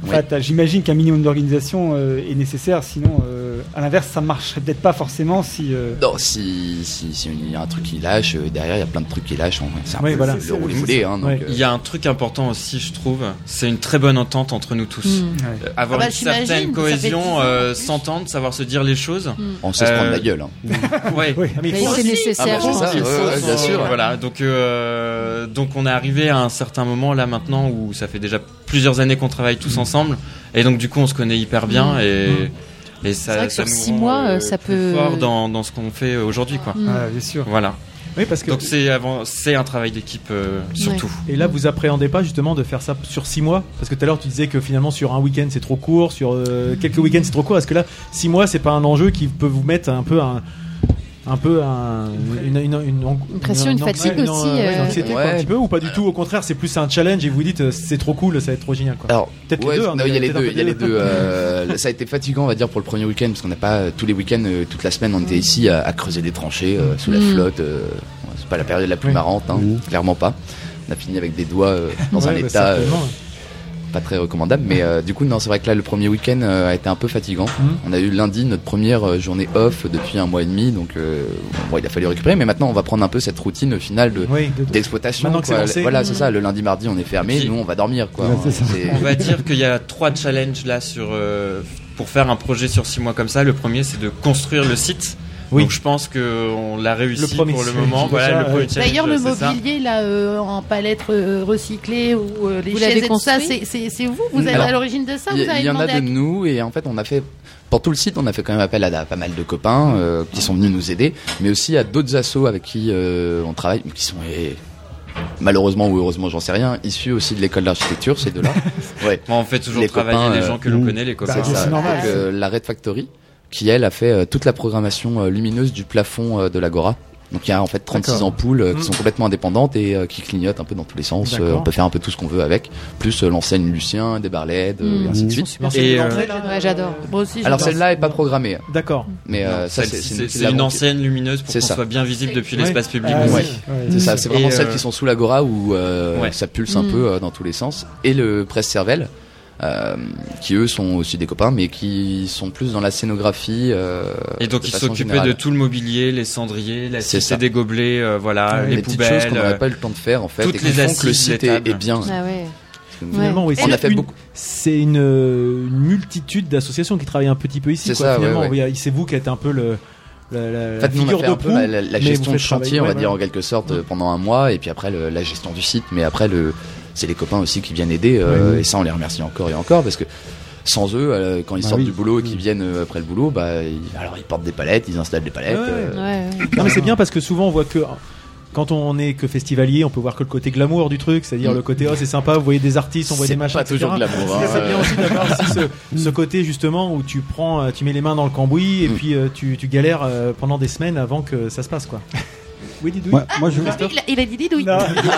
Speaker 6: en
Speaker 9: Oui.
Speaker 6: fait, euh, j'imagine qu'un minimum d'organisation euh, est nécessaire. Sinon, euh, à l'inverse, ça marcherait peut-être pas forcément si. euh,
Speaker 9: *laughs* Non, si si- si il y a un truc qui lâche, euh, derrière il y a plein de trucs qui lâchent. hein. C'est un
Speaker 6: Oui,
Speaker 9: peu
Speaker 6: voilà.
Speaker 9: le-
Speaker 6: C'est-
Speaker 9: le roulé moulé. Hein, donc, euh,
Speaker 14: Il y a un truc important aussi, je trouve, c'est une très bonne entente entre nous tous.
Speaker 9: Mm.
Speaker 14: Euh, Avoir
Speaker 9: Ah bah,
Speaker 14: une
Speaker 9: j'imagine, ça fait
Speaker 14: certaine cohésion,
Speaker 9: dix ans en Mm.
Speaker 14: euh, s'entendre, savoir se dire les choses. Euh,
Speaker 9: On sait se prendre
Speaker 6: Euh,
Speaker 9: la gueule, hein.
Speaker 6: *laughs*
Speaker 14: Ouais.
Speaker 4: Mais il faut c'est aussi. nécessaire,
Speaker 10: Ah
Speaker 4: hein.
Speaker 14: bah,
Speaker 4: je
Speaker 14: c'est
Speaker 4: pense.
Speaker 14: ça,
Speaker 4: Il
Speaker 14: ouais,
Speaker 4: faut
Speaker 14: ouais,
Speaker 4: son-
Speaker 14: bien sûr. Voilà, donc, euh, donc on est arrivé à un certain moment là maintenant où ça fait déjà plusieurs années qu'on travaille tous ensemble. Et donc du coup on se connaît hyper bien
Speaker 4: Mm.
Speaker 14: et,
Speaker 4: C'est
Speaker 14: et ça,
Speaker 4: vrai que
Speaker 14: ça
Speaker 4: sur
Speaker 14: nous
Speaker 4: six
Speaker 14: rend,
Speaker 4: mois,
Speaker 14: euh,
Speaker 4: euh, ça
Speaker 14: plus
Speaker 4: peut-
Speaker 14: fort dans, dans ce qu'on fait aujourd'hui. quoi.
Speaker 4: Mm. Ah,
Speaker 6: bien sûr.
Speaker 14: Voilà.
Speaker 3: Oui, parce que-
Speaker 14: Donc c'est avant- c'est un travail d'équipe euh, surtout.
Speaker 3: Et là, vous appréhendez pas justement de faire ça sur 6 mois Parce que tout à l'heure, tu disais que finalement, sur un week-end, c'est trop court, sur euh, quelques week-ends, c'est trop court. Est-ce que là, 6 mois, c'est pas un enjeu qui peut vous mettre un peu un. Un peu un, une, une, une, une
Speaker 4: pression, une
Speaker 3: ouais,
Speaker 4: fatigue aussi,
Speaker 3: ouais,
Speaker 4: euh,
Speaker 3: une anxiété, quoi, un
Speaker 9: Ouais.
Speaker 3: petit peu, ou pas du tout Au contraire, c'est plus un challenge et vous dites euh, c'est trop cool, ça va être trop génial. Quoi.
Speaker 9: Alors,
Speaker 3: peut-être
Speaker 9: ouais,
Speaker 3: les deux. hein,
Speaker 9: non, il y a les
Speaker 3: peut-être un
Speaker 9: deux.
Speaker 3: peu
Speaker 9: Il y a
Speaker 3: des
Speaker 9: les
Speaker 3: deux.
Speaker 9: deux. euh, ça a été fatigant, on va dire, pour le premier week-end, parce qu'on n'a pas euh, tous les week-ends, euh, toute la semaine, on était ici à, à creuser des tranchées euh, sous la
Speaker 4: Mm.
Speaker 9: flotte. euh, ouais, c'est pas la période la plus marrante, hein, clairement pas. On a fini avec des doigts euh, dans un
Speaker 3: Mm. Ouais, bah,
Speaker 9: état. euh,
Speaker 3: certainement, ouais.
Speaker 9: pas très recommandable, mais euh, du coup, non, c'est vrai que là, le premier week-end euh, a été un peu fatigant.
Speaker 3: Mm.
Speaker 9: On a eu lundi notre première euh, journée off depuis un mois et demi, donc euh, bon, il a fallu récupérer, mais maintenant, on va prendre un peu cette routine euh, finale de-
Speaker 3: Oui, de-
Speaker 9: d'exploitation.
Speaker 3: Maintenant que
Speaker 9: quoi.
Speaker 3: c'est lancé.
Speaker 9: voilà,
Speaker 3: Mhm.
Speaker 9: c'est ça, le lundi, mardi, on est fermé, nous, on va dormir, quoi.
Speaker 14: Ouais, c'est ça.
Speaker 9: C'est-
Speaker 14: On va dire qu'il y a trois challenges là sur euh, pour faire un projet sur six mois comme ça. Le premier, c'est de construire le site.
Speaker 3: Oui.
Speaker 14: Donc je pense que on l'a réussi
Speaker 3: Le premier
Speaker 14: pour le
Speaker 3: challenge,
Speaker 14: moment.
Speaker 3: déjà,
Speaker 14: Voilà le premier
Speaker 3: euh,
Speaker 14: challenge.
Speaker 7: D'ailleurs, le
Speaker 14: c'est ça.
Speaker 7: mobilier là euh, en palette euh, recyclée ou euh, les
Speaker 4: Vous l'avez
Speaker 7: chaises et tout ça,
Speaker 4: construit
Speaker 7: c'est- c'est c'est vous Vous êtes
Speaker 9: Mm. Alors,
Speaker 7: à l'origine de ça
Speaker 9: Il y,
Speaker 7: Vous avez
Speaker 9: il y en a
Speaker 7: demandé à
Speaker 9: de nous et en fait on a fait pour tout le site on a fait quand même appel à, da- pas mal de copains euh, qui sont venus nous aider mais aussi à d'autres assos avec qui euh, on travaille mais qui sont eh, malheureusement ou heureusement, j'en sais rien, issus aussi de l'école d'architecture, ces
Speaker 7: *laughs*
Speaker 9: deux-là. Ouais.
Speaker 14: Moi, on fait toujours travailler les gens que l'on
Speaker 9: mmh.
Speaker 14: connaît, les copains.
Speaker 9: C'est
Speaker 14: Bah,
Speaker 9: ça.
Speaker 14: c'est normal.
Speaker 9: Donc, euh, la Red Factory, qui elle a fait euh, toute la programmation euh, lumineuse du plafond euh, de l'Agora. Donc il y a en fait 36
Speaker 13: D'accord.
Speaker 9: ampoules euh, qui
Speaker 13: Mmh.
Speaker 9: sont complètement indépendantes et euh, qui clignotent un peu dans tous les sens. Euh,
Speaker 13: D'accord.
Speaker 9: on peut faire un peu tout ce qu'on veut avec. Plus euh, l'enseigne Lucien, des Barled, euh, et
Speaker 4: Mmh.
Speaker 3: Mm.
Speaker 9: ainsi de
Speaker 4: Ils
Speaker 9: suite.
Speaker 4: sont super
Speaker 9: Et,
Speaker 4: sympas.
Speaker 9: euh,
Speaker 4: L'entrée, là. Ouais, j'adore. Moi aussi,
Speaker 9: Alors
Speaker 4: j'adore.
Speaker 9: celle-là est pas programmée.
Speaker 3: D'accord.
Speaker 9: hein. Mais euh,
Speaker 14: Non,
Speaker 9: ça
Speaker 14: celle-ci, c'est-
Speaker 9: c'est
Speaker 14: c'est une ancienne lumineuse pour qu'on soit bien visible depuis l'espace public
Speaker 9: Ouais.
Speaker 14: aussi.
Speaker 9: Ouais.
Speaker 14: Ouais.
Speaker 9: C'est ça, c'est vraiment
Speaker 14: Et,
Speaker 9: celles
Speaker 14: euh,
Speaker 9: qui sont sous l'agora où euh,
Speaker 14: Ouais.
Speaker 9: ça pulse un
Speaker 14: Mm.
Speaker 9: peu euh, dans tous les sens. Et le presse cervelle, euh, qui eux sont aussi des copains, mais qui sont plus dans la scénographie. euh,
Speaker 14: Et donc
Speaker 9: de
Speaker 14: ils
Speaker 9: façon
Speaker 14: s'occupaient
Speaker 9: générale.
Speaker 14: de tout le mobilier, les cendriers, la
Speaker 9: C'est
Speaker 14: cité
Speaker 9: ça.
Speaker 14: des gobelets, euh, voilà,
Speaker 9: Ouais.
Speaker 14: les,
Speaker 9: Les petites
Speaker 14: poubelles.
Speaker 9: choses qu'on n'aurait
Speaker 14: euh,
Speaker 9: pas eu le temps de faire, en fait, et
Speaker 14: Toutes
Speaker 9: qui
Speaker 14: les
Speaker 9: font que
Speaker 14: assises,
Speaker 9: le site
Speaker 14: les
Speaker 9: est-
Speaker 14: tables.
Speaker 9: est bien.
Speaker 4: Ah ouais.
Speaker 3: Finalement, oui,
Speaker 9: On
Speaker 3: c'est
Speaker 9: a fait
Speaker 3: une-
Speaker 9: beaucoup.
Speaker 3: C'est une, euh, une multitude d'associations qui travaillent un petit peu ici.
Speaker 9: C'est
Speaker 3: quoi,
Speaker 9: ça, ouais,
Speaker 3: finalement,
Speaker 9: ouais.
Speaker 3: Il y a- c'est vous qui êtes un peu le, la, la-
Speaker 9: En
Speaker 3: la
Speaker 9: fait, nous, on
Speaker 3: Euh,
Speaker 9: a
Speaker 3: figure
Speaker 9: fait
Speaker 3: de
Speaker 9: un peu bah,
Speaker 3: proue.
Speaker 9: la, la- la
Speaker 3: mais vous
Speaker 9: gestion de
Speaker 3: faites travailler,
Speaker 9: chantier, on
Speaker 3: ouais,
Speaker 9: va dire en
Speaker 3: voilà.
Speaker 9: quelque sorte, euh, pendant un mois, et puis après le- la gestion du site. Mais après, le, c'est les copains aussi qui viennent aider, euh,
Speaker 13: Ouais.
Speaker 9: et ça, on les remercie encore et encore, parce que sans eux, euh, quand ils
Speaker 13: Bah
Speaker 9: sortent
Speaker 13: oui.
Speaker 9: du
Speaker 3: Mm.
Speaker 9: boulot et qu'ils viennent euh, après le boulot, bah, ils- alors ils portent des palettes, ils installent des palettes. euh,
Speaker 3: Non mais c'est bien parce que souvent on voit que quand on est que festivalier, on peut voir que le côté glamour du truc, c'est-à-dire
Speaker 9: Mm.
Speaker 3: le côté oh c'est sympa, vous voyez des artistes, on voit
Speaker 9: C'est
Speaker 3: des machins.
Speaker 9: pas toujours
Speaker 3: etc..
Speaker 9: glamour, hein. Mm.
Speaker 3: C'est c'est bien aussi d'avoir aussi
Speaker 9: *laughs*
Speaker 3: ce, ce côté justement où tu prends, euh, tu mets les mains dans le cambouis et puis euh, tu, tu galères euh, pendant des semaines avant que ça se passe quoi. Oui, Didouille.
Speaker 8: Moi- moi, je-
Speaker 7: Ah, Il a, il a dit didouille.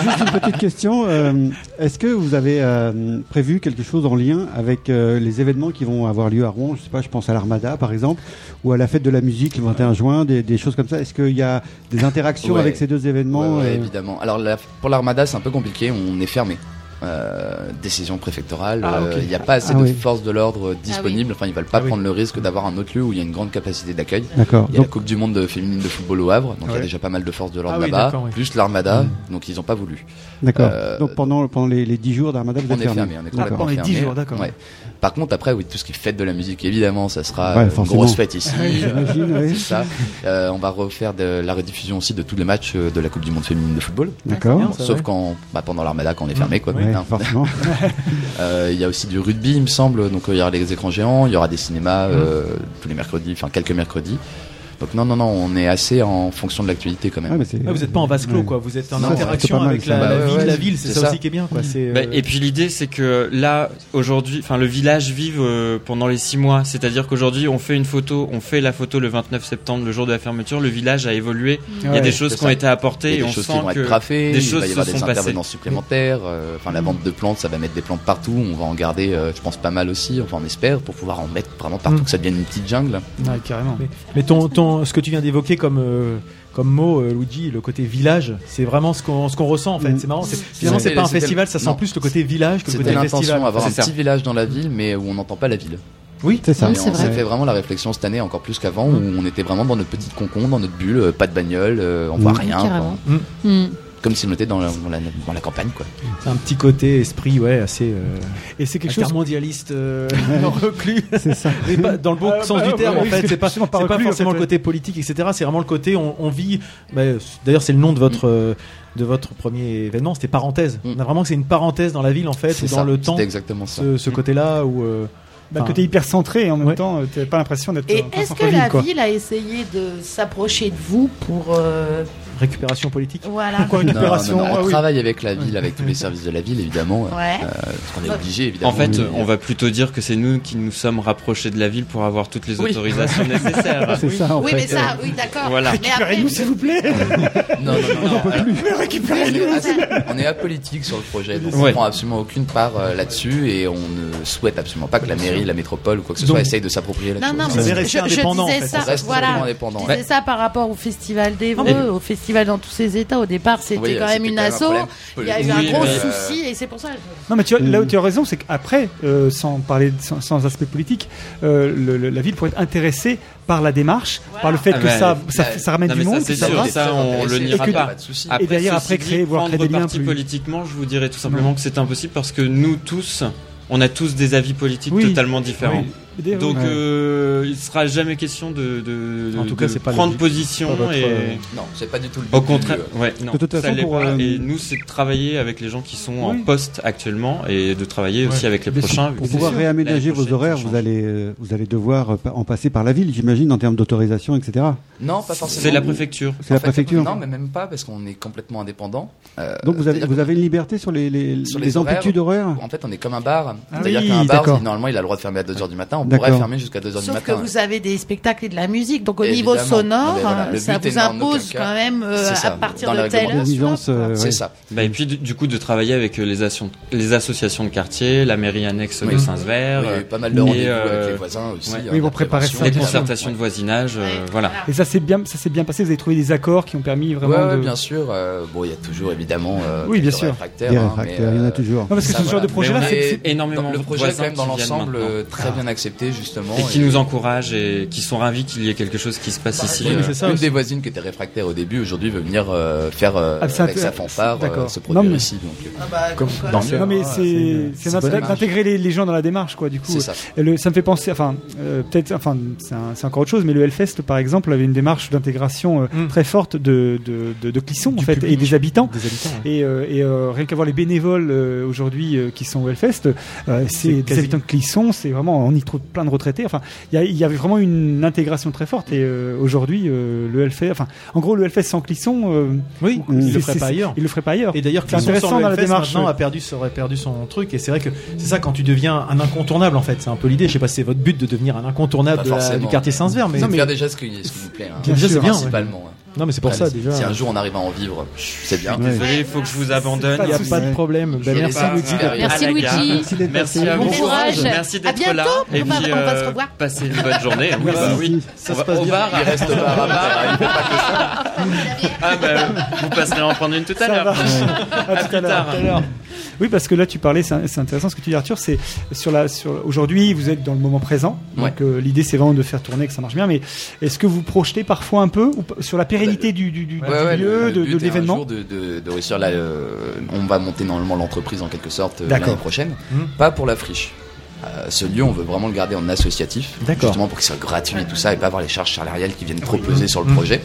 Speaker 8: Juste une petite question. euh, Est-ce que vous avez euh, prévu quelque chose en lien avec euh, les événements qui vont avoir lieu à Rouen Je sais pas, je pense à l'Armada par exemple, ou à la fête de la musique le 21 juin, des, des choses comme ça. Est-ce qu'il y a des interactions
Speaker 9: Ouais.
Speaker 8: avec ces deux événements
Speaker 9: Ouais, ouais,
Speaker 8: euh,
Speaker 9: évidemment. Alors la- pour l'armada, c'est un peu compliqué, on est fermé. Euh, décision préfectorale,
Speaker 8: Ah,
Speaker 9: euh,
Speaker 8: ok.
Speaker 9: il n'y a pas assez
Speaker 8: Ah,
Speaker 9: de
Speaker 8: oui.
Speaker 9: forces de l'ordre disponibles, enfin ils veulent pas
Speaker 8: Ah oui.
Speaker 9: prendre le risque d'avoir un autre lieu où il y a une grande capacité d'accueil.
Speaker 8: D'accord.
Speaker 9: Il y a la
Speaker 8: Donc-
Speaker 9: Coupe du monde de féminine de football au Havre, donc il y
Speaker 8: Ouais.
Speaker 9: a déjà pas mal de forces de l'ordre
Speaker 8: Ah oui,
Speaker 9: là-bas,
Speaker 8: d'accord, oui.
Speaker 9: plus l'armada, donc ils n'ont pas voulu.
Speaker 8: D'accord.
Speaker 9: Euh,
Speaker 8: Donc pendant, pendant les, les 10 jours d'Armada, vous
Speaker 9: on
Speaker 8: êtes
Speaker 9: est fermé,
Speaker 8: fermé.
Speaker 9: on est
Speaker 8: D'accord.
Speaker 9: complètement fermé. Ouais. Par contre, après, oui, tout ce qui est fête de la musique, évidemment, ça sera
Speaker 8: Ouais,
Speaker 9: euh, une
Speaker 8: forcément. Ah
Speaker 9: grosse fête ici.
Speaker 8: Oui, j'imagine,
Speaker 9: Euh,
Speaker 8: oui.
Speaker 9: c'est ça. Euh, on va refaire de, la rediffusion aussi de tous les matchs euh, de la Coupe du Monde féminine de football.
Speaker 8: D'accord.
Speaker 9: Bon, Sauf quand, bah, pendant l'armada, quand on est fermé, quoi.
Speaker 8: Ouais,
Speaker 9: Hein.
Speaker 8: forcément.
Speaker 9: *laughs* Euh, Il y a aussi du rugby, il me semble. Donc, euh, il y aura les écrans géants, il y aura des cinémas euh,
Speaker 8: Mmh.
Speaker 9: tous les mercredis, enfin quelques mercredis. Donc, non, non, non, on est assez en fonction de l'actualité quand même.
Speaker 8: Ouais, mais c'est-
Speaker 3: Ah, vous êtes pas en vase clos
Speaker 8: Ouais.
Speaker 3: quoi, vous êtes en
Speaker 8: Non, c'est
Speaker 3: interaction
Speaker 8: pas mal,
Speaker 3: avec
Speaker 8: ça.
Speaker 3: la,
Speaker 8: Bah
Speaker 3: la
Speaker 8: ouais,
Speaker 3: ville,
Speaker 8: ouais,
Speaker 3: la ville, c'est
Speaker 14: c'est
Speaker 3: ça,
Speaker 14: ça.
Speaker 3: aussi qui est bien
Speaker 9: Mm.
Speaker 3: quoi. C'est,
Speaker 14: Bah,
Speaker 3: euh,
Speaker 14: et puis l'idée c'est que là aujourd'hui, enfin le village vive euh, pendant les six mois, c'est-à-dire qu'aujourd'hui on fait une photo, on fait la photo le 29 septembre, le jour de la fermeture, le village a évolué, il y a
Speaker 9: Ouais.
Speaker 14: des choses
Speaker 9: C'est
Speaker 14: qui ont
Speaker 9: ça.
Speaker 14: été apportées,
Speaker 9: Il y a
Speaker 14: et
Speaker 9: des
Speaker 14: on
Speaker 9: choses
Speaker 14: sent
Speaker 9: qui vont
Speaker 14: que
Speaker 9: être graffées,
Speaker 14: des
Speaker 9: il va
Speaker 14: choses
Speaker 9: y
Speaker 14: se
Speaker 9: avoir des
Speaker 14: sont passées.
Speaker 9: intervenants supplémentaires, euh, enfin la vente de plantes, ça va mettre des plantes partout, on va en garder, euh, je pense, pas mal aussi, enfin on espère, pour pouvoir en mettre vraiment partout,
Speaker 3: Mm.
Speaker 9: que ça devienne une petite jungle.
Speaker 3: Ouais, carrément. Mais, mais ton, ton, ce que tu viens d'évoquer comme, euh, comme mot, euh, Luigi, le côté village, c'est vraiment ce qu'on ce qu'on ressent en fait. C'est marrant. c'est- Finalement, c'est
Speaker 9: C'était-
Speaker 3: pas un
Speaker 9: c'était-
Speaker 3: festival, ça sent
Speaker 9: non.
Speaker 3: plus le côté village que le
Speaker 9: C'était
Speaker 3: côté festival.
Speaker 9: l'intention d'avoir un
Speaker 3: C'est ça.
Speaker 9: petit village dans la ville, mais où on n'entend pas la ville.
Speaker 3: Oui, c'est ça.
Speaker 9: Et
Speaker 3: Oui, c'est
Speaker 9: on s'est
Speaker 3: vrai.
Speaker 9: fait vraiment la réflexion cette année, encore plus qu'avant, où on était vraiment dans notre petite concon, dans notre bulle, euh, pas de bagnole, euh, on voit
Speaker 3: Mm.
Speaker 9: rien.
Speaker 4: Carrément.
Speaker 9: enfin,
Speaker 4: Mm.
Speaker 9: Comme si on était dans la, dans la- dans la campagne, quoi.
Speaker 3: C'est un petit côté esprit, ouais, assez. euh,
Speaker 6: Et c'est quelque chose-
Speaker 3: intermondialiste euh, reclus. C'est
Speaker 8: ça.
Speaker 3: *laughs* Mais pas dans le bon
Speaker 6: Ah,
Speaker 3: sens
Speaker 6: bah,
Speaker 3: du terme,
Speaker 6: oui,
Speaker 3: en fait.
Speaker 6: oui,
Speaker 3: C'est pas,
Speaker 6: justement,
Speaker 3: c'est
Speaker 6: pas
Speaker 3: pas
Speaker 6: reclus, en
Speaker 3: forcément
Speaker 6: fait,
Speaker 3: le côté politique, etc. C'est vraiment le côté, on, on vit. bah, c'est- D'ailleurs, c'est le nom de votre euh, de votre premier événement. C'était parenthèse. On a vraiment que c'est une parenthèse dans la ville, en fait,
Speaker 9: Mm. C'est
Speaker 3: et dans
Speaker 9: ça,
Speaker 3: le temps.
Speaker 9: c'était exactement ça.
Speaker 3: Ce, ce côté-là où. euh,
Speaker 6: Bah,
Speaker 3: enfin,
Speaker 6: que t'es hyper centré et en même temps, euh, t'as pas l'impression d'être.
Speaker 7: *laughs* Et
Speaker 6: en plein
Speaker 7: est-ce que
Speaker 6: centre-ville,
Speaker 7: la
Speaker 6: quoi.
Speaker 7: ville a essayé de s'approcher de vous pour euh,
Speaker 3: récupération politique.
Speaker 7: voilà
Speaker 3: Pourquoi
Speaker 9: Non,
Speaker 3: récupération
Speaker 9: non, non,
Speaker 3: Ah
Speaker 9: On
Speaker 3: oui.
Speaker 9: travaille avec la ville, avec tous les services de la ville, évidemment. euh,
Speaker 7: Ouais. Bah,
Speaker 9: euh, parce qu'on est obligé, évidemment.
Speaker 14: En fait,
Speaker 9: Oui.
Speaker 14: on va plutôt dire que c'est nous qui nous sommes rapprochés de la ville pour avoir toutes les
Speaker 9: Oui. *laughs*
Speaker 14: autorisations nécessaires.
Speaker 8: C'est ça, en
Speaker 7: Oui,
Speaker 8: fait.
Speaker 7: mais ça, oui, d'accord.
Speaker 14: Voilà.
Speaker 7: Mais après,
Speaker 6: Récupérez-nous, s'il vous
Speaker 13: *laughs*
Speaker 6: plaît
Speaker 9: Non, non, non, non, alors,
Speaker 6: Récupérez-nous
Speaker 9: on, est assez- on est apolitique sur le projet, donc
Speaker 14: Ouais.
Speaker 9: on prend absolument aucune part euh, là-dessus et on ne souhaite absolument pas que la mairie, la métropole ou quoi que ce soit
Speaker 14: Donc-
Speaker 9: essaye de s'approprier la
Speaker 7: Non,
Speaker 9: chose.
Speaker 7: non, mais je, je disais ça,
Speaker 9: On reste
Speaker 7: voilà,
Speaker 9: totalement indépendant.
Speaker 7: je disais ça par rapport au festival d'Evreux,
Speaker 9: Et-
Speaker 7: au festival dans tous ces états. Au départ, c'était
Speaker 9: Oui,
Speaker 7: quand
Speaker 9: c'était
Speaker 7: même une
Speaker 9: quand même un
Speaker 7: asso.
Speaker 9: problème
Speaker 7: Il y a eu
Speaker 9: politique.
Speaker 7: un
Speaker 9: Oui,
Speaker 7: gros
Speaker 9: mais, euh,
Speaker 7: souci et c'est pour ça. que-
Speaker 6: Non, mais tu vois, là où
Speaker 14: Mm.
Speaker 6: tu as raison, c'est qu'après, euh, sans parler, de- sans, sans aspect politique, euh, le- le- la ville pourrait être intéressée par la démarche, par le fait
Speaker 14: Ah
Speaker 6: que
Speaker 14: bah,
Speaker 6: ça,
Speaker 14: euh,
Speaker 6: ça, ça ramène
Speaker 14: non,
Speaker 6: du
Speaker 14: mais
Speaker 6: monde,
Speaker 14: ça, c'est
Speaker 6: que ça
Speaker 14: sûr,
Speaker 6: brasse.
Speaker 14: ça, on le niera
Speaker 6: Et que-
Speaker 14: pas.
Speaker 6: Et derrière,
Speaker 14: ceci
Speaker 6: après,
Speaker 14: dit,
Speaker 6: créer, voire créer
Speaker 14: prendre
Speaker 6: des liens
Speaker 14: parti
Speaker 6: plus.
Speaker 14: politiquement, je vous dirais tout simplement que c'est impossible parce que nous tous, on a tous des avis politiques totalement différents.
Speaker 6: Oui. BD, oui.
Speaker 14: Donc
Speaker 6: Ouais.
Speaker 14: euh, il sera jamais question de, de-
Speaker 6: En
Speaker 14: de-
Speaker 6: tout cas,
Speaker 14: de
Speaker 6: c'est pas
Speaker 14: prendre
Speaker 6: le but.
Speaker 14: position
Speaker 6: Pas votre,
Speaker 14: et
Speaker 6: euh,
Speaker 9: Non, c'est pas du tout le
Speaker 14: Au
Speaker 9: but
Speaker 14: contraire,
Speaker 9: du, euh,
Speaker 14: ouais, non,
Speaker 9: De toute
Speaker 14: ça
Speaker 9: façon,
Speaker 14: l'est
Speaker 9: pour,
Speaker 14: pas.
Speaker 9: euh,
Speaker 14: et nous c'est de travailler avec les gens qui sont en
Speaker 9: Oui.
Speaker 14: poste actuellement et de travailler aussi avec les
Speaker 8: Bien sûr.
Speaker 14: prochains.
Speaker 8: Pour pouvoir réaménager vos horaires, vous allez, euh, vous allez devoir euh, pa- en passer par la ville, j'imagine, en termes d'autorisation, etc.
Speaker 9: Non, pas forcément.
Speaker 14: C'est la préfecture.
Speaker 8: C'est la
Speaker 9: En fait,
Speaker 8: préfecture.
Speaker 9: Non, mais même pas, parce qu'on est complètement indépendant. Euh,
Speaker 8: Donc vous avez,
Speaker 9: c'est-à-dire
Speaker 8: vous avez une liberté sur les, les,
Speaker 9: sur
Speaker 8: les amplitudes
Speaker 15: Euh,
Speaker 8: horaires
Speaker 9: En fait, on est comme un bar.
Speaker 8: Ah
Speaker 9: C'est-à-dire
Speaker 8: oui,
Speaker 9: qu'un bar,
Speaker 8: d'accord.
Speaker 9: il- normalement, il a le droit de fermer à 2h du matin. On
Speaker 8: D'accord.
Speaker 9: pourrait fermer jusqu'à 2h du
Speaker 7: Sauf
Speaker 9: matin.
Speaker 7: que vous avez des spectacles et de la musique, donc au
Speaker 9: Évidemment. Ah,
Speaker 7: niveau sonore,
Speaker 9: Mais voilà,
Speaker 7: euh,
Speaker 9: le
Speaker 7: ça
Speaker 9: but est
Speaker 7: vous
Speaker 9: dans aucun
Speaker 7: impose
Speaker 9: cas.
Speaker 7: quand même euh,
Speaker 9: C'est ça,
Speaker 7: à partir
Speaker 9: dans la
Speaker 7: de telle heure.
Speaker 9: réglementation. C'est
Speaker 14: ouais.
Speaker 9: ça.
Speaker 14: Bah, et puis du, du coup de travailler avec euh, les, asso- les associations de quartier, la mairie annexe de Saint-Sever,
Speaker 9: Oui, il y a eu
Speaker 14: euh,
Speaker 9: pas mal de
Speaker 14: et,
Speaker 9: rendez-vous avec
Speaker 14: euh,
Speaker 9: les voisins aussi, hein,
Speaker 6: Oui, pour préparer ça,
Speaker 14: Les
Speaker 6: bien sûr.
Speaker 14: concertations de voisinage, euh, voilà.
Speaker 6: Et ça s'est bien, ça s'est bien passé. Vous avez trouvé des accords qui ont permis vraiment.
Speaker 9: Ouais, ouais,
Speaker 6: de...
Speaker 9: bien sûr. euh, bon, il y a toujours évidemment. euh,
Speaker 6: Oui, bien
Speaker 9: quelques
Speaker 6: sûr.
Speaker 9: Réfractaires,
Speaker 8: Des
Speaker 9: hein,
Speaker 8: réfractaires,
Speaker 9: mais,
Speaker 8: il y en a
Speaker 9: euh,
Speaker 8: toujours.
Speaker 6: Non, parce que
Speaker 9: ça,
Speaker 6: ce genre
Speaker 9: voilà.
Speaker 6: de projet-là,
Speaker 9: Mais on
Speaker 6: c'est-
Speaker 9: est-
Speaker 6: c'est énormément
Speaker 9: Le
Speaker 6: de
Speaker 9: projet est quand
Speaker 6: voisins
Speaker 9: même dans
Speaker 6: qui viennent
Speaker 9: l'ensemble
Speaker 6: maintenant.
Speaker 9: euh, très bien accepté justement.
Speaker 14: Et qui nous encouragent et qui sont ravis qu'il y ait quelque chose qui se passe ici.
Speaker 9: Bah, Oui,
Speaker 14: euh,
Speaker 9: une des voisines qui était réfractaire au début, aujourd'hui veut venir euh, faire euh,
Speaker 6: Ah, ça-
Speaker 9: avec sa fanfare euh,
Speaker 6: D'accord.
Speaker 9: ce
Speaker 6: Non,
Speaker 9: produire
Speaker 6: mais-
Speaker 9: ici. Donc,
Speaker 3: Ah
Speaker 9: euh,
Speaker 3: bah,
Speaker 6: Comme-
Speaker 9: dans
Speaker 6: non,
Speaker 9: le-
Speaker 6: mais- non, mais c'est c'est
Speaker 9: une
Speaker 6: d'int-
Speaker 9: bonne démarche.
Speaker 6: d'intégrer les, les gens dans la démarche quoi du coup
Speaker 9: C'est ça.
Speaker 6: Et le- ça me fait penser enfin euh, peut-être enfin c'est un- c'est encore autre chose mais le Hellfest par exemple avait une démarche d'intégration euh, très forte de de, de, de Clisson en fait et des habitants, et, euh, et, euh, rien qu'à voir les bénévoles euh, aujourd'hui euh, qui sont au Hellfest euh, c'est des
Speaker 3: quasi-
Speaker 6: habitants de Clisson c'est vraiment on y trouve plein de retraités enfin il y, a- il y avait vraiment une intégration très forte et euh, aujourd'hui euh, le Hellfest enfin en gros le Hellfest sans Clisson euh,
Speaker 3: oui il le ferait pas ailleurs.
Speaker 6: il le ferait pas ailleurs
Speaker 3: Et d'ailleurs,
Speaker 6: c'est
Speaker 3: Clisson
Speaker 6: intéressant
Speaker 3: sur le
Speaker 6: dans la
Speaker 3: Hellfest,
Speaker 6: démarche
Speaker 3: maintenant
Speaker 6: ouais.
Speaker 3: a perdu, aurait perdu son truc. Et c'est vrai que c'est ça quand tu deviens un incontournable en fait. C'est un peu l'idée. Je sais pas si c'est votre but de devenir un incontournable
Speaker 9: Pas
Speaker 3: de la-
Speaker 9: forcément.
Speaker 3: du quartier Saint-Sever, mais
Speaker 9: C'est de faire déjà ce qui, ce qui nous plaît. hein.
Speaker 3: Bien sûr, bien, ouais.
Speaker 9: principalement. hein.
Speaker 3: Non, mais c'est pour
Speaker 9: Allez,
Speaker 3: ça, déjà.
Speaker 9: Si un jour on arrive à en vivre, c'est bien.
Speaker 3: Ouais.
Speaker 14: Désolé, il faut que je vous abandonne.
Speaker 3: Il n'y a pas de problème. Ben,
Speaker 9: Je
Speaker 3: merci
Speaker 9: vais pas-
Speaker 3: Luigi.
Speaker 9: Bah, Merci,
Speaker 14: Merci, Luigi.
Speaker 9: Merci d'être
Speaker 14: Merci
Speaker 9: passé.
Speaker 14: à
Speaker 9: Bon
Speaker 14: vous.
Speaker 9: courage.
Speaker 14: Merci
Speaker 9: À
Speaker 14: d'être
Speaker 9: bientôt.
Speaker 14: là.
Speaker 9: On
Speaker 14: Et
Speaker 9: va-
Speaker 14: puis,
Speaker 9: on va se
Speaker 14: euh,
Speaker 9: revoir.
Speaker 14: Passez une bonne
Speaker 3: *laughs*
Speaker 14: journée. Oui,
Speaker 9: Merci.
Speaker 14: bah oui.
Speaker 9: Ça
Speaker 14: On
Speaker 9: se
Speaker 14: va
Speaker 9: passe
Speaker 14: au
Speaker 9: bien.
Speaker 14: bar.
Speaker 9: Il reste au bar à bar. hein, Il fait pas que *laughs*
Speaker 14: Ah bah, vous passerez à en prendre une tout à
Speaker 6: Ça va.
Speaker 14: l'heure.
Speaker 6: À
Speaker 14: À
Speaker 6: tout à
Speaker 14: plus
Speaker 6: l'heure.
Speaker 14: tard.
Speaker 6: tout à l'heure. *laughs* Oui, parce que là, tu parlais, c'est c'est intéressant ce que tu dis, Arthur. C'est sur la, sur aujourd'hui, vous êtes dans le moment présent. Donc
Speaker 9: Ouais.
Speaker 6: euh, l'idée, c'est vraiment de faire tourner, que ça marche bien. Mais est-ce que vous projetez parfois un peu ou p- sur la pérennité du, du, du-
Speaker 9: Ouais,
Speaker 6: du
Speaker 9: ouais,
Speaker 6: lieu,
Speaker 9: le- le
Speaker 6: de, de
Speaker 9: but est un
Speaker 6: l'événement
Speaker 9: jour de, de- de réussir la, euh, on va monter normalement l'entreprise en quelque sorte euh,
Speaker 6: D'accord.
Speaker 9: l'année prochaine,
Speaker 6: Hmm.
Speaker 9: pas pour la friche. Euh, ce lieu, on veut vraiment le garder en associatif,
Speaker 3: D'accord.
Speaker 9: justement pour qu'il soit gratuit et tout ça, et pas avoir les charges salariales qui viennent trop peser sur le
Speaker 6: Hum.
Speaker 3: Hmm.
Speaker 9: projet.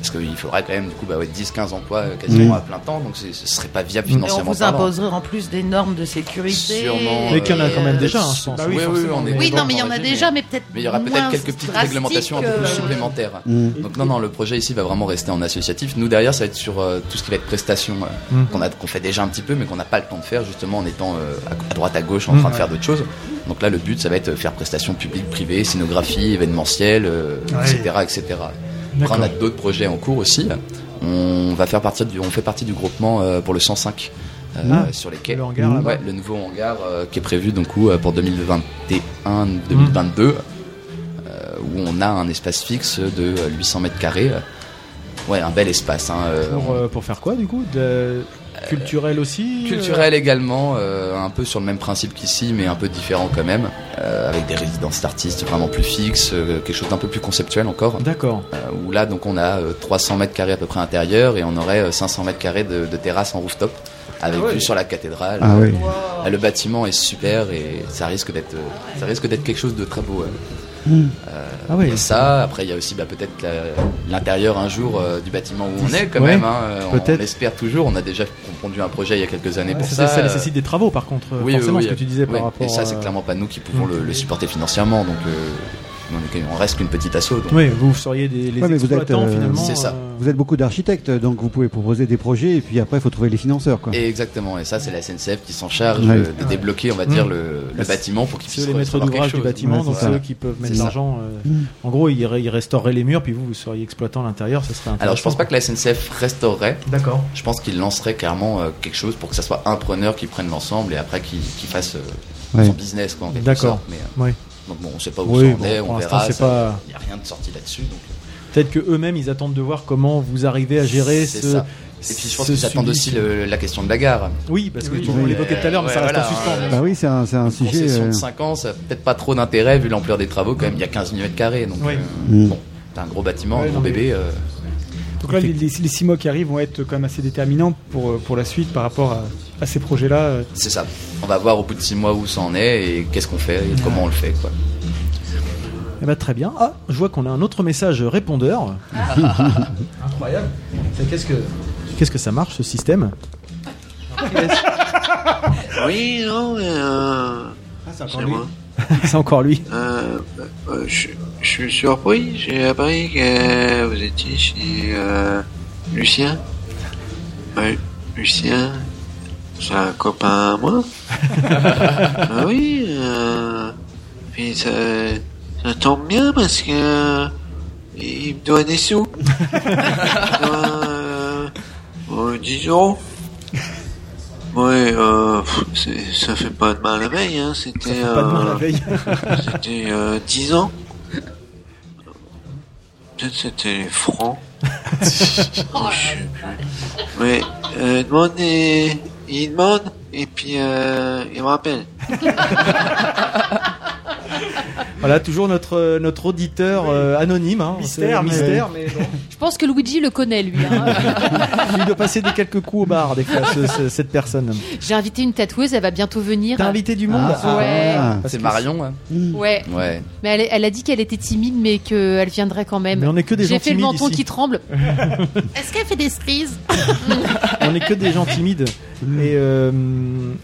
Speaker 9: Parce qu'il faudrait quand même du coup bah, ouais, 10-15 emplois euh, quasiment
Speaker 3: Hmm.
Speaker 9: à plein temps, donc c'est- ce serait pas viable
Speaker 7: Et on
Speaker 9: financièrement.
Speaker 7: vous
Speaker 9: parlant.
Speaker 7: imposerait en plus des normes de sécurité.
Speaker 9: Sûrement,
Speaker 3: Mais qu'il y en a
Speaker 9: euh,
Speaker 3: quand même déjà, hein, je pense.
Speaker 9: Bah oui, oui, oui, on est
Speaker 7: Oui,
Speaker 9: dedans,
Speaker 7: non, mais il y en a
Speaker 9: j'imagine,
Speaker 7: déjà, mais peut-être.
Speaker 9: mais il y aura peut-être
Speaker 7: moins
Speaker 9: quelques petites
Speaker 7: drastiques,
Speaker 9: réglementations un peu plus
Speaker 7: euh,
Speaker 9: supplémentaires.
Speaker 8: Mm.
Speaker 9: Donc non, non, le projet ici va vraiment rester en associatif. Nous derrière, ça va être sur euh, tout ce qui va être prestations euh,
Speaker 3: Mm.
Speaker 9: qu'on a, qu'on fait déjà un petit peu, mais qu'on n'a pas le temps de faire justement en étant euh, à droite à gauche en
Speaker 3: Mm.
Speaker 9: train de faire d'autres choses. Donc là, le but, ça va être euh, faire prestations publiques, privées, scénographie, événementielle, euh,
Speaker 3: Ouais.
Speaker 9: etc., etc. Après, on a d'autres projets en cours aussi. On va faire partie du, on fait partie du groupement euh, pour le 105. euh,
Speaker 3: Ah,
Speaker 9: sur les quais.
Speaker 3: le hangar, là-bas.
Speaker 9: Ouais, le nouveau hangar euh, qui est prévu donc où, euh, pour 2021-2022 euh, où on a un espace fixe de euh, 800 mètres carrés. Ouais, un bel espace. hein, euh,
Speaker 3: Pour, euh, pour faire quoi du coup De- Culturel aussi euh,
Speaker 9: Culturel également, euh, un peu sur le même principe qu'ici, mais un peu différent quand même, euh, avec des résidences d'artistes vraiment plus fixes, euh, quelque chose d'un peu plus conceptuel encore.
Speaker 3: D'accord.
Speaker 9: Euh, où là, donc, on a euh, 300 mètres carrés à peu près intérieur et on aurait euh, 500 mètres carrés de, de terrasse en rooftop avec vue sur la cathédrale.
Speaker 8: Ah ouais.
Speaker 9: Euh, Le bâtiment est super et ça risque d'être, euh, ça risque d'être quelque chose de très beau. ouais.
Speaker 14: 嗯
Speaker 9: Euh,
Speaker 3: Ah ouais.
Speaker 9: il y a ça, après il y a aussi bah, peut-être la- l'intérieur un jour euh, du bâtiment où on est quand
Speaker 3: Ouais,
Speaker 9: même. hein. Euh, on-
Speaker 3: peut-être.
Speaker 9: On espère toujours, on a déjà conduit un projet il y a quelques années
Speaker 3: Ouais,
Speaker 9: pour
Speaker 3: ça,
Speaker 9: ça.
Speaker 3: ça
Speaker 9: euh,
Speaker 3: nécessite des travaux par contre, euh,
Speaker 9: oui, oui,
Speaker 3: forcément
Speaker 9: oui,
Speaker 3: ce que tu disais
Speaker 9: oui.
Speaker 3: par rapport.
Speaker 9: Et ça, c'est
Speaker 3: euh,
Speaker 9: clairement pas nous qui pouvons le, le supporter financièrement, donc euh, on, est- on reste qu'une petite asso. donc.
Speaker 3: Oui, vous seriez des, les
Speaker 8: Ouais, mais vous êtes,
Speaker 3: exploitants
Speaker 8: euh,
Speaker 3: finalement.
Speaker 9: C'est ça.
Speaker 8: Vous êtes beaucoup d'architectes, donc vous pouvez proposer des projets et puis après, il faut trouver les financeurs. Quoi.
Speaker 9: Et exactement, et ça c'est la SNCF qui s'en charge
Speaker 8: Ouais.
Speaker 9: euh, de débloquer, on va dire,
Speaker 3: Mm.
Speaker 9: le, le
Speaker 3: Bah, c'est-
Speaker 9: bâtiment pour qu'ils
Speaker 3: C'est eux
Speaker 9: puissent
Speaker 3: les maîtres
Speaker 9: recevoir
Speaker 3: d'ouvrage
Speaker 9: quelque
Speaker 3: du
Speaker 9: chose.
Speaker 3: bâtiment, donc
Speaker 9: Ouais,
Speaker 3: c'est
Speaker 9: ça.
Speaker 3: eux qui peuvent mettre
Speaker 9: C'est
Speaker 3: de
Speaker 9: ça.
Speaker 3: l'argent. euh, En gros, ils, ré- ils restaureraient les murs, puis vous, vous seriez exploitant l'intérieur, ça serait intéressant.
Speaker 9: Alors je pense pas que la SNCF restaurerait.
Speaker 3: D'accord.
Speaker 9: Je pense qu'il lancerait clairement euh, quelque chose pour que ça soit un preneur qui prenne l'ensemble et après qui, qui fasse euh,
Speaker 8: Ouais.
Speaker 9: son business quoi. en quelque
Speaker 3: D'accord.
Speaker 9: sorte. Mais, euh,
Speaker 3: Oui.
Speaker 9: Donc bon, on sait pas où
Speaker 3: Oui,
Speaker 9: ça en est,
Speaker 3: bon, pour
Speaker 9: on
Speaker 3: l'instant,
Speaker 9: verra.
Speaker 3: c'est
Speaker 9: ça-
Speaker 3: pas-
Speaker 9: Il n'y a rien de sorti là-dessus. donc,
Speaker 3: Peut-être que eux-mêmes, ils attendent de voir comment vous arrivez à gérer
Speaker 9: c'est
Speaker 3: ce.
Speaker 9: ça. Et puis je pense
Speaker 3: ce
Speaker 9: qu'ils attendent
Speaker 3: suivi.
Speaker 9: aussi le- la question de la gare.
Speaker 3: Oui, parce que tu- on l'évoquait tout à l'heure, mais
Speaker 9: Ouais,
Speaker 3: ça reste en
Speaker 9: voilà,
Speaker 3: suspens.
Speaker 9: hein.
Speaker 8: Bah oui, c'est un, c'est un
Speaker 9: Une
Speaker 8: sujet.
Speaker 9: concession
Speaker 8: euh,
Speaker 9: de 5 ans, ça a peut-être pas trop d'intérêt vu l'ampleur des travaux quand même. Il y a 15 000 mètres carrés, donc
Speaker 6: Oui.
Speaker 9: euh,
Speaker 8: Mm.
Speaker 9: bon, t'as un gros bâtiment,
Speaker 6: Ouais,
Speaker 9: un
Speaker 6: non,
Speaker 9: gros
Speaker 6: mais-
Speaker 9: bébé. euh,
Speaker 6: Donc là, les, les, les six mois qui arrivent vont être quand même assez déterminants pour euh, pour la suite par rapport à, à ces projets là.
Speaker 3: Euh,
Speaker 9: C'est ça. On va voir au bout de 6 mois où ça en est et qu'est-ce qu'on fait et comment on le fait. Quoi.
Speaker 3: Eh ben, très bien. Ah, je vois qu'on a un autre message
Speaker 9: *laughs*
Speaker 3: répondeur. Incroyable. Qu'est-ce que Qu'est-ce que ça marche ce système *laughs*
Speaker 13: Oui, non, mais. Euh, c'est moi.
Speaker 3: C'est encore lui.
Speaker 13: Euh, euh, je je suis surpris, j'ai appris que vous étiez chez euh, Lucien. Euh, Lucien, c'est un copain à moi. Ah oui, euh, puis ça, ça tombe bien parce que euh, il me doit des sous. Il me doit, euh, euh, 10 euros. Oui, euh, pff, c'est- ça fait pas de mal la veille, hein. C'était
Speaker 3: pas de mal la
Speaker 13: euh,
Speaker 3: veille.
Speaker 13: *laughs* c'était euh, 10 ans. Peut-être c'était les francs.
Speaker 15: Oh,
Speaker 13: Oui, euh, demande et... il demande et puis euh, il me rappelle.
Speaker 3: Voilà, toujours notre, euh, notre auditeur euh, anonyme. hein.
Speaker 6: Mystère,
Speaker 3: C'est-
Speaker 6: mais-
Speaker 3: mystère, mais bon.
Speaker 4: Je pense que Luigi le connaît, lui.
Speaker 9: *laughs*
Speaker 4: hein.
Speaker 3: Il doit passer des quelques coups au bar, des fois, ce- ce- cette personne.
Speaker 4: J'ai invité une tatoueuse, elle va bientôt venir.
Speaker 3: T'as invité du monde
Speaker 4: Ah, Ouais.
Speaker 3: Parce
Speaker 9: C'est
Speaker 3: que-
Speaker 9: Marion, ouais.
Speaker 4: Ouais.
Speaker 9: Ouais.
Speaker 4: Mais elle, elle a dit qu'elle était timide, mais qu'elle viendrait quand même.
Speaker 3: Mais on est que des gens
Speaker 4: J'ai fait le
Speaker 3: timides
Speaker 4: menton
Speaker 3: ici. *laughs*
Speaker 4: qui tremble.
Speaker 7: Est-ce qu'elle fait des cerises
Speaker 3: On n'est que des gens timides. Et euh,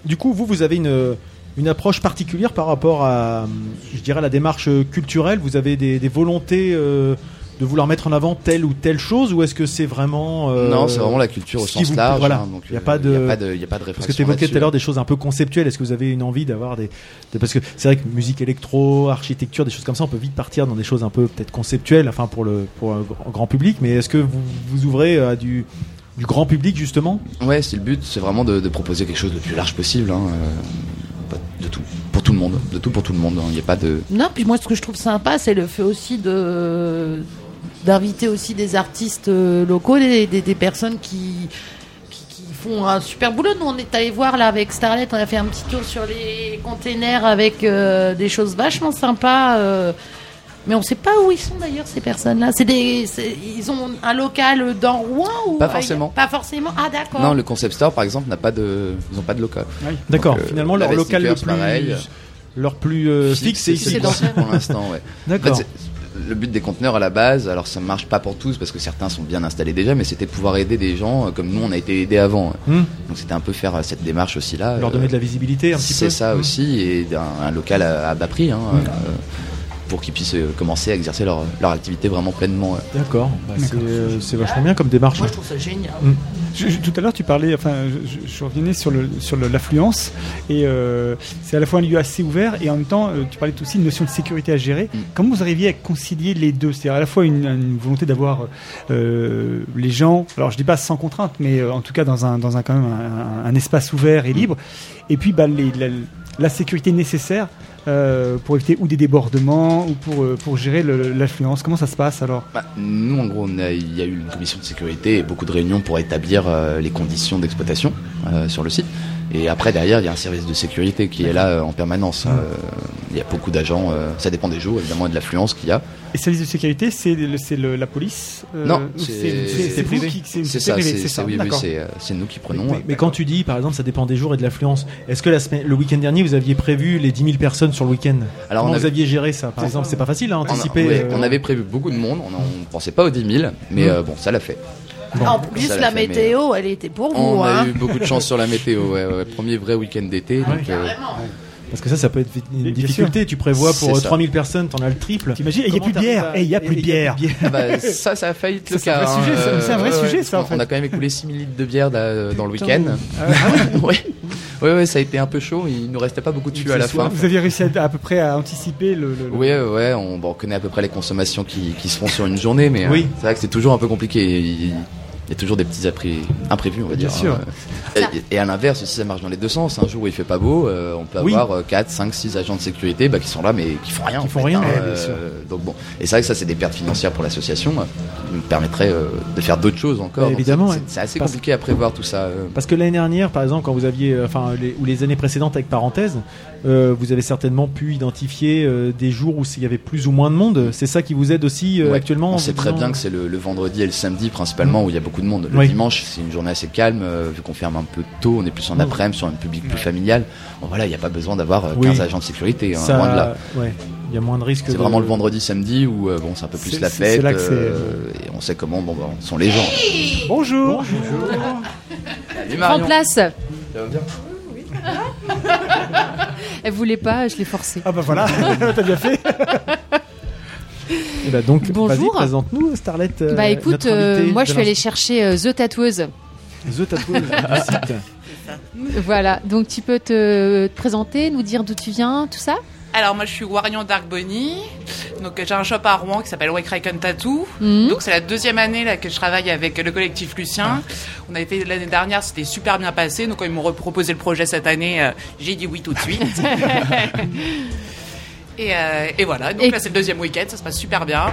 Speaker 3: du coup, vous, vous avez une, une approche particulière par rapport à, je dirais, à la démarche culturelle. Vous avez des, des volontés euh, de vouloir mettre en avant telle ou telle chose, ou est-ce que c'est vraiment euh,
Speaker 9: Non, c'est vraiment la culture au
Speaker 3: ce qui
Speaker 9: sens
Speaker 3: vous-
Speaker 9: large,
Speaker 3: Voilà.
Speaker 9: hein, donc,
Speaker 3: il n'y a
Speaker 9: euh,
Speaker 3: pas de,
Speaker 9: il y a pas de- il y a pas de
Speaker 3: Parce que tu
Speaker 9: réflexion
Speaker 3: évoquais tout à
Speaker 9: là-dessus.
Speaker 3: l'heure des choses un peu conceptuelles. Est-ce que vous avez une envie d'avoir des, des- parce que c'est vrai que musique électro, architecture, des choses comme ça, on peut vite partir dans des choses un peu peut-être conceptuelles, enfin pour le pour un gr- grand public. Mais est-ce que vous vous ouvrez à du du grand public justement
Speaker 9: Ouais, c'est le but, c'est vraiment de, de proposer quelque chose de plus large possible. hein, euh, pas de tout, pour tout le monde, de tout pour tout le monde. hein, Il n'y a pas de.
Speaker 7: Non, puis moi, ce que je trouve sympa, c'est le fait aussi de d'inviter aussi des artistes euh, locaux, des, des, des personnes qui, qui, qui font un super boulot. Nous, on est allé voir là avec Starlet, on a fait un petit tour sur les containers avec euh, des choses vachement sympas. euh, mais on sait pas où ils sont d'ailleurs ces personnes-là. C'est des, c'est- ils ont un local dans Rouen ou
Speaker 9: Pas forcément.
Speaker 7: Pas forcément. Ah d'accord.
Speaker 9: Non, le concept store, par exemple, n'a pas de, ils n'ont pas de local.
Speaker 3: D'accord.
Speaker 9: Donc, euh,
Speaker 3: Finalement, leur
Speaker 9: la
Speaker 3: local le
Speaker 9: Sneakers,
Speaker 3: plus
Speaker 9: pareil.
Speaker 3: leur plus euh, fixe, c'est ici.
Speaker 9: C'est
Speaker 3: quoi.
Speaker 9: possible pour l'instant, ouais.
Speaker 3: *laughs* D'accord.
Speaker 9: En fait, c'est- le but des conteneurs à la base, alors ça marche pas pour tous parce que certains sont bien installés déjà, mais c'était de pouvoir aider des gens euh, comme nous on a été aidés avant. hein.
Speaker 3: Hmm.
Speaker 9: Donc c'était un peu faire euh, cette démarche aussi là. euh,
Speaker 3: Leur donner de la visibilité un petit peu. Mmh.
Speaker 9: C'est ça aussi, et d'un- un, local à, à bas prix hein, euh, pour qu'ils puissent euh, commencer à exercer leur, leur activité vraiment pleinement. euh.
Speaker 3: D'accord. Bah, c'est, euh, c'est vachement bien comme démarche.
Speaker 7: Moi, je trouve ça génial.
Speaker 6: Hum. Je- je- tout à l'heure, tu parlais, enfin, je, je- je revenais sur le sur le- l'affluence et euh, c'est à la fois un lieu assez ouvert et en même temps, euh, tu parlais aussi d'une notion de sécurité à gérer. Comment vous arriviez à concilier les deux C'est à la fois une, une volonté d'avoir euh, les gens, alors je dis pas sans contrainte, mais euh, en tout cas dans un dans un quand même un, un- un espace ouvert et libre, et puis bah, les- la, la sécurité nécessaire euh, pour éviter ou des débordements ou pour euh, pour gérer le- l'affluence. Comment ça se passe alors
Speaker 9: Bah, nous, en gros, on a- il y a eu une commission de sécurité et beaucoup de réunions pour établir euh, les conditions d'exploitation euh, sur le site. Et après, derrière, il y a un service de sécurité qui est là euh, en
Speaker 3: Mmh.
Speaker 9: permanence. hein. Euh, Il y a beaucoup d'agents, euh, ça dépend des jours évidemment et de l'affluence qu'il y a.
Speaker 6: Et service de sécurité, c'est le- c'est le- la police euh,
Speaker 9: non,
Speaker 6: ou c'est- c'est c'est vous qui- C'est une
Speaker 9: C'est
Speaker 6: société
Speaker 9: ça,
Speaker 6: privée,
Speaker 9: c'est
Speaker 6: c'est
Speaker 9: c'est-
Speaker 6: ça.
Speaker 9: oui, oui,
Speaker 6: d'accord.
Speaker 9: c'est, euh, c'est nous qui
Speaker 3: Mais,
Speaker 9: prenons. euh,
Speaker 3: mais quand tu dis, par exemple, ça dépend des jours et de l'affluence, est-ce que la semaine, le week-end dernier, vous aviez prévu les 10 000 personnes sur le week-end
Speaker 9: Alors,
Speaker 3: Comment
Speaker 9: on
Speaker 3: vous
Speaker 9: avait-
Speaker 3: aviez géré ça Par exemple, c'est pas
Speaker 6: hein,
Speaker 3: facile à
Speaker 9: on a-
Speaker 3: anticiper.
Speaker 9: ouais,
Speaker 3: euh,
Speaker 9: On avait prévu beaucoup de monde, on ne pensait pas aux 10 000,
Speaker 6: Hmm.
Speaker 9: mais
Speaker 3: Mm.
Speaker 9: euh, bon, ça l'a fait.
Speaker 7: En plus,
Speaker 9: Ça
Speaker 7: la,
Speaker 9: l'a fait, mais, euh,
Speaker 7: météo, elle était pour vous.
Speaker 9: On
Speaker 7: hein.
Speaker 9: a eu beaucoup de
Speaker 7: *laughs*
Speaker 9: chance sur la météo, ouais, ouais, premier vrai week-end d'été. donc, euh,
Speaker 3: Parce que ça, ça peut être une
Speaker 9: bien
Speaker 3: difficulté.
Speaker 9: sûr.
Speaker 3: Tu prévois pour
Speaker 9: C'est
Speaker 3: euh,
Speaker 9: ça.
Speaker 3: 3000 personnes, t'en as le triple.
Speaker 6: T'imagines, il y a
Speaker 3: Comment
Speaker 6: plus de
Speaker 3: t'arrives
Speaker 6: bière.
Speaker 3: à-
Speaker 6: Eh, il y a plus de bière.
Speaker 9: Ah bah, ça, ça a failli être le
Speaker 6: c'est un
Speaker 9: cas.
Speaker 6: vrai
Speaker 9: hein,
Speaker 6: sujet, ça,
Speaker 9: euh,
Speaker 6: c'est un vrai
Speaker 9: ouais,
Speaker 6: sujet,
Speaker 9: parce
Speaker 6: ça, en
Speaker 9: qu'on- On a
Speaker 6: fait.
Speaker 9: quand même écoulé 6 000 litres de bière là, dans le
Speaker 6: Putain.
Speaker 9: week-end.
Speaker 6: Ah, ah
Speaker 9: *laughs* ouais. ouais, ouais, ça a été un peu chaud. Il nous restait pas beaucoup de fûts à la
Speaker 6: Vous-
Speaker 9: fin.
Speaker 6: Vous aviez réussi à, à peu près à anticiper le. le- le-
Speaker 9: Oui, euh, ouais, on, bon, on connaît à peu près les consommations qui, qui se font sur une journée, mais euh,
Speaker 6: Oui.
Speaker 9: c'est vrai que c'est toujours un peu compliqué. Il, il y a toujours des petits appré- imprévus, on va
Speaker 6: Bien
Speaker 9: dire.
Speaker 6: sûr.
Speaker 9: hein. Et, et à l'inverse, si ça marche dans les deux sens, un jour où il fait pas beau, euh, on peut
Speaker 3: Oui.
Speaker 9: avoir 4, 5, 6 agents de sécurité bah, qui sont là mais qui font rien.
Speaker 3: Qui
Speaker 9: en
Speaker 3: font
Speaker 9: fait,
Speaker 3: rien,
Speaker 9: hein,
Speaker 6: Eh,
Speaker 3: ouais, bien
Speaker 9: euh,
Speaker 3: sûr.
Speaker 9: donc bon. Et c'est vrai que ça, c'est des pertes financières pour l'association euh, qui nous permettraient euh, de faire d'autres choses encore.
Speaker 3: Bah,
Speaker 9: Donc,
Speaker 3: évidemment,
Speaker 9: c'est-
Speaker 3: ouais.
Speaker 9: C'est c'est assez
Speaker 3: Parce-
Speaker 9: compliqué à prévoir tout ça. euh.
Speaker 3: Parce que l'année dernière, par exemple, quand vous aviez, euh, enfin, les- ou les années précédentes avec parenthèse, euh, vous avez certainement pu identifier euh, des jours où il y avait plus ou moins de monde. C'est ça qui vous aide aussi euh,
Speaker 9: Ouais.
Speaker 3: actuellement. en
Speaker 9: On
Speaker 3: vous
Speaker 9: sait très
Speaker 3: disant-
Speaker 9: bien que c'est le, le vendredi et le samedi principalement où il y a beaucoup de monde. Le
Speaker 3: Oui.
Speaker 9: dimanche, c'est une journée assez calme euh, vu qu'on ferme un un peu tôt, on est
Speaker 3: Mmh.
Speaker 9: plus en après-midi, sur un public plus familial. Bon, voilà, il n'y a pas besoin d'avoir euh, 15 agents de sécurité, hein,
Speaker 3: Ça-
Speaker 9: loin de là.
Speaker 3: ouais, il y a moins de risques.
Speaker 9: C'est
Speaker 3: de-
Speaker 9: vraiment le vendredi, samedi où euh, bon, c'est un peu plus
Speaker 3: C'est-
Speaker 9: la
Speaker 3: c'est- c'est
Speaker 9: fête.
Speaker 3: là que c'est-
Speaker 9: euh, et on sait comment bon, bah, sont les gens.
Speaker 3: Bonjour.
Speaker 9: Allez,
Speaker 4: Prends
Speaker 9: Marion.
Speaker 4: place.
Speaker 9: Ça va bien
Speaker 4: Elle voulait pas, je l'ai forcée.
Speaker 6: Ah bah
Speaker 4: *laughs*
Speaker 6: voilà, t'as bien fait.
Speaker 3: Eh ben donc, vas-y,
Speaker 4: Bonjour.
Speaker 3: présente-nous, Starlet. euh,
Speaker 4: bah écoute,
Speaker 3: notre
Speaker 4: euh,
Speaker 3: invitée
Speaker 4: moi
Speaker 3: de
Speaker 4: je suis allée chercher euh, The Tatoueuse.
Speaker 3: The
Speaker 4: *laughs*
Speaker 3: Tatoueuse du site.
Speaker 4: Voilà, donc tu peux te, te présenter, nous dire d'où tu viens, tout ça
Speaker 15: Alors moi je suis Warion Dark Bunny, donc euh, j'ai un shop à Rouen qui s'appelle Wakraken Tattoo.
Speaker 4: Mhm.
Speaker 15: Donc c'est la deuxième année là que je travaille avec le collectif Lucien.
Speaker 4: Ah.
Speaker 15: On avait fait l'année dernière, c'était super bien passé. Donc quand ils m'ont proposé le projet cette année, euh, j'ai dit oui tout de
Speaker 4: *laughs*
Speaker 15: suite. et, euh, et voilà, donc
Speaker 4: Et-
Speaker 15: là c'est le deuxième week-end, ça se passe super bien.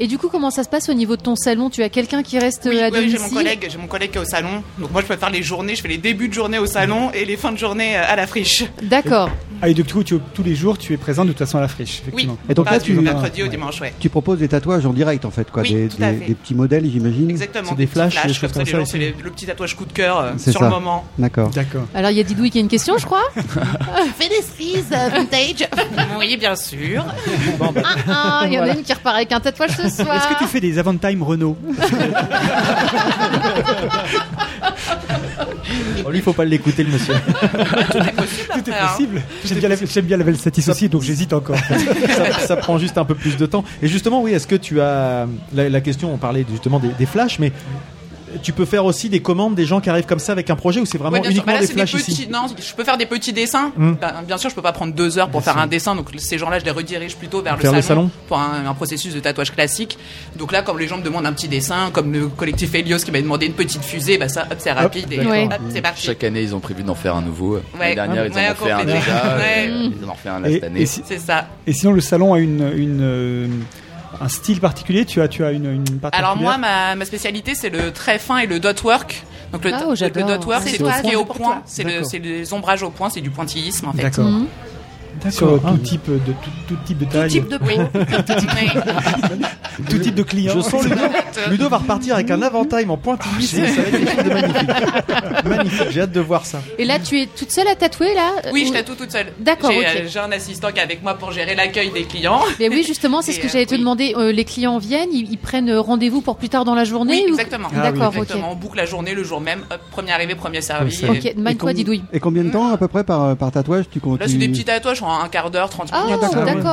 Speaker 4: Et du coup, comment ça se passe au niveau de ton salon Tu as quelqu'un qui reste euh, à
Speaker 15: Oui, oui, j'ai
Speaker 4: domicile
Speaker 15: mon collègue, j'ai mon collègue qui est au salon. Donc moi je peux faire les journées, je fais les débuts de journée au salon et les fins de journée euh, à la friche.
Speaker 6: Ah, et du coup, tu- tous les jours, tu es présent de toute façon à la friche, effectivement.
Speaker 8: Et donc là,
Speaker 15: du
Speaker 8: tu,
Speaker 15: mercredi au dimanche, ouais.
Speaker 8: tu proposes des tatouages en direct, en fait, quoi,
Speaker 15: Oui,
Speaker 8: des,
Speaker 15: tout à
Speaker 8: des-
Speaker 15: fait.
Speaker 8: des petits modèles, j'imagine.
Speaker 15: Exactement. petits flashs, comme ça, les gens, c'est les- le petit tatouage coup de cœur euh,
Speaker 8: C'est
Speaker 15: sur
Speaker 8: ça.
Speaker 15: le moment.
Speaker 8: D'accord.
Speaker 6: D'accord.
Speaker 4: Alors il y a Didouille qui a une question, je crois
Speaker 7: Fais des cerises euh, vintage.
Speaker 15: *laughs* oui, bien sûr. bah.
Speaker 4: Ah, il y en
Speaker 6: Voilà.
Speaker 4: a une qui repart avec un tatouage ce soir.
Speaker 6: Est-ce que tu fais des avant-time Renault
Speaker 15: *laughs*
Speaker 3: Oh, lui, faut pas l'écouter, le monsieur.
Speaker 6: Tout
Speaker 3: hein.
Speaker 6: est possible. J'aime bien, la- j'aime bien la belle satisfaction aussi, donc j'hésite
Speaker 15: *laughs*
Speaker 6: encore.
Speaker 3: ça, ça prend juste un peu plus de temps. Et justement, oui, est-ce que tu as la, la question On parlait justement des, des flashs, mais tu peux faire aussi des commandes des gens qui arrivent comme ça avec un projet ou c'est vraiment
Speaker 15: Ouais, bien sûr.
Speaker 3: uniquement
Speaker 15: Bah là,
Speaker 3: des
Speaker 15: c'est
Speaker 3: flashs
Speaker 15: petits,
Speaker 3: ici
Speaker 15: Non, je peux faire des petits dessins.
Speaker 3: Hmm.
Speaker 15: Ben, bien sûr, je peux pas prendre deux heures pour faire un dessin. Donc ces gens-là, je les redirige plutôt vers le
Speaker 3: Vers
Speaker 15: salon,
Speaker 3: le salon.
Speaker 15: pour un, un processus de tatouage classique. Donc là, comme les gens me demandent un petit dessin, comme le collectif Helios qui m'a demandé une petite fusée, bah ça, hop, c'est rapide et
Speaker 9: D'accord.
Speaker 15: hop, c'est parti.
Speaker 9: Chaque année, ils ont prévu d'en faire un nouveau. L'année Mmh.
Speaker 15: Ouais.
Speaker 9: dernière, ils
Speaker 15: Ouais,
Speaker 9: en ont fait un
Speaker 15: complet.
Speaker 9: déjà.
Speaker 15: *laughs* Ouais.
Speaker 9: euh, Ils en ont fait un là
Speaker 6: Et-
Speaker 9: cette année.
Speaker 6: et si-
Speaker 15: C'est ça.
Speaker 6: Et sinon, le salon a une, une, euh, un style particulier Tu as, tu as une, une particulière
Speaker 15: Alors moi, ma, ma spécialité, c'est le très fin et le dot work. Donc le,
Speaker 6: Ah,
Speaker 15: dot-
Speaker 6: oh,
Speaker 15: le
Speaker 6: j'adore.
Speaker 15: dot work,
Speaker 6: C'est
Speaker 15: c'est tout
Speaker 6: toi,
Speaker 15: ce qui est
Speaker 6: c'est
Speaker 15: au
Speaker 6: pour
Speaker 15: point,
Speaker 6: toi.
Speaker 15: c'est le-
Speaker 6: D'accord.
Speaker 15: c'est les ombrages au point, c'est du pointillisme en fait.
Speaker 6: D'accord.
Speaker 15: Mhm.
Speaker 6: Sur
Speaker 15: Ah,
Speaker 6: tout,
Speaker 15: oui.
Speaker 6: type de, tout, tout type de taille. *laughs*
Speaker 15: type de- oui.
Speaker 3: *laughs*
Speaker 6: tout type de client.
Speaker 3: Je sens Ludo. Ludo va repartir avec un avant-time en pointillisme. ça va être quelque chose de magnifique. magnifique, j'ai hâte de voir ça.
Speaker 4: Et là, tu es toute seule à tatouer là
Speaker 15: Oui, je
Speaker 4: Ou-
Speaker 15: tatoue toute seule.
Speaker 4: D'accord,
Speaker 15: J'ai
Speaker 4: ok.
Speaker 15: euh, j'ai un assistant qui est avec moi pour gérer l'accueil des clients.
Speaker 4: Mais oui, justement, c'est ce
Speaker 15: Et,
Speaker 4: que
Speaker 15: euh,
Speaker 4: j'allais te demander. Euh, les clients viennent, ils, ils prennent euh, rendez-vous pour plus tard dans la
Speaker 15: Ah Oui,
Speaker 4: journée ou-
Speaker 6: Ah
Speaker 15: exactement.
Speaker 4: D'accord, ok.
Speaker 15: euh, Exactement. On boucle la journée, le jour même. Hop, premier arrivé, premier
Speaker 8: Comme
Speaker 15: servi.
Speaker 8: ça.
Speaker 15: Et-
Speaker 8: com- Et combien de temps à peu près par, euh, par tatouage tu comptes
Speaker 15: Là, c'est des petits tatouages en un quart d'heure,
Speaker 4: Ah,
Speaker 15: 30 minutes.
Speaker 6: Ah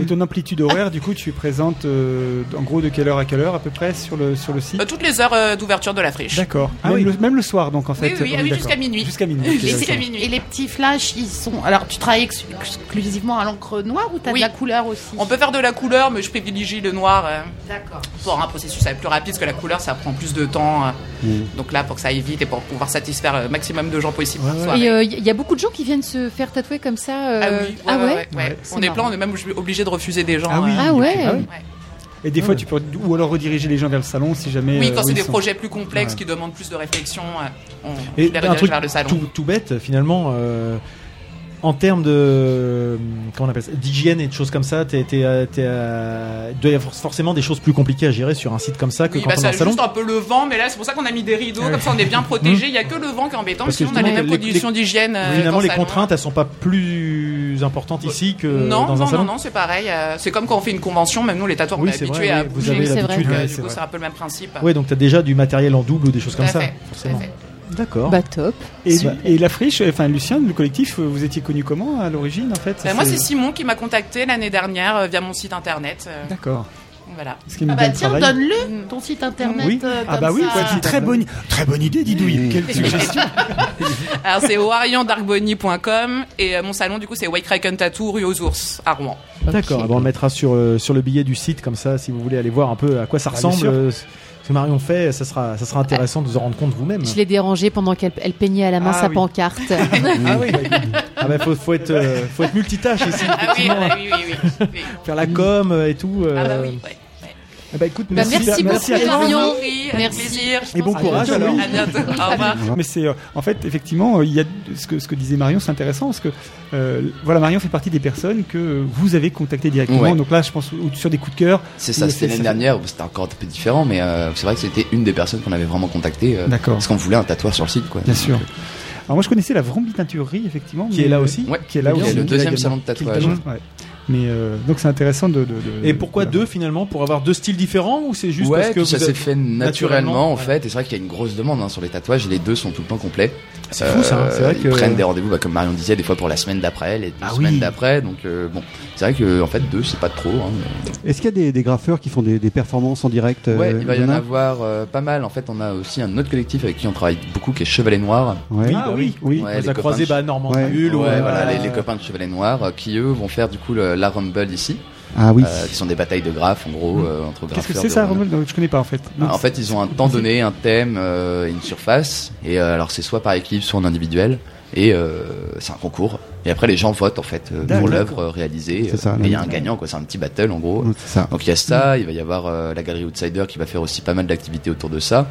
Speaker 6: Et ton amplitude horaire, du coup, tu es présente euh, en gros de quelle heure à quelle heure à peu près sur le, sur le site
Speaker 15: Euh, Toutes les heures euh, d'ouverture de la friche.
Speaker 6: D'accord. même, le, même le soir, donc en fait.
Speaker 15: oui, oui,
Speaker 6: on est
Speaker 15: oui,
Speaker 6: d'accord.
Speaker 15: jusqu'à minuit.
Speaker 6: Jusqu'à minuit. ok, d'accord.
Speaker 7: Et les petits flashs, ils sont. Alors, tu travailles ex- exclusivement à l'encre noire ou t'as de la couleur aussi
Speaker 15: On peut faire de la couleur, mais je privilégie le noir. euh,
Speaker 7: D'accord.
Speaker 15: Pour un processus euh, plus rapide, parce que la couleur, ça prend plus de temps. euh.
Speaker 6: Mm.
Speaker 15: Donc là, pour que ça aille vite et pour pouvoir satisfaire le maximum de gens possible. par soirée.
Speaker 4: Et euh, il y a beaucoup de gens qui viennent se faire tatouer comme ça. euh,
Speaker 15: Ah oui, ouais, ouais,
Speaker 4: ouais
Speaker 15: ouais, ouais.
Speaker 4: C'est
Speaker 15: On est
Speaker 4: marrant.
Speaker 15: plein, on est même obligé de refuser des gens.
Speaker 6: Ah oui.
Speaker 15: euh.
Speaker 4: Ah ouais. Ah
Speaker 6: Ah oui. Et des fois, tu peux ou alors rediriger les gens vers le salon si jamais.
Speaker 15: Oui,
Speaker 6: euh,
Speaker 15: quand
Speaker 6: où
Speaker 15: c'est
Speaker 6: ils
Speaker 15: des
Speaker 6: sont.
Speaker 15: projets plus complexes
Speaker 6: Ouais.
Speaker 15: qui demandent plus de réflexion, euh, on je
Speaker 3: Et
Speaker 15: les
Speaker 3: un
Speaker 15: redirige
Speaker 3: truc
Speaker 15: vers le salon.
Speaker 3: Tout, tout bête, finalement, euh, en termes de. Comment on appelle ça D'hygiène et de choses comme ça, t'es- t'es, euh, t'es, euh, il doit y avoir forcément des choses plus compliquées à gérer sur un site comme ça que
Speaker 15: Oui,
Speaker 3: quand
Speaker 15: bah,
Speaker 3: on est
Speaker 15: ça
Speaker 3: en salon. Hum.
Speaker 15: juste un peu le vent, mais là c'est pour ça qu'on a mis des rideaux, comme ça on est bien protégé. Il n'y a que le vent qui est embêtant,
Speaker 3: Parce que
Speaker 15: sinon on a les
Speaker 3: justement,
Speaker 15: mêmes
Speaker 3: les-
Speaker 15: conditions
Speaker 3: les-
Speaker 15: d'hygiène. euh,
Speaker 3: Évidemment,
Speaker 15: qu'en
Speaker 3: les
Speaker 15: salon.
Speaker 3: contraintes, elles sont pas plus importantes ici que
Speaker 15: Non,
Speaker 3: dans
Speaker 15: non,
Speaker 3: un salon.
Speaker 15: non, non, c'est pareil. euh, C'est comme quand on fait une convention, même nous les tatoueurs,
Speaker 3: Oui,
Speaker 15: on est
Speaker 3: c'est
Speaker 15: habitués
Speaker 3: vrai,
Speaker 15: à
Speaker 3: oui, vous
Speaker 15: bouger.
Speaker 3: avez Oui, c'est l'habitude, vrai. ouais,
Speaker 15: Du
Speaker 3: c'est
Speaker 15: coup,
Speaker 3: vrai.
Speaker 15: c'est un peu le même principe.
Speaker 3: Ouais, donc t'as déjà du matériel en double ou des choses
Speaker 15: Tout
Speaker 3: comme
Speaker 15: à
Speaker 3: ça,
Speaker 15: fait, tout à
Speaker 3: forcément.
Speaker 15: fait.
Speaker 3: D'accord.
Speaker 4: Bah top.
Speaker 6: Et, et la friche, enfin Lucien, le collectif, euh, vous étiez connu comment à l'origine en fait
Speaker 15: Bah, moi c'est Simon qui m'a contacté l'année dernière euh, via mon site internet. euh,
Speaker 6: D'accord.
Speaker 15: Voilà.
Speaker 6: Ce qui nous Ah bah, donne tiens, travail.
Speaker 7: Donne-le ton site internet.
Speaker 6: Oui.
Speaker 7: euh,
Speaker 6: Ah
Speaker 7: comme
Speaker 6: bah oui,
Speaker 7: ça.
Speaker 6: ouais, c'est une très bonne, très bonne idée, Didouille. Quelle suggestion.
Speaker 15: Alors c'est wariondarkbonny.com et euh, mon salon du coup c'est White Kraken Tattoo rue aux ours à Rouen.
Speaker 3: D'accord, Ah bah, on mettra sur, euh, sur le billet du site comme ça si vous voulez aller voir un peu à quoi ça
Speaker 6: Ah, bien
Speaker 3: ressemble.
Speaker 6: sûr.
Speaker 3: euh, ce ce que Marion fait, ça sera, ça sera intéressant de vous en rendre compte vous-même.
Speaker 4: Je l'ai dérangée pendant qu'elle elle peignait à la main
Speaker 3: Ah
Speaker 4: sa
Speaker 3: oui.
Speaker 4: pancarte.
Speaker 3: Ah oui, ah bah, faut, faut être, euh, faut être multitâche ici.
Speaker 15: Ah oui,
Speaker 3: effectivement. hein.
Speaker 15: ah oui, oui, oui.
Speaker 3: Faire la com euh, et tout. euh,
Speaker 15: Ah bah oui, ouais.
Speaker 6: Eh ben, écoute,
Speaker 7: Bah, merci beaucoup, Marion. Merci.
Speaker 15: Merci.
Speaker 6: Et bon courage alors.
Speaker 15: À bientôt. Au revoir.
Speaker 6: Mais c'est euh, en fait effectivement euh, il y a ce que ce que disait Marion c'est intéressant parce que euh, voilà Marion fait partie des personnes que vous avez contactées directement
Speaker 9: Ouais.
Speaker 6: donc là je pense au- sur des coups de cœur.
Speaker 9: C'est ça,
Speaker 6: Et
Speaker 9: c'était l'année dernière, c'était encore un peu différent, mais euh, c'est vrai que c'était une des personnes qu'on avait vraiment contactée. euh,
Speaker 6: D'accord.
Speaker 9: Parce qu'on voulait un tatouage sur le site, quoi. euh,
Speaker 6: Bien sûr. Alors moi je connaissais la Vrambie Teinturerie effectivement
Speaker 9: Qui
Speaker 6: mais,
Speaker 9: est là
Speaker 6: euh,
Speaker 9: aussi Ouais.
Speaker 6: qui est là
Speaker 9: Qui est
Speaker 6: aussi
Speaker 9: le
Speaker 6: qui
Speaker 9: deuxième
Speaker 6: également-
Speaker 9: salon de
Speaker 6: qui est le
Speaker 9: tatouage.
Speaker 6: deuxième, ouais. Mais euh, donc c'est intéressant de, de- de-
Speaker 3: Et pourquoi deux finalement Pour avoir deux styles différents ou c'est juste
Speaker 9: ouais,
Speaker 3: parce que
Speaker 9: puis ça
Speaker 3: vous
Speaker 9: s'est
Speaker 3: êtes-
Speaker 9: fait naturellement, en fait. Et c'est vrai qu'il y a une grosse demande hein, sur les tatouages. Les deux sont tout le temps complets. C'est
Speaker 3: fou, ça, hein. C'est vrai
Speaker 9: ils
Speaker 3: que-
Speaker 9: prennent des rendez-vous, bah, comme Marion disait, des fois pour la semaine d'après, les deux semaines d'après. Donc euh, bon, c'est vrai que en fait deux, c'est pas trop. hein, mais-
Speaker 8: Est-ce qu'il y a des, des graffeurs qui font des, des performances en direct euh,
Speaker 9: Ouais, il va y en
Speaker 8: a
Speaker 9: avoir euh, pas mal. En fait, on a aussi un autre collectif avec qui on travaille beaucoup, qui est Chevalet Noir.
Speaker 8: Ouais. Ah oui, oui.
Speaker 9: Ouais,
Speaker 8: On les a
Speaker 9: copains
Speaker 8: croisés,
Speaker 9: de-
Speaker 8: bah, Normand Ouais. Hull,
Speaker 9: Ouais,
Speaker 8: ouais,
Speaker 9: voilà,
Speaker 8: ouais.
Speaker 9: les, les copains de Chevalet Noir euh, qui eux vont faire du coup le- la Rumble ici.
Speaker 8: Ah oui.
Speaker 9: Euh, qui sont des batailles de graphes en gros euh, entre
Speaker 6: Qu'est-ce
Speaker 9: graffeurs.
Speaker 6: que c'est
Speaker 9: de
Speaker 6: ça
Speaker 9: Rumble.
Speaker 6: Romuald Non, Je connais pas en fait.
Speaker 9: Ah, en fait, ils ont un temps donné, un thème, euh, une surface. Et euh, alors, c'est soit par équipe, soit en individuel. Et euh, c'est un concours. Et après, les gens votent en fait euh,
Speaker 8: D'accord.
Speaker 9: pour l'œuvre euh, réalisée.
Speaker 8: C'est ça,
Speaker 9: Euh, et
Speaker 8: là.
Speaker 9: il y a un gagnant, quoi. C'est un petit battle en gros.
Speaker 8: ça.
Speaker 9: Donc il y a ça. Il va y avoir euh, la galerie Outsider qui va faire aussi pas mal d'activités autour de ça.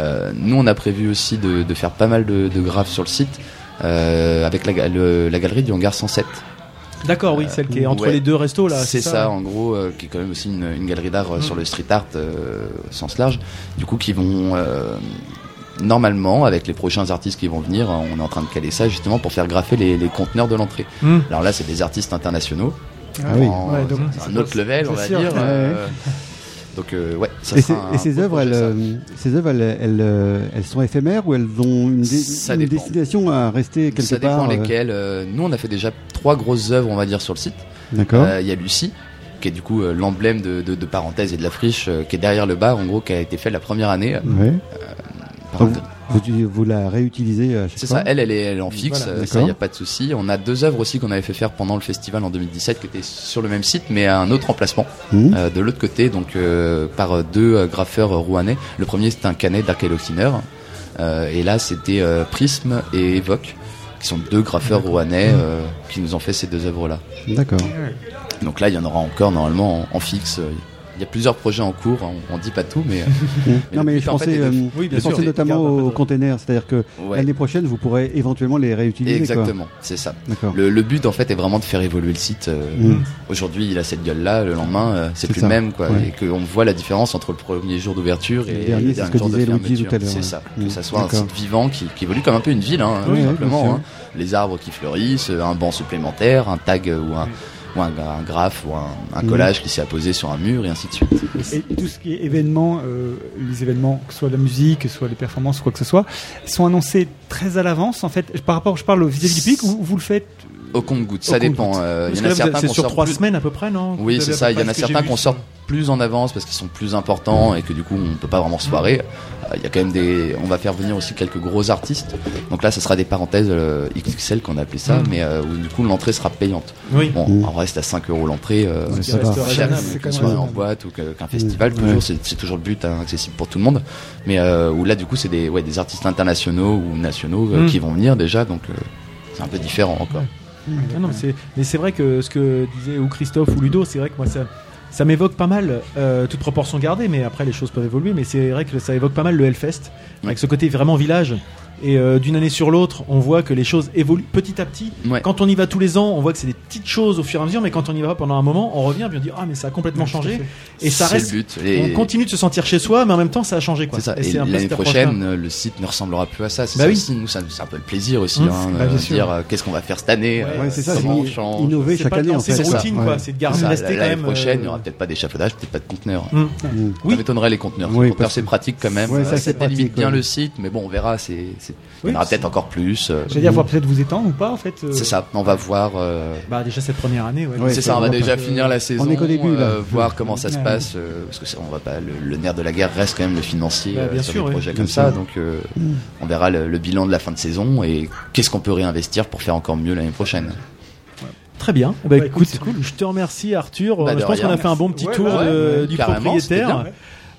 Speaker 9: Euh, nous, on a prévu aussi de, de faire pas mal de, de graphes sur le site euh, avec la, ga- le- la galerie du hangar 107.
Speaker 3: D'accord, oui, celle qui est entre
Speaker 9: Ouais.
Speaker 3: les deux restos là.
Speaker 9: C'est ça, en gros, euh, qui est quand même aussi une, une galerie d'art euh,
Speaker 3: Mm.
Speaker 9: sur le street art euh, au sens large. Du coup, qui vont euh, normalement avec les prochains artistes qui vont venir, euh, on est en train de caler ça justement pour faire graffer les, les conteneurs de l'entrée.
Speaker 3: Mm.
Speaker 9: Alors là, c'est des artistes internationaux.
Speaker 8: Ah oui.
Speaker 9: En-
Speaker 8: Ouais, donc,
Speaker 9: c'est
Speaker 8: c'est
Speaker 9: un autre
Speaker 8: sûr.
Speaker 9: level, on
Speaker 8: C'est
Speaker 9: va
Speaker 8: sûr.
Speaker 9: dire.
Speaker 8: Ouais,
Speaker 9: euh, donc euh, ouais, ça
Speaker 8: et,
Speaker 9: sera
Speaker 8: ces-
Speaker 9: un
Speaker 8: et ces
Speaker 9: beau
Speaker 8: œuvres,
Speaker 9: projet,
Speaker 8: elles,
Speaker 9: ça.
Speaker 8: euh, ces œuvres, elles, elles, euh, elles sont éphémères ou elles ont une, dé-
Speaker 9: Ça
Speaker 8: une
Speaker 9: dépend.
Speaker 8: destination à rester quelque
Speaker 9: Ça
Speaker 8: part
Speaker 9: dépend
Speaker 8: euh,
Speaker 9: lesquelles. Euh, Nous, on a fait déjà trois grosses œuvres, on va dire, sur le site.
Speaker 8: D'accord.
Speaker 9: Euh, Il y a Lucie, qui est du coup euh, l'emblème de, de, de parenthèse et de la friche, euh, qui est derrière le bar, en gros, qui a été faite la première année. euh,
Speaker 8: Ouais.
Speaker 9: par
Speaker 8: Donc, vous, vous la réutilisez à chaque
Speaker 9: c'est
Speaker 8: fois
Speaker 9: ça, elle, elle est, elle est en fixe,
Speaker 8: Voilà,
Speaker 9: euh, ça,
Speaker 8: d'accord.
Speaker 9: il n'y a pas de souci. On a deux œuvres aussi qu'on avait fait faire pendant le festival en 2017, qui étaient sur le même site, mais à un autre emplacement,
Speaker 8: Mhm.
Speaker 9: euh, de l'autre côté, donc euh, par euh, deux euh, graffeurs euh, rouennais. Le premier, c'était un canet d'Archéloxiner, euh, et là, c'était euh, Prisme et Evoque, qui sont deux graffeurs rouennais euh, qui nous ont fait ces deux œuvres-là.
Speaker 8: Mmh. D'accord.
Speaker 9: Donc là, il y en aura encore normalement en, en fixe. euh, Il y a plusieurs projets en cours, hein, on, on dit pas tout, mais.
Speaker 8: Mm.
Speaker 9: mais
Speaker 8: non
Speaker 9: le
Speaker 8: mais
Speaker 9: but,
Speaker 8: je
Speaker 9: en fait,
Speaker 8: pensais,
Speaker 9: est de-
Speaker 8: euh,
Speaker 9: oui, bien
Speaker 8: je
Speaker 9: sûr,
Speaker 8: pensais
Speaker 9: de-
Speaker 8: notamment aux containers, c'est-à-dire que
Speaker 9: Ouais.
Speaker 8: l'année prochaine vous pourrez éventuellement les réutiliser. quoi.
Speaker 9: Exactement, c'est ça.
Speaker 8: D'accord.
Speaker 9: Le, le but en fait est vraiment de faire évoluer le site. euh,
Speaker 8: Mm.
Speaker 9: Aujourd'hui, il a cette gueule-là, le lendemain, euh, c'est
Speaker 8: C'est
Speaker 9: plus
Speaker 8: ça,
Speaker 9: le même, quoi, et
Speaker 8: ouais.
Speaker 9: qu'on voit la différence entre le premier jour d'ouverture et
Speaker 8: Le dernier, c'est ce que
Speaker 9: jour de
Speaker 8: disait Luigi
Speaker 9: fermeture.
Speaker 8: tout à l'heure,
Speaker 9: C'est
Speaker 8: ouais.
Speaker 9: ça.
Speaker 8: Mm.
Speaker 9: Que ça soit un
Speaker 8: D'accord.
Speaker 9: site vivant qui, qui évolue comme un peu une ville, hein,
Speaker 8: Oui,
Speaker 9: tout
Speaker 8: oui, bien
Speaker 9: simplement.
Speaker 8: sûr.
Speaker 9: hein. Les arbres qui fleurissent, un banc supplémentaire, un tag euh, ou un, ou un, gra- un graphe ou un, un
Speaker 6: Mm.
Speaker 9: collage qui s'est apposé sur un mur et ainsi de suite.
Speaker 6: Et tout ce qui est événements, euh, les événements, que ce soit la musique, que ce soit les performances, quoi que ce soit, sont annoncés très à l'avance. En fait, par rapport, je parle au vis-à-vis du pic, ou vous le faites
Speaker 9: Au compte-goutte,
Speaker 6: Au
Speaker 9: ça dépend.
Speaker 6: compte-goutte.
Speaker 9: euh,
Speaker 6: Parce
Speaker 9: Il
Speaker 6: que
Speaker 9: y en a
Speaker 6: là, vous
Speaker 9: certains
Speaker 6: avez- c'est
Speaker 9: qu'on
Speaker 6: sur
Speaker 9: sort
Speaker 6: trois
Speaker 9: plus-
Speaker 6: semaines à peu près, non
Speaker 9: Oui,
Speaker 6: Vous
Speaker 9: c'est
Speaker 6: avez
Speaker 9: ça.
Speaker 6: à peu
Speaker 9: Il y en
Speaker 6: près
Speaker 9: a
Speaker 6: ce que j'ai
Speaker 9: certains
Speaker 6: vu,
Speaker 9: qu'on sort plus en avance parce qu'ils sont plus importants et que du coup on peut pas vraiment
Speaker 6: Mm.
Speaker 9: se foirer. Euh, Il y a quand même des. On va faire venir aussi quelques gros artistes. Donc là, ça sera des parenthèses euh, XXL qu'on a appelé ça,
Speaker 6: Mm.
Speaker 9: mais euh, où du coup l'entrée sera payante.
Speaker 6: Oui.
Speaker 9: Bon, on reste à 5 euros l'entrée. euh,
Speaker 8: Ouais, Mm. ça
Speaker 9: cher,
Speaker 8: va. C'est
Speaker 9: cher,
Speaker 8: raisonnable,
Speaker 9: que
Speaker 8: c'est
Speaker 9: ce
Speaker 8: quand même
Speaker 9: soit en
Speaker 8: raisonnable.
Speaker 9: boîte ou que- qu'un festival,
Speaker 8: Mm.
Speaker 9: toujours,
Speaker 8: Ouais.
Speaker 9: c'est c'est toujours le but, hein, accessible pour tout le monde. Mais euh, où là, du coup, c'est des, ouais, des artistes internationaux ou nationaux euh,
Speaker 3: Mm.
Speaker 9: qui vont venir déjà, donc euh, c'est un peu différent encore.
Speaker 3: Ah non, mais c'est- mais c'est vrai que ce que disait ou Christophe ou Ludo, c'est vrai que moi ça, ça m'évoque pas mal, euh, toute proportion gardée, mais après les choses peuvent évoluer, mais c'est vrai que ça évoque pas mal le Hellfest, avec ce côté vraiment village. Et euh, d'une année sur l'autre, on voit que les choses évoluent petit à petit. Quand on y va tous les ans, on voit que c'est des petites choses au fur et à mesure, mais quand on y va pendant un moment, on revient et on dit ah mais ça a complètement
Speaker 9: Oui, tout à
Speaker 3: changé.
Speaker 9: fait.
Speaker 3: Et ça
Speaker 9: C'est
Speaker 3: reste.
Speaker 9: le but, les-
Speaker 3: On continue de se sentir chez soi, mais en même temps ça a changé quoi.
Speaker 9: C'est ça.
Speaker 3: Et
Speaker 9: Et
Speaker 3: c'est un peu
Speaker 9: l'année
Speaker 3: cette approche-là.
Speaker 9: prochaine, euh, le site ne ressemblera plus à ça. C'est
Speaker 3: Bah
Speaker 9: ça
Speaker 3: oui.
Speaker 9: aussi, nous, ça- c'est un peu le plaisir aussi,
Speaker 3: Mmh.
Speaker 9: hein,
Speaker 3: Bah, bien
Speaker 9: euh,
Speaker 3: sûr.
Speaker 9: dire euh, qu'est-ce qu'on va faire cette année,
Speaker 3: Ouais,
Speaker 9: euh,
Speaker 3: c'est ça,
Speaker 9: comment
Speaker 3: c'est
Speaker 9: on change.
Speaker 8: innover C'est chaque pas année, de en lancer fait,
Speaker 9: C'est
Speaker 8: ses
Speaker 9: ça.
Speaker 8: routines, quoi, Ouais. c'est de garder-
Speaker 9: ça,
Speaker 8: rester
Speaker 9: L'année
Speaker 8: quand même,
Speaker 9: prochaine, il n'y
Speaker 8: euh,
Speaker 9: aura peut-être pas des chafaudages, peut-être pas de conteneurs.
Speaker 3: Mmh.
Speaker 8: Mmh.
Speaker 9: Ça m'étonnerait les conteneurs.
Speaker 8: Oui,
Speaker 9: les conteneurs,
Speaker 8: parce
Speaker 9: c'est
Speaker 8: que-
Speaker 9: pratique quand même.
Speaker 8: Ouais, ça,
Speaker 9: Euh,
Speaker 8: c'est pratique,
Speaker 9: limite bien
Speaker 8: ouais.
Speaker 9: le site, mais bon, on verra. c'est c'est- Il
Speaker 6: Oui,
Speaker 9: y en aura
Speaker 6: c'est-
Speaker 9: peut-être encore plus. euh,
Speaker 6: J'allais dire, voir peut-être vous étendre ou pas, en fait. euh,
Speaker 9: C'est ça, on va voir. euh,
Speaker 3: Bah déjà cette première année, ouais.
Speaker 9: c'est ça, on va déjà finir la saison,
Speaker 3: est qu'au début, là.
Speaker 9: euh, voir comment ça se
Speaker 3: Ouais.
Speaker 9: passe, euh, parce que ça, on va pas le, le nerf de la guerre reste quand même le financier
Speaker 3: Bah,
Speaker 9: euh,
Speaker 3: bien
Speaker 9: sur
Speaker 3: sûr,
Speaker 9: des
Speaker 3: ouais.
Speaker 9: projets
Speaker 3: Bien
Speaker 9: comme
Speaker 3: sûr.
Speaker 9: ça, donc euh,
Speaker 3: Mm.
Speaker 9: on verra le, le bilan de la fin de saison et qu'est-ce qu'on peut réinvestir pour faire encore mieux l'année prochaine.
Speaker 3: Très bien. Bah, écoute, je te remercie Arthur.
Speaker 9: Bah,
Speaker 3: je
Speaker 9: de
Speaker 3: pense
Speaker 9: rien.
Speaker 3: qu'on a fait un bon petit
Speaker 9: Ouais, bah,
Speaker 3: tour
Speaker 9: ouais,
Speaker 3: de-
Speaker 9: ouais,
Speaker 3: du
Speaker 9: carrément,
Speaker 3: propriétaire.
Speaker 9: c'était bien, ouais.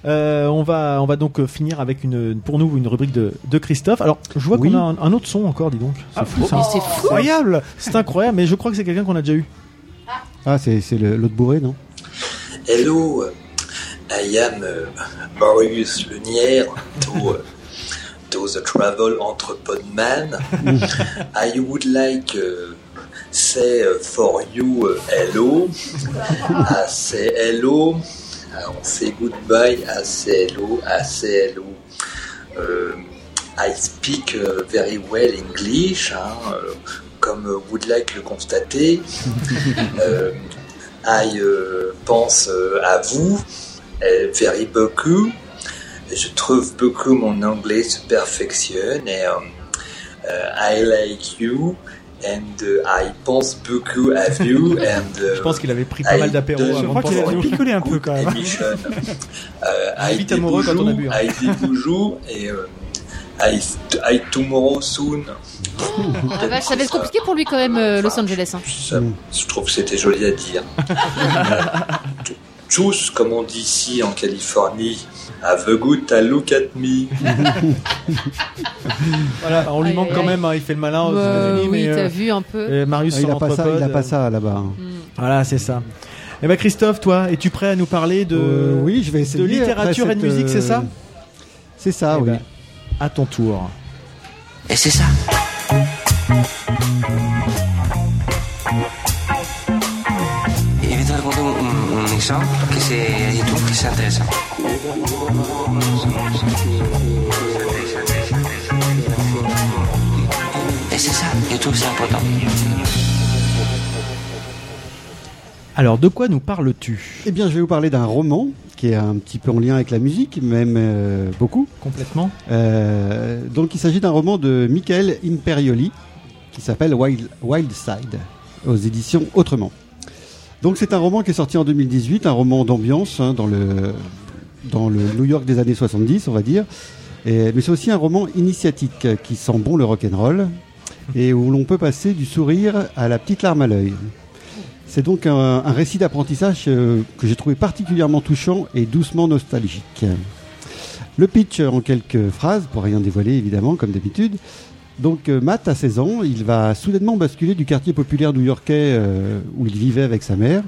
Speaker 3: Euh, on va on va donc euh, finir avec une pour nous une rubrique de, de Christophe. Alors je vois qu'on a un, un autre son encore, dis donc.
Speaker 9: Ah,
Speaker 3: C'est fou,
Speaker 6: oh,
Speaker 3: ça.
Speaker 6: mais c'est fou.
Speaker 3: incroyable. C'est incroyable, mais je crois que c'est quelqu'un qu'on a déjà eu.
Speaker 8: Ah c'est c'est le- l'autre bourré non
Speaker 10: Hello I am euh, Marius Lunière to, euh, to the travel entrepot man. I would like euh, say euh, for you euh, hello. I say hello. I say goodbye. I say hello. I say hello. Euh, I speak euh, very well English, hein, euh, comme euh, would like le constater. Euh, I euh, pense euh, à vous, euh, very beaucoup. Je trouve beaucoup mon anglais se perfectionne et euh, euh, I like you and euh, I pense beaucoup à
Speaker 3: *laughs*
Speaker 10: vous. And, euh,
Speaker 3: Je pense qu'il avait pris pas
Speaker 10: I
Speaker 3: mal d'apéros
Speaker 10: don't
Speaker 3: avant
Speaker 6: Je crois
Speaker 3: de
Speaker 6: qu'il
Speaker 3: penser
Speaker 6: a
Speaker 3: à nous.
Speaker 6: picolé un peu quand même.
Speaker 8: *laughs*
Speaker 10: Mission. Euh, I
Speaker 3: Vite
Speaker 10: did
Speaker 3: amoureux quand on a
Speaker 10: bonjour,
Speaker 3: bu, hein.
Speaker 10: I did bonjour et euh, I, I tomorrow soon.
Speaker 4: Ah la vache, ça va être compliqué pour lui quand même, euh, Los Angeles. hein.
Speaker 10: Ça,
Speaker 8: Mmh.
Speaker 10: Je trouve que c'était joli à dire. Euh, t- Tous, comme on dit ici en Californie, have a good a look at me.
Speaker 3: *laughs* Voilà, on lui
Speaker 4: Aïe,
Speaker 3: manque
Speaker 4: aïe,
Speaker 3: quand
Speaker 4: aïe.
Speaker 3: même, hein, il fait le malin aux
Speaker 4: Euh,
Speaker 3: États-Unis,
Speaker 4: oui,
Speaker 3: mais,
Speaker 4: t'as
Speaker 3: euh,
Speaker 4: vu un peu. Mm.
Speaker 3: euh, Marius,
Speaker 8: Ah, il
Speaker 3: son
Speaker 8: a pas ça, il a
Speaker 3: entrepode,
Speaker 8: pas ça là-bas. hein.
Speaker 3: Voilà, c'est ça. Eh ben Christophe, toi, es-tu prêt à nous parler de
Speaker 8: Euh, oui, je vais essayer.
Speaker 3: de littérature
Speaker 8: après
Speaker 3: et de musique,
Speaker 8: cette,
Speaker 3: c'est ça Eh ben,
Speaker 8: euh, C'est ça, oui.
Speaker 3: À ton tour.
Speaker 11: Et c'est ça.
Speaker 16: Et je vais te raconter un, un- un exemple que c'est je trouve que c'est intéressant. Et c'est ça, je trouve que c'est important.
Speaker 3: Alors, de quoi nous parles-tu
Speaker 8: Eh bien, je vais vous parler d'un roman qui est un petit peu en lien avec la musique, même euh, beaucoup.
Speaker 3: Complètement.
Speaker 8: Euh, donc, il s'agit d'un roman de Michael Imperioli qui s'appelle Wild, Wildside aux éditions Autrement. Donc, c'est un roman qui est sorti en 2018, un roman d'ambiance hein, dans, le, dans le New York des années 70, on va dire. Et- mais c'est aussi un roman initiatique euh, qui sent bon le rock'n'roll et où l'on peut passer du sourire à la petite larme à l'œil. C'est donc un, un récit d'apprentissage euh, que j'ai trouvé particulièrement touchant et doucement nostalgique. Le pitch euh, en quelques phrases, pour rien dévoiler évidemment, comme d'habitude. Donc euh, Matt, à 16 ans, il va soudainement basculer du quartier populaire new-yorkais euh, où il vivait avec sa mère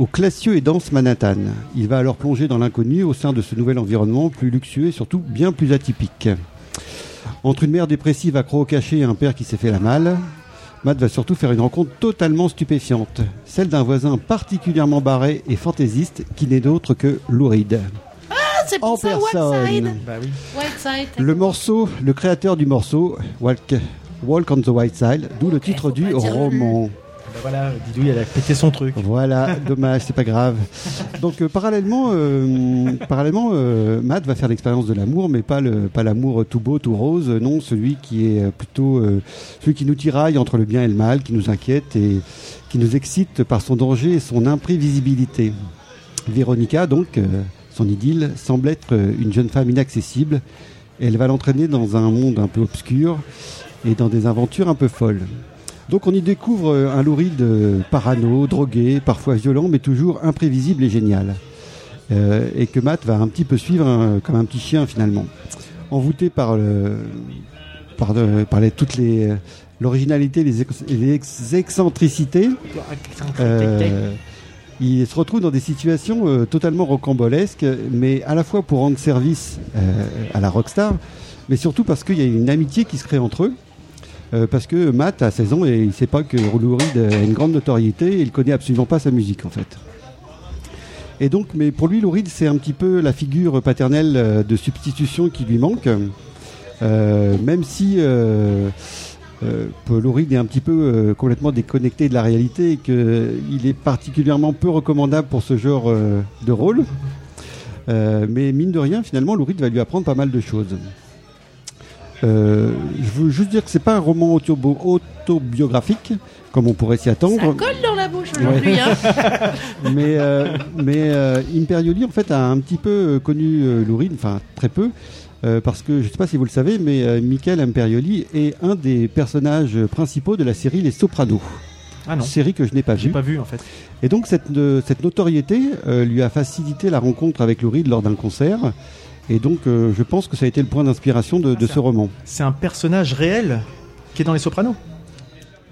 Speaker 8: au classieux et dense Manhattan. Il va alors plonger dans l'inconnu au sein de ce nouvel environnement plus luxueux et surtout bien plus atypique. Entre une mère dépressive à crocs au cachet et un père qui s'est fait la malle, Matt va surtout faire une rencontre totalement stupéfiante, celle d'un voisin particulièrement barré et fantaisiste qui n'est d'autre que Louride.
Speaker 7: Ah, c'est pour
Speaker 8: En
Speaker 7: ça,
Speaker 8: personne.
Speaker 7: Whiteside.
Speaker 3: Bah oui.
Speaker 7: Whiteside.
Speaker 8: Le morceau, le créateur du morceau, Walk, Walk on the White Side, d'où le titre du roman.
Speaker 3: Ben voilà, Didouille, elle a pété son truc. *laughs*
Speaker 8: Voilà, dommage, c'est pas grave. Donc euh, parallèlement, euh, parallèlement, euh, Matt va faire l'expérience de l'amour, mais pas le pas l'amour tout beau, tout rose, euh, non, celui qui est euh, plutôt euh, celui qui nous tiraille entre le bien et le mal, qui nous inquiète et qui nous excite par son danger et son imprévisibilité. Véronica, donc, euh, son idylle, semble être euh, une jeune femme inaccessible. Elle va l'entraîner dans un monde un peu obscur et dans des aventures un peu folles. Donc on y découvre euh, un louride euh, parano, drogué, parfois violent, mais toujours imprévisible et génial. Euh, et que Matt va un petit peu suivre hein, comme un petit chien finalement. Envoûté par, le, par, de- par les- toutes les, euh, l'originalité les ex- et les ex- excentricités, euh, il se retrouve dans des situations euh, totalement rocambolesques, mais à la fois pour rendre service euh, à la rockstar, mais surtout parce qu'il y a une amitié qui se crée entre eux. Euh, parce que Matt a 16 ans et il sait pas que Lou Reed a une grande notoriété et il connaît absolument pas sa musique en fait. Et donc, mais pour lui, Lou Reed, c'est un petit peu la figure paternelle euh, de substitution qui lui manque. Euh, même si euh, euh, Lou Reed est un petit peu euh, complètement déconnecté de la réalité et qu'il est particulièrement peu recommandable pour ce genre euh, de rôle. Euh, mais mine de rien, finalement, Lou Reed va lui apprendre pas mal de choses. Euh, je veux juste dire que c'est pas un roman autobo- autobiographique, comme on pourrait s'y attendre.
Speaker 7: Ça colle dans la bouche aujourd'hui.
Speaker 8: Ouais.
Speaker 7: Hein.
Speaker 8: *laughs* mais euh, mais euh, Imperioli en fait a un petit peu euh, connu euh, Lou Reed, enfin très peu, euh, parce que je sais pas si vous le savez, mais euh, Michael Imperioli est un des personnages principaux de la série Les Sopranos.
Speaker 3: Ah non.
Speaker 8: Série que je n'ai pas vue.
Speaker 3: J'ai pas vu en fait.
Speaker 8: Et donc cette, euh, cette notoriété euh, lui a facilité la rencontre avec Lou Reed lors d'un concert. Et donc euh, je pense que ça a été le
Speaker 3: Ah,
Speaker 8: point d'inspiration de, de ce roman.
Speaker 3: C'est un personnage réel qui est dans Les Sopranos.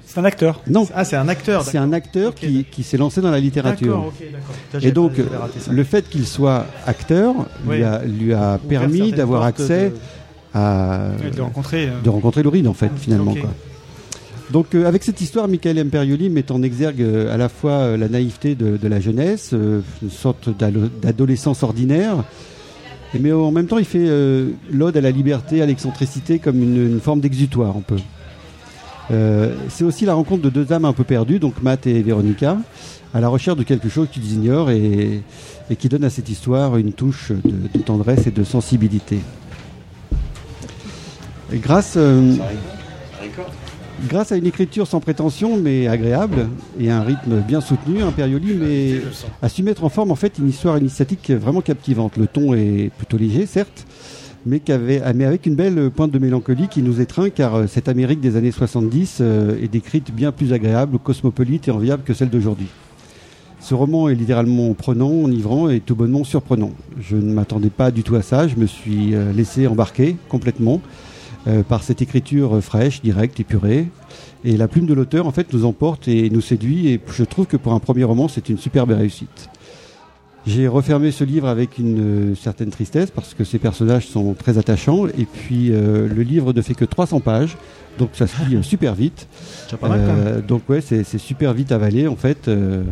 Speaker 6: C'est un acteur.
Speaker 8: Non.
Speaker 3: Ah, c'est un acteur.
Speaker 8: C'est un acteur qui, qui s'est lancé dans la littérature.
Speaker 3: D'accord, ok, d'accord. Putain,
Speaker 8: Et
Speaker 3: j'avais
Speaker 8: donc,
Speaker 3: pas- j'avais raté ça.
Speaker 8: le fait qu'il soit acteur
Speaker 3: Oui.
Speaker 8: lui a, lui
Speaker 3: Ouvert
Speaker 8: a permis
Speaker 3: certaines
Speaker 8: d'avoir
Speaker 3: portes
Speaker 8: accès
Speaker 3: de-
Speaker 8: à.
Speaker 6: Et de rencontrer, euh,
Speaker 8: de rencontrer Lauride, en fait, finalement.
Speaker 6: ok.
Speaker 8: quoi. Donc, euh, avec cette histoire, Michael Imperioli met en exergue euh, à la fois euh, la naïveté de, de la jeunesse, euh, une sorte d'alo- d'adolescence ordinaire, et- mais en même temps, il fait euh, l'ode à la liberté, à l'excentricité, comme une, une forme d'exutoire, un peu. Euh, c'est aussi la rencontre de deux âmes un peu perdues, donc Matt et Véronica, à la recherche de quelque chose qu'ils ignorent et, et qui donne à cette histoire une touche de, de tendresse et de sensibilité. Et grâce, euh,
Speaker 14: 嗯
Speaker 8: grâce à une écriture sans prétention mais agréable et à un rythme bien soutenu, Imperioli mais a su mettre en forme en fait une histoire initiatique vraiment captivante. Le ton est plutôt léger, certes, mais, qu'avait- mais avec une belle pointe de mélancolie qui nous étreint car euh, cette Amérique des années 70 euh, est décrite bien plus agréable, cosmopolite et enviable que celle d'aujourd'hui. Ce roman est littéralement prenant, enivrant et tout bonnement surprenant. Je ne m'attendais pas du tout à ça, je me suis euh, laissé embarquer complètement euh, par cette écriture euh, fraîche, directe, épurée. Et la plume de l'auteur, en fait, nous emporte et nous séduit. Et je trouve que pour un premier roman, c'est une superbe réussite. J'ai refermé ce livre avec une euh, certaine tristesse parce que ces personnages sont très attachants. Et puis, euh, le livre ne fait que 300 pages, donc ça se lit euh,
Speaker 3: *laughs*
Speaker 8: super vite. Euh,
Speaker 3: Déjà pas mal, quand même.
Speaker 8: donc, ouais, c'est c'est super vite avalé, en fait. euh.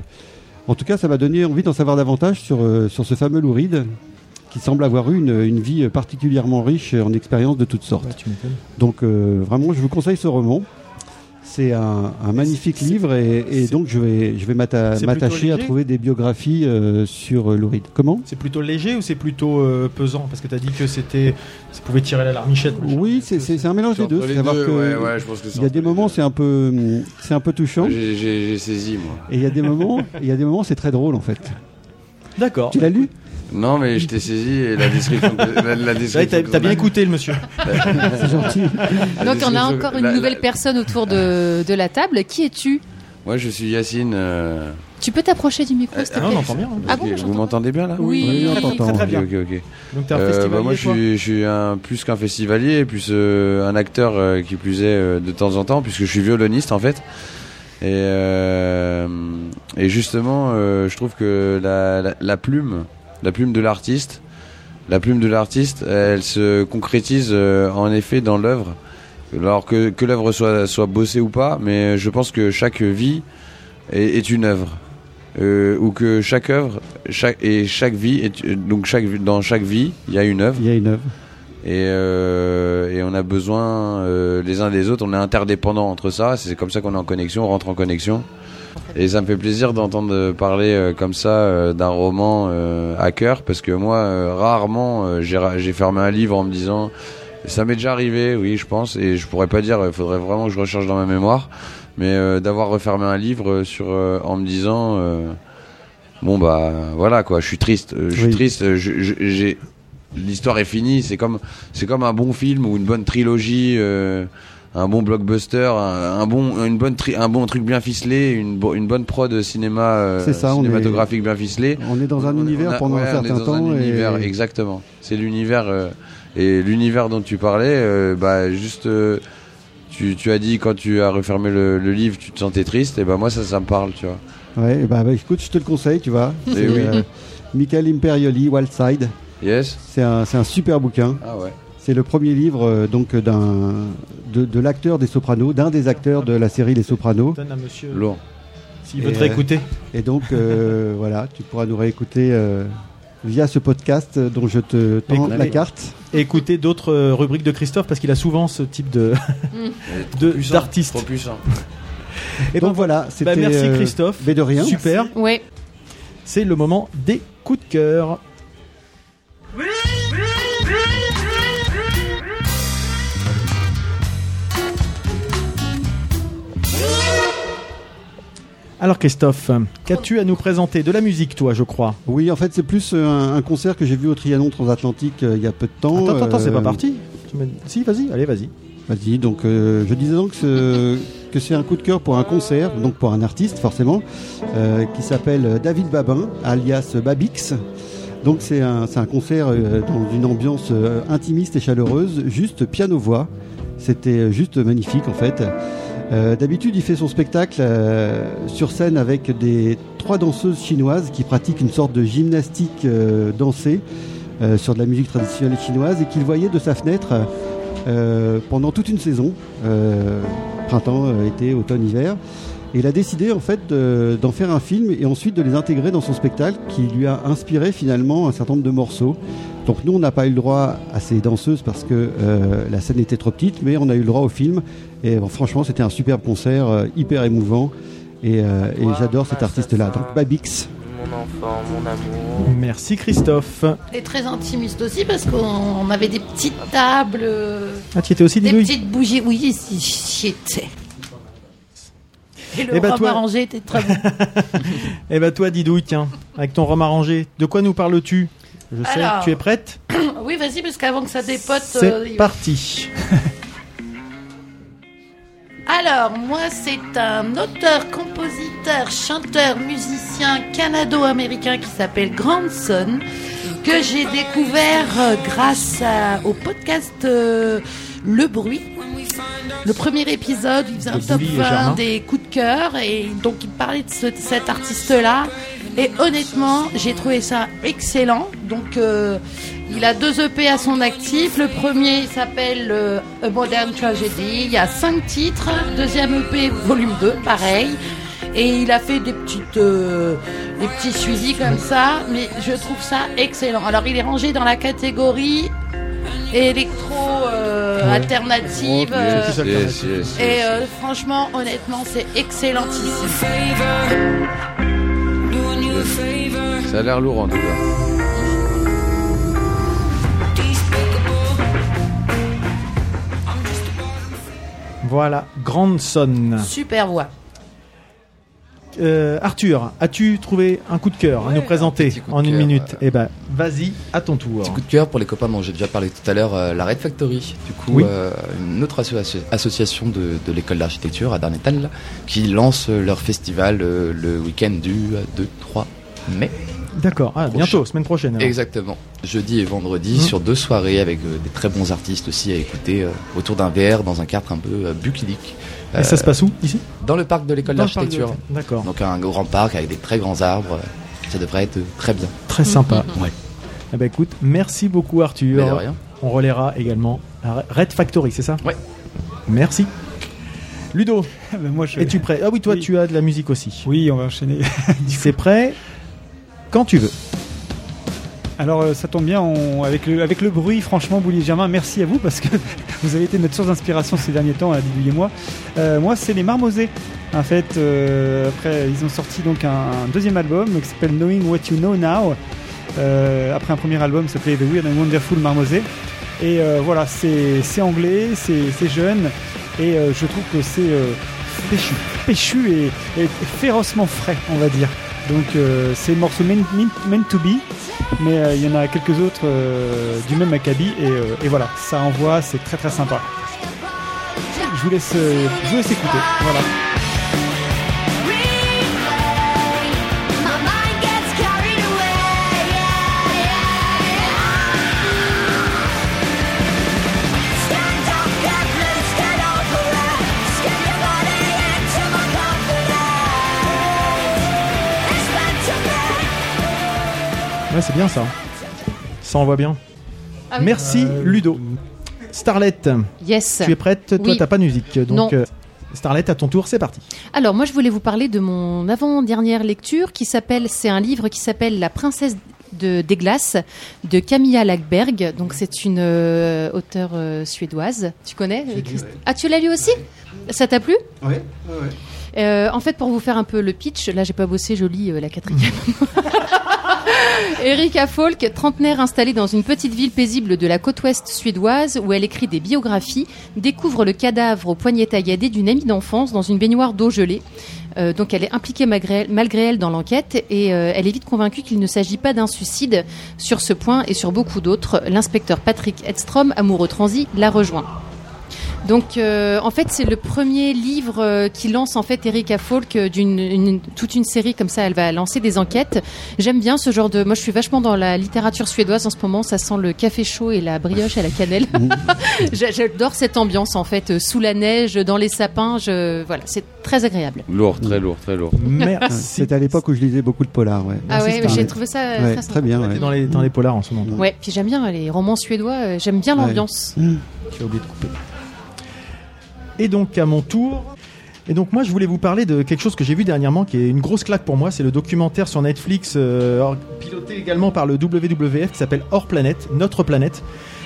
Speaker 8: en tout cas, ça m'a donné envie d'en savoir davantage sur, euh, sur ce fameux Louride qui semble avoir eu une, une vie particulièrement riche en expériences de toutes sortes. donc, euh, vraiment, je vous conseille ce roman. C'est un, un magnifique livre et, et donc je vais, je vais m'atta-
Speaker 3: C'est plutôt
Speaker 8: m'attacher à
Speaker 3: léger
Speaker 8: trouver des biographies euh, sur euh, Louride. Comment
Speaker 3: C'est plutôt léger ou c'est plutôt euh, pesant Parce que t'as dit que c'était, ça pouvait tirer la larmichette.
Speaker 8: Oui, c'est- c'est c'est un mélange
Speaker 3: C'est
Speaker 8: des deux.
Speaker 3: entre les
Speaker 8: C'est-à-dire
Speaker 3: deux,
Speaker 8: que
Speaker 3: ouais, ouais, je pense que c'est
Speaker 8: il y a des moments, c'est un peu, hum, c'est un peu touchant.
Speaker 17: J'ai- J'ai j'ai saisi, moi.
Speaker 8: Et il y a
Speaker 3: *laughs*
Speaker 8: des moments, il y a des moments, c'est très drôle en fait.
Speaker 3: D'accord.
Speaker 8: Tu l'as lu
Speaker 17: Non, mais je t'ai saisi et la description. que- la, la description
Speaker 3: t'as-
Speaker 17: que
Speaker 3: t'as bien
Speaker 17: on a-
Speaker 3: écouté le monsieur.
Speaker 17: *laughs* La-
Speaker 3: C'est gentil.
Speaker 17: la
Speaker 4: Donc on a
Speaker 17: description-
Speaker 4: encore une
Speaker 17: la- la-
Speaker 4: nouvelle personne autour de, de la table. Qui es-tu
Speaker 17: Moi, je suis Yacine. euh,
Speaker 4: Tu peux t'approcher du micro, s'il te plaît Ah
Speaker 3: hein.
Speaker 17: Ok,
Speaker 4: bon, j'entends
Speaker 17: vous m'entendez bien là
Speaker 4: Oui, Oui, on t'entend.
Speaker 17: Ok,
Speaker 4: très, très
Speaker 17: ok, ok.
Speaker 3: Donc, t'es un
Speaker 17: Euh,
Speaker 3: festivalier,
Speaker 17: bah, Moi, je
Speaker 3: toi
Speaker 17: suis, je suis un, plus qu'un festivalier, plus euh, un acteur euh, qui plus est euh, de temps en temps, puisque je suis violoniste en fait. Et, euh, et justement, euh, je trouve que la, la- la plume, la plume de l'artiste, la plume de l'artiste, elle se concrétise euh, en effet dans l'œuvre. Alors que, que l'œuvre soit, soit bossée ou pas, mais je pense que chaque vie est, est une œuvre. Euh, ou que chaque œuvre chaque, et chaque vie, est, euh, donc chaque, dans chaque vie, il y a une œuvre.
Speaker 8: Il y a une œuvre.
Speaker 17: Et, euh, et on a besoin euh, les uns des autres, on est interdépendants entre ça, c'est comme ça qu'on est en connexion, on rentre en connexion. Et ça me fait plaisir d'entendre parler euh, comme ça euh, d'un roman euh, à cœur, parce que moi, euh, rarement, euh, j'ai ra- j'ai fermé un livre en me disant, ça m'est déjà arrivé, oui, je pense, et je pourrais pas dire, il faudrait vraiment que je recherche dans ma mémoire, mais euh, d'avoir refermé un livre euh, sur, euh, en me disant, euh, bon bah voilà quoi, je suis triste, euh, je suis
Speaker 8: Oui.
Speaker 17: triste, euh, je- je- j'ai l'histoire est finie, c'est comme c'est comme un bon film ou une bonne trilogie, euh, un bon blockbuster, un, un bon une bonne tri- un bon truc bien ficelé, une bo- une bonne prod cinéma euh,
Speaker 8: C'est ça, on est-
Speaker 17: cinématographique bien ficelée.
Speaker 8: On est dans un univers
Speaker 17: On a-
Speaker 8: pendant
Speaker 17: ouais,
Speaker 8: un
Speaker 17: on est
Speaker 8: certain
Speaker 17: dans un
Speaker 8: temps et
Speaker 17: univers, exactement. C'est l'univers euh, et l'univers dont tu parlais, euh, bah juste. euh, tu, tu as dit quand tu as refermé le, le livre, tu te sentais triste, et ben moi ça, ça me parle, tu vois.
Speaker 8: Ouais, bah, bah, écoute, je te le conseille, tu vois.
Speaker 17: Eh
Speaker 8: C'est, euh,
Speaker 17: oui.
Speaker 8: Michael Imperioli, Wildside.
Speaker 17: Yes.
Speaker 8: C'est un, c'est un super bouquin.
Speaker 17: Ah ouais.
Speaker 8: C'est le premier livre euh, donc d'un de, de l'acteur des Sopranos, d'un des acteurs de la série Les Sopranos.
Speaker 3: Donne à monsieur.
Speaker 17: Lourd.
Speaker 3: S'il veut
Speaker 8: Et,
Speaker 3: te réécouter.
Speaker 8: euh, et donc
Speaker 3: *laughs*
Speaker 8: euh, voilà, tu pourras nous réécouter euh, via ce podcast euh, dont je te tends
Speaker 3: Écoutez-
Speaker 8: la carte.
Speaker 3: Et écoutez d'autres euh, rubriques de Christophe parce qu'il a souvent ce type de *laughs* de- d'artiste. Et donc,
Speaker 8: voilà,
Speaker 3: Bah,
Speaker 8: c'était,
Speaker 3: merci
Speaker 8: euh,
Speaker 3: Christophe.
Speaker 8: mais de rien.
Speaker 3: Super.
Speaker 4: Ouais.
Speaker 3: C'est le moment des coups de cœur. Alors Christophe,
Speaker 8: Oh,
Speaker 3: qu'as-tu à nous présenter De la musique, toi, je crois.
Speaker 8: Oui, en fait, c'est plus euh, un, un concert que j'ai vu au Trianon transatlantique euh, il y a peu de temps.
Speaker 3: Attends, attends, attends, c'est
Speaker 8: Euh,
Speaker 3: pas parti Tu m'as- Si, vas-y, allez, vas-y.
Speaker 8: Vas-y, donc euh, je disais donc ce- que c'est un coup de cœur pour un concert, donc pour un artiste forcément, euh, qui s'appelle David Babin, alias Babix. Donc c'est un, c'est un concert euh, dans une ambiance euh, intimiste et chaleureuse, juste piano-voix. C'était juste euh, magnifique en fait. Euh, D'habitude, il fait son spectacle euh, sur scène avec des trois danseuses chinoises qui pratiquent une sorte de gymnastique euh, dansée euh, sur de la musique traditionnelle chinoise et qu'il voyait de sa fenêtre euh, pendant toute une saison, euh, printemps, euh, été, automne, hiver. Et il a décidé en fait de- d'en faire un film et ensuite de les intégrer dans son spectacle qui lui a inspiré finalement un certain nombre de morceaux. Donc nous on n'a pas eu le droit à ces danseuses parce que euh, la scène était trop petite, mais on a eu le droit au film et bon, franchement c'était un superbe concert, euh, hyper émouvant et, euh, et j'adore
Speaker 4: Bah,
Speaker 8: cet artiste-là. Donc bah, Babix.
Speaker 16: Mon enfant, mon amour.
Speaker 3: Merci Christophe.
Speaker 7: Et très intimiste aussi parce qu'on on avait des petites tables. euh,
Speaker 3: Ah, tu y étais aussi,
Speaker 7: Des
Speaker 3: Didouille
Speaker 7: petites bougies. Oui, si, j'y étais. Et le
Speaker 3: Eh ben,
Speaker 7: rhum
Speaker 3: toi-
Speaker 7: arrangé était très bon. *coughs*
Speaker 3: Eh bah toi Didouille, tiens, avec ton rhum arrangé, de quoi nous parles-tu Je sais,
Speaker 7: Alors.
Speaker 3: tu es prête
Speaker 7: oui, vas-y, parce qu'avant que ça dépote. euh,
Speaker 3: C'est
Speaker 7: il-
Speaker 3: parti.
Speaker 7: Alors, moi, c'est un auteur, compositeur, chanteur, musicien canado-américain qui s'appelle Grandson, que j'ai découvert euh, grâce à- au podcast euh, Le Bruit. Le premier épisode, il faisait un
Speaker 4: De
Speaker 7: top
Speaker 4: Bouli et Germain.
Speaker 7: 20 des coups de cœur, et donc il parlait de ce- de cet artiste-là. Et honnêtement, j'ai trouvé ça excellent. Donc, euh, il a deux EP à son actif. Le premier il s'appelle euh, A Modern Tragedy. Il y a cinq titres. Deuxième EP, volume 2, pareil. Et il a fait des petites, euh, des petits suivis comme ça. Mais je trouve ça excellent. Alors, il est rangé dans la catégorie électro euh,
Speaker 9: Ouais.
Speaker 7: alternative.
Speaker 9: Oh,
Speaker 7: euh,
Speaker 9: yes, yes, yes, yes.
Speaker 7: et euh, franchement, honnêtement, c'est excellentissime.
Speaker 9: Ça a l'air lourd en tout cas.
Speaker 3: *laughs* Voilà, Grandson.
Speaker 7: Super voix.
Speaker 3: Euh, Arthur, as-tu trouvé un coup de cœur à nous présenter en une minute Eh ben, vas-y, à ton tour.
Speaker 9: Petit coup de cœur pour les copains dont j'ai déjà parlé tout à l'heure, euh, la Red Factory. Du coup,
Speaker 3: Oui.
Speaker 9: euh, une autre asso- association de, de l'école d'architecture à Darnétal là, qui lance euh, leur festival euh, le week-end du 2-3 mai.
Speaker 3: D'accord, ah, bientôt, semaine prochaine. alors.
Speaker 9: Exactement. Jeudi et vendredi
Speaker 3: Mhm.
Speaker 9: sur deux soirées avec euh, des très bons artistes aussi à écouter euh, autour d'un verre dans un cadre un peu euh, bucolique.
Speaker 3: Et ça se passe où, ici
Speaker 9: Dans le parc de l'école
Speaker 3: Dans le parc de
Speaker 9: d'architecture.
Speaker 3: l'école, D'accord.
Speaker 9: Donc un grand parc avec des très grands arbres. Ça devrait être euh, très bien. Mmh.
Speaker 3: Très sympa.
Speaker 9: *laughs* Ouais.
Speaker 3: Eh ben écoute, merci beaucoup Arthur.
Speaker 9: Mais de rien.
Speaker 3: On relaiera également la Red Factory, c'est ça
Speaker 9: Ouais.
Speaker 3: Merci.
Speaker 6: *laughs*
Speaker 3: Ludo,
Speaker 6: Eh ben, moi, je-
Speaker 3: es-tu prêt Ah oui, toi tu as de la musique aussi.
Speaker 6: Oui, on va enchaîner.
Speaker 3: c'est prêt quand tu veux.
Speaker 6: Alors euh, ça tombe bien, on- avec, le, avec le bruit, franchement, Boulier Germain, merci à vous parce que *laughs* vous avez été notre source d'inspiration ces derniers temps, à Didouille et moi. Euh, moi, c'est les Marmosés. En fait, euh, après, ils ont sorti donc un, un deuxième album qui s'appelle Knowing What You Know Now. Euh, après un premier album, ça s'appelait The Weird and Wonderful Marmosé. Et euh, voilà, c'est c'est anglais, c'est c'est jeune, et euh, je trouve que c'est euh, péchu, péchu et, et férocement frais, on va dire. Donc euh, c'est le morceau meant, Meant- Meant to be, mais euh, il y en a quelques autres euh, du même acabit, et, euh, et voilà, ça envoie, c'est très très sympa. Je vous laisse, euh, je vous laisse écouter, voilà.
Speaker 3: Ouais, c'est bien ça. Ça envoie bien.
Speaker 4: Ah oui.
Speaker 3: Merci Ludo. Starlet,
Speaker 4: Yes.
Speaker 3: tu es prête Toi,
Speaker 4: Oui.
Speaker 3: t'as pas de musique.
Speaker 4: Non.
Speaker 3: Donc, euh, Starlet, à ton tour, c'est parti.
Speaker 4: Alors moi je voulais vous parler de mon avant-dernière lecture qui s'appelle c'est un livre qui s'appelle La princesse de, des glaces de Camilla Lackberg. Donc c'est une euh, auteure euh, suédoise. Tu connais
Speaker 8: J'ai lu,
Speaker 4: Christ-
Speaker 8: ouais.
Speaker 4: Ah tu l'as lu aussi Ça t'a plu
Speaker 8: Ouais,
Speaker 4: Euh, en fait, pour vous faire un peu le pitch, là j'ai pas bossé, je lis euh, la quatrième. Erika Folk, trentenaire installée dans une petite ville paisible de la côte ouest suédoise où elle écrit des biographies, découvre le cadavre au poignet tailladé d'une amie d'enfance dans une baignoire d'eau gelée. Euh, donc elle est impliquée malgré, malgré elle dans l'enquête et euh, elle est vite convaincue qu'il ne s'agit pas d'un suicide. Sur ce point et sur beaucoup d'autres, l'inspecteur Patrick Edstrom, amoureux transi, la rejoint. Donc, euh, en fait, c'est le premier livre euh, qui lance en fait Erika Falk euh, d'une une- toute une série comme ça. Elle va lancer des enquêtes. J'aime bien ce genre de. Moi, je suis vachement dans la littérature suédoise en ce moment. Ça sent le café chaud et la brioche à
Speaker 3: *laughs*
Speaker 4: la cannelle.
Speaker 3: Mmh.
Speaker 4: *laughs* J'a- J'adore cette ambiance en fait, euh, sous la neige, dans les sapins. Je voilà, c'est très agréable.
Speaker 9: Lourd, très lourd, très lourd.
Speaker 3: Merci.
Speaker 8: C'était à l'époque où je lisais beaucoup de polars. Ouais.
Speaker 4: Ah ouais,
Speaker 8: Star,
Speaker 4: j'ai trouvé ça, euh, très
Speaker 8: ouais,
Speaker 4: sympa.
Speaker 8: très bien. ouais.
Speaker 3: Dans les, dans les polars en ce moment.
Speaker 4: Ouais, puis j'aime bien les romans suédois. euh, J'aime bien l'ambiance.
Speaker 3: Mmh. Ouais. J'ai oublié de couper. Et donc à mon tour. Et donc moi je voulais vous parler de quelque chose que j'ai vu dernièrement qui est une grosse claque pour moi, c'est le documentaire sur Netflix euh, or- piloté également par le WWF qui s'appelle Hors Planète, Notre Planète.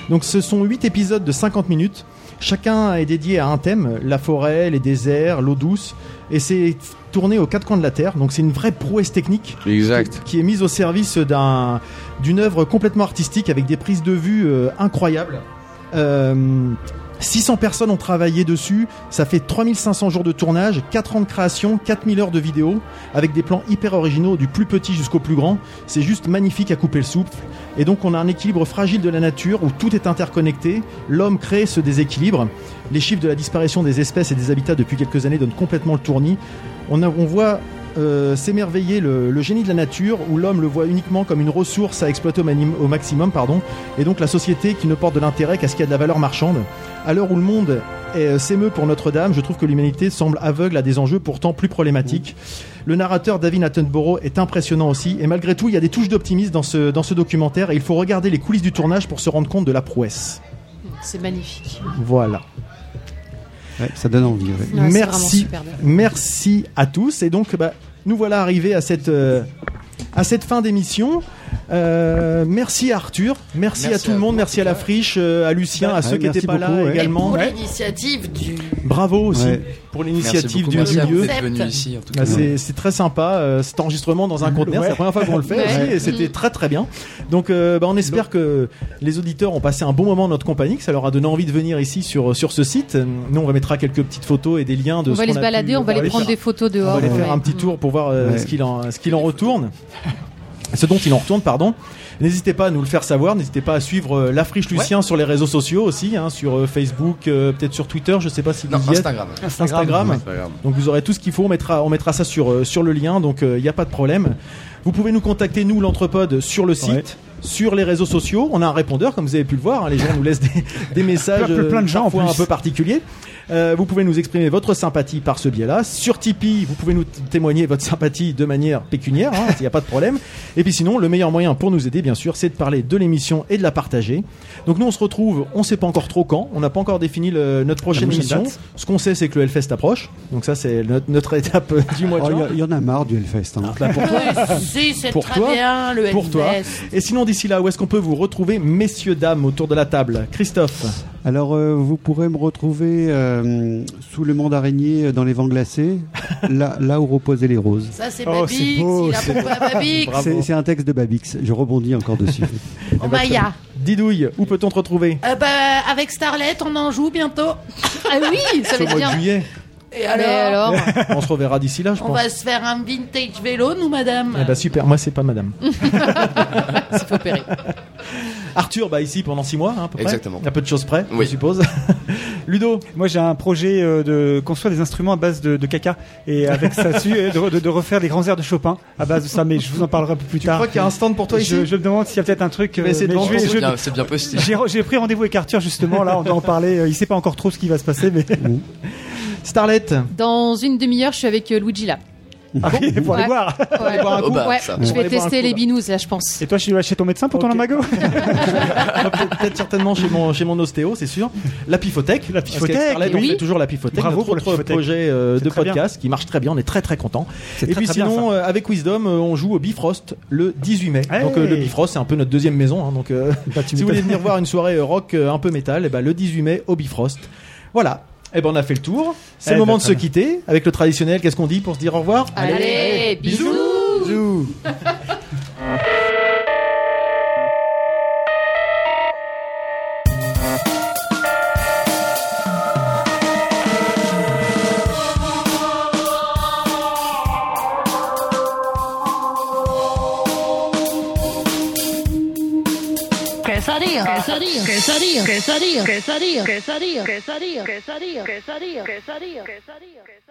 Speaker 3: Donc ce sont 8 épisodes de 50 minutes, chacun est dédié à un thème, la forêt, les déserts, l'eau douce, et c'est tourné aux quatre coins de la Terre, donc c'est une vraie prouesse technique
Speaker 9: Exact.
Speaker 3: qui est mise au service d'un d'une œuvre complètement artistique avec des prises de vue euh, incroyables. Euh, 600 personnes ont travaillé dessus, ça fait 3500 jours de tournage, 4 ans de création, 4000 heures de vidéo, avec des plans hyper originaux du plus petit jusqu'au plus grand. C'est juste magnifique à couper le souffle. Et donc on a un équilibre fragile de la nature où tout est interconnecté, l'homme crée ce déséquilibre. Les chiffres de la disparition des espèces et des habitats depuis quelques années donnent complètement le tournis. On, a- on voit euh, s'émerveiller le, le génie de la nature où l'homme le voit uniquement comme une ressource à exploiter au, mani- au maximum pardon, et donc la société qui ne porte de l'intérêt qu'à ce qu'il y a de la valeur marchande. À l'heure où le monde est- euh, s'émeut pour Notre-Dame, je trouve que l'humanité semble aveugle à des enjeux pourtant plus problématiques. Le narrateur David Attenborough est impressionnant aussi, et malgré tout, il y a des touches d'optimisme dans ce, dans ce documentaire, et il faut regarder les coulisses du tournage pour se rendre compte de la prouesse.
Speaker 4: C'est magnifique.
Speaker 3: Voilà.
Speaker 8: Ouais, ça donne envie. ouais.
Speaker 4: Ouais, c'est vraiment
Speaker 3: merci,
Speaker 4: superbe.
Speaker 3: merci à tous. Et donc, bah, nous voilà arrivés à cette, euh, à cette fin d'émission. Euh, merci à Arthur, merci, à tout le monde, merci à la friche, euh, à Lucien, à
Speaker 8: Ouais,
Speaker 3: ceux qui n'étaient
Speaker 8: merci
Speaker 3: pas
Speaker 8: beaucoup,
Speaker 3: là
Speaker 8: ouais.
Speaker 3: également.
Speaker 7: Pour l'initiative du.
Speaker 3: Bravo aussi
Speaker 8: Ouais.
Speaker 3: pour
Speaker 9: Merci
Speaker 3: l'initiative
Speaker 9: beaucoup,
Speaker 3: du
Speaker 9: merci à vous
Speaker 3: milieu.
Speaker 9: d'être venus ici, en tout
Speaker 3: Bah,
Speaker 9: cas.
Speaker 3: c'est c'est très sympa euh, cet enregistrement dans un conteneur. C'est la
Speaker 9: Ouais.
Speaker 3: première fois qu'on le fait
Speaker 9: Ouais.
Speaker 3: aussi, et
Speaker 9: Mm.
Speaker 3: c'était très très bien. Donc euh, bah, on espère que les auditeurs ont passé un bon moment en notre compagnie, que ça leur a donné envie de venir ici sur, sur ce site. Nous on va mettra quelques petites photos et des liens de
Speaker 4: On
Speaker 3: ce
Speaker 4: va aller
Speaker 3: qu'on
Speaker 4: se
Speaker 3: a pu-
Speaker 4: balader, on va aller prendre
Speaker 3: faire-
Speaker 4: des photos dehors.
Speaker 3: On va aller faire
Speaker 4: ouais.
Speaker 3: un petit tour pour voir euh,
Speaker 8: Ouais.
Speaker 3: ce qu'il en, ce qu'il en retourne. Ce dont il en retourne, pardon. N'hésitez pas à nous le faire savoir. N'hésitez pas à suivre euh, La Friche Lucien sur les réseaux sociaux aussi, hein, sur euh, Facebook, euh, peut-être sur Twitter, je sais pas si
Speaker 9: Non,
Speaker 3: vous y êtes.
Speaker 9: Instagram.
Speaker 3: Instagram.
Speaker 9: Instagram.
Speaker 3: Donc vous aurez tout ce qu'il faut. On mettra, on mettra ça sur, euh, sur le lien, donc il n'y a pas de problème. Vous pouvez nous contacter, nous, l'Entrepode, sur le site. Sur les réseaux sociaux, on a un répondeur, comme vous avez pu le voir, hein, les gens nous laissent
Speaker 6: *laughs*
Speaker 3: des, des messages
Speaker 6: Plein- plein de gens, en
Speaker 3: parfois
Speaker 6: plus.
Speaker 3: un peu particuliers. Euh, vous pouvez nous exprimer votre sympathie par ce biais-là. Sur Tipeee, vous pouvez nous t- témoigner votre sympathie de manière pécuniaire, hein, il n'y a pas de problème. Et puis sinon, le meilleur moyen pour nous aider, bien sûr, c'est de parler de l'émission et de la partager. Donc nous, on se retrouve, on ne sait pas encore trop quand, on n'a pas encore défini le- notre prochaine
Speaker 8: prochaine
Speaker 3: émission.
Speaker 8: date.
Speaker 3: Ce qu'on sait, c'est que le Hellfest approche. Donc ça, c'est notre, notre étape *laughs* euh, du mois de
Speaker 8: Oh, Il
Speaker 3: juin. Ah, bah,
Speaker 8: y a- il y, en a marre du Hellfest. hein.
Speaker 7: Si, Ah, c'est
Speaker 3: Pour
Speaker 7: très
Speaker 3: toi,
Speaker 7: bien, le
Speaker 3: pour toi.
Speaker 7: Hellfest.
Speaker 3: Et sinon, d'ici là, où est-ce qu'on peut vous retrouver, messieurs, dames, autour de la table Christophe
Speaker 8: Alors, euh, vous pourrez me retrouver euh, sous le monde araignée euh, dans les vents glacés, là, là où reposaient les roses.
Speaker 7: Ça, c'est
Speaker 8: Oh,
Speaker 7: Babix,
Speaker 8: c'est beau,
Speaker 7: il a
Speaker 8: c'est-
Speaker 7: propos à Babix.
Speaker 8: C'est c'est un texte de Babix. Je rebondis
Speaker 7: *laughs*
Speaker 8: encore dessus.
Speaker 7: En Maya.
Speaker 3: Didouille, où peut-on te retrouver
Speaker 7: Euh, bah, avec Starlet, on en joue bientôt. Ah oui,
Speaker 3: C'est au mois de juillet.
Speaker 7: Et alors,
Speaker 3: *laughs* On se reverra d'ici là, je
Speaker 7: On
Speaker 3: pense.
Speaker 7: va se faire un vintage vélo, nous, madame.
Speaker 3: Eh ben, super, moi c'est pas madame.
Speaker 7: *laughs*
Speaker 3: *laughs*
Speaker 7: C'est faut opérer.
Speaker 3: Arthur, bah ici pendant 6 mois, hein, à peu près.
Speaker 9: Exactement.
Speaker 3: À peu de choses près, je suppose. Ludo
Speaker 6: Moi j'ai un projet euh, de construire des instruments à base de, de caca et avec ça dessus et de, de- de refaire les grands airs de Chopin à base de ça, mais je vous en parlerai un peu plus tard.
Speaker 3: crois qu'il y a un stand pour toi
Speaker 6: je,
Speaker 3: ici
Speaker 6: Je me demande s'il y a peut-être un truc. euh,
Speaker 3: Tu vas essayer de
Speaker 6: mais
Speaker 3: vendre
Speaker 6: je vais-
Speaker 9: C'est
Speaker 6: je-
Speaker 9: bien- c'est bien possible.
Speaker 6: j'ai re- J'ai pris rendez-vous avec Arthur justement, là on doit en parler, euh, il sait pas encore trop ce qui va se passer mais...
Speaker 3: Starlet
Speaker 4: Dans une demi-heure, je suis avec euh, Luigi là.
Speaker 6: Ah oui, pour aller
Speaker 4: Ouais.
Speaker 6: voir
Speaker 4: Ouais.
Speaker 3: *laughs* Bah,
Speaker 4: Ouais, je vais tester les
Speaker 6: billes.
Speaker 4: binous là, je pense.
Speaker 6: Et toi je suis chez ton médecin pour ton lamago
Speaker 3: Peut-être certainement chez mon, chez mon ostéo, c'est sûr. La pifothèque. La
Speaker 6: pifothèque,
Speaker 3: on
Speaker 6: oui.
Speaker 3: fait toujours la pifothèque.
Speaker 6: Bravo
Speaker 3: notre
Speaker 6: pour la
Speaker 3: autre
Speaker 6: pifothèque.
Speaker 3: projet euh,
Speaker 6: C'est
Speaker 3: de
Speaker 6: très
Speaker 3: podcast qui marche très bien. On est très très content. Et
Speaker 6: très,
Speaker 3: puis
Speaker 6: très bien,
Speaker 3: sinon, euh, avec Wisdom, euh, on joue au Bifrost le 18 mai.
Speaker 6: Hey. Bah,
Speaker 3: Donc euh, le Bifrost, c'est un peu notre deuxième maison. hein. donc
Speaker 6: *laughs*
Speaker 3: euh, *laughs* si vous
Speaker 6: m'étonnes.
Speaker 3: voulez venir voir une soirée euh, rock euh, un peu métal, eh ben, le 18 mai au Bifrost. Voilà. Et ben on a fait le tour. C'est
Speaker 6: Eh
Speaker 3: le moment
Speaker 6: ben,
Speaker 3: de se
Speaker 6: très bien.
Speaker 3: quitter avec le traditionnel. Qu'est-ce qu'on dit pour se dire au revoir
Speaker 4: Allez, bisous.
Speaker 3: Bisous.
Speaker 7: *laughs* Quesadilla.
Speaker 13: quesadilla, quesadilla, quesadilla, quesadilla, quesadilla, quesadilla, quesadilla, quesadilla, quesadilla, quesadilla, quesadilla.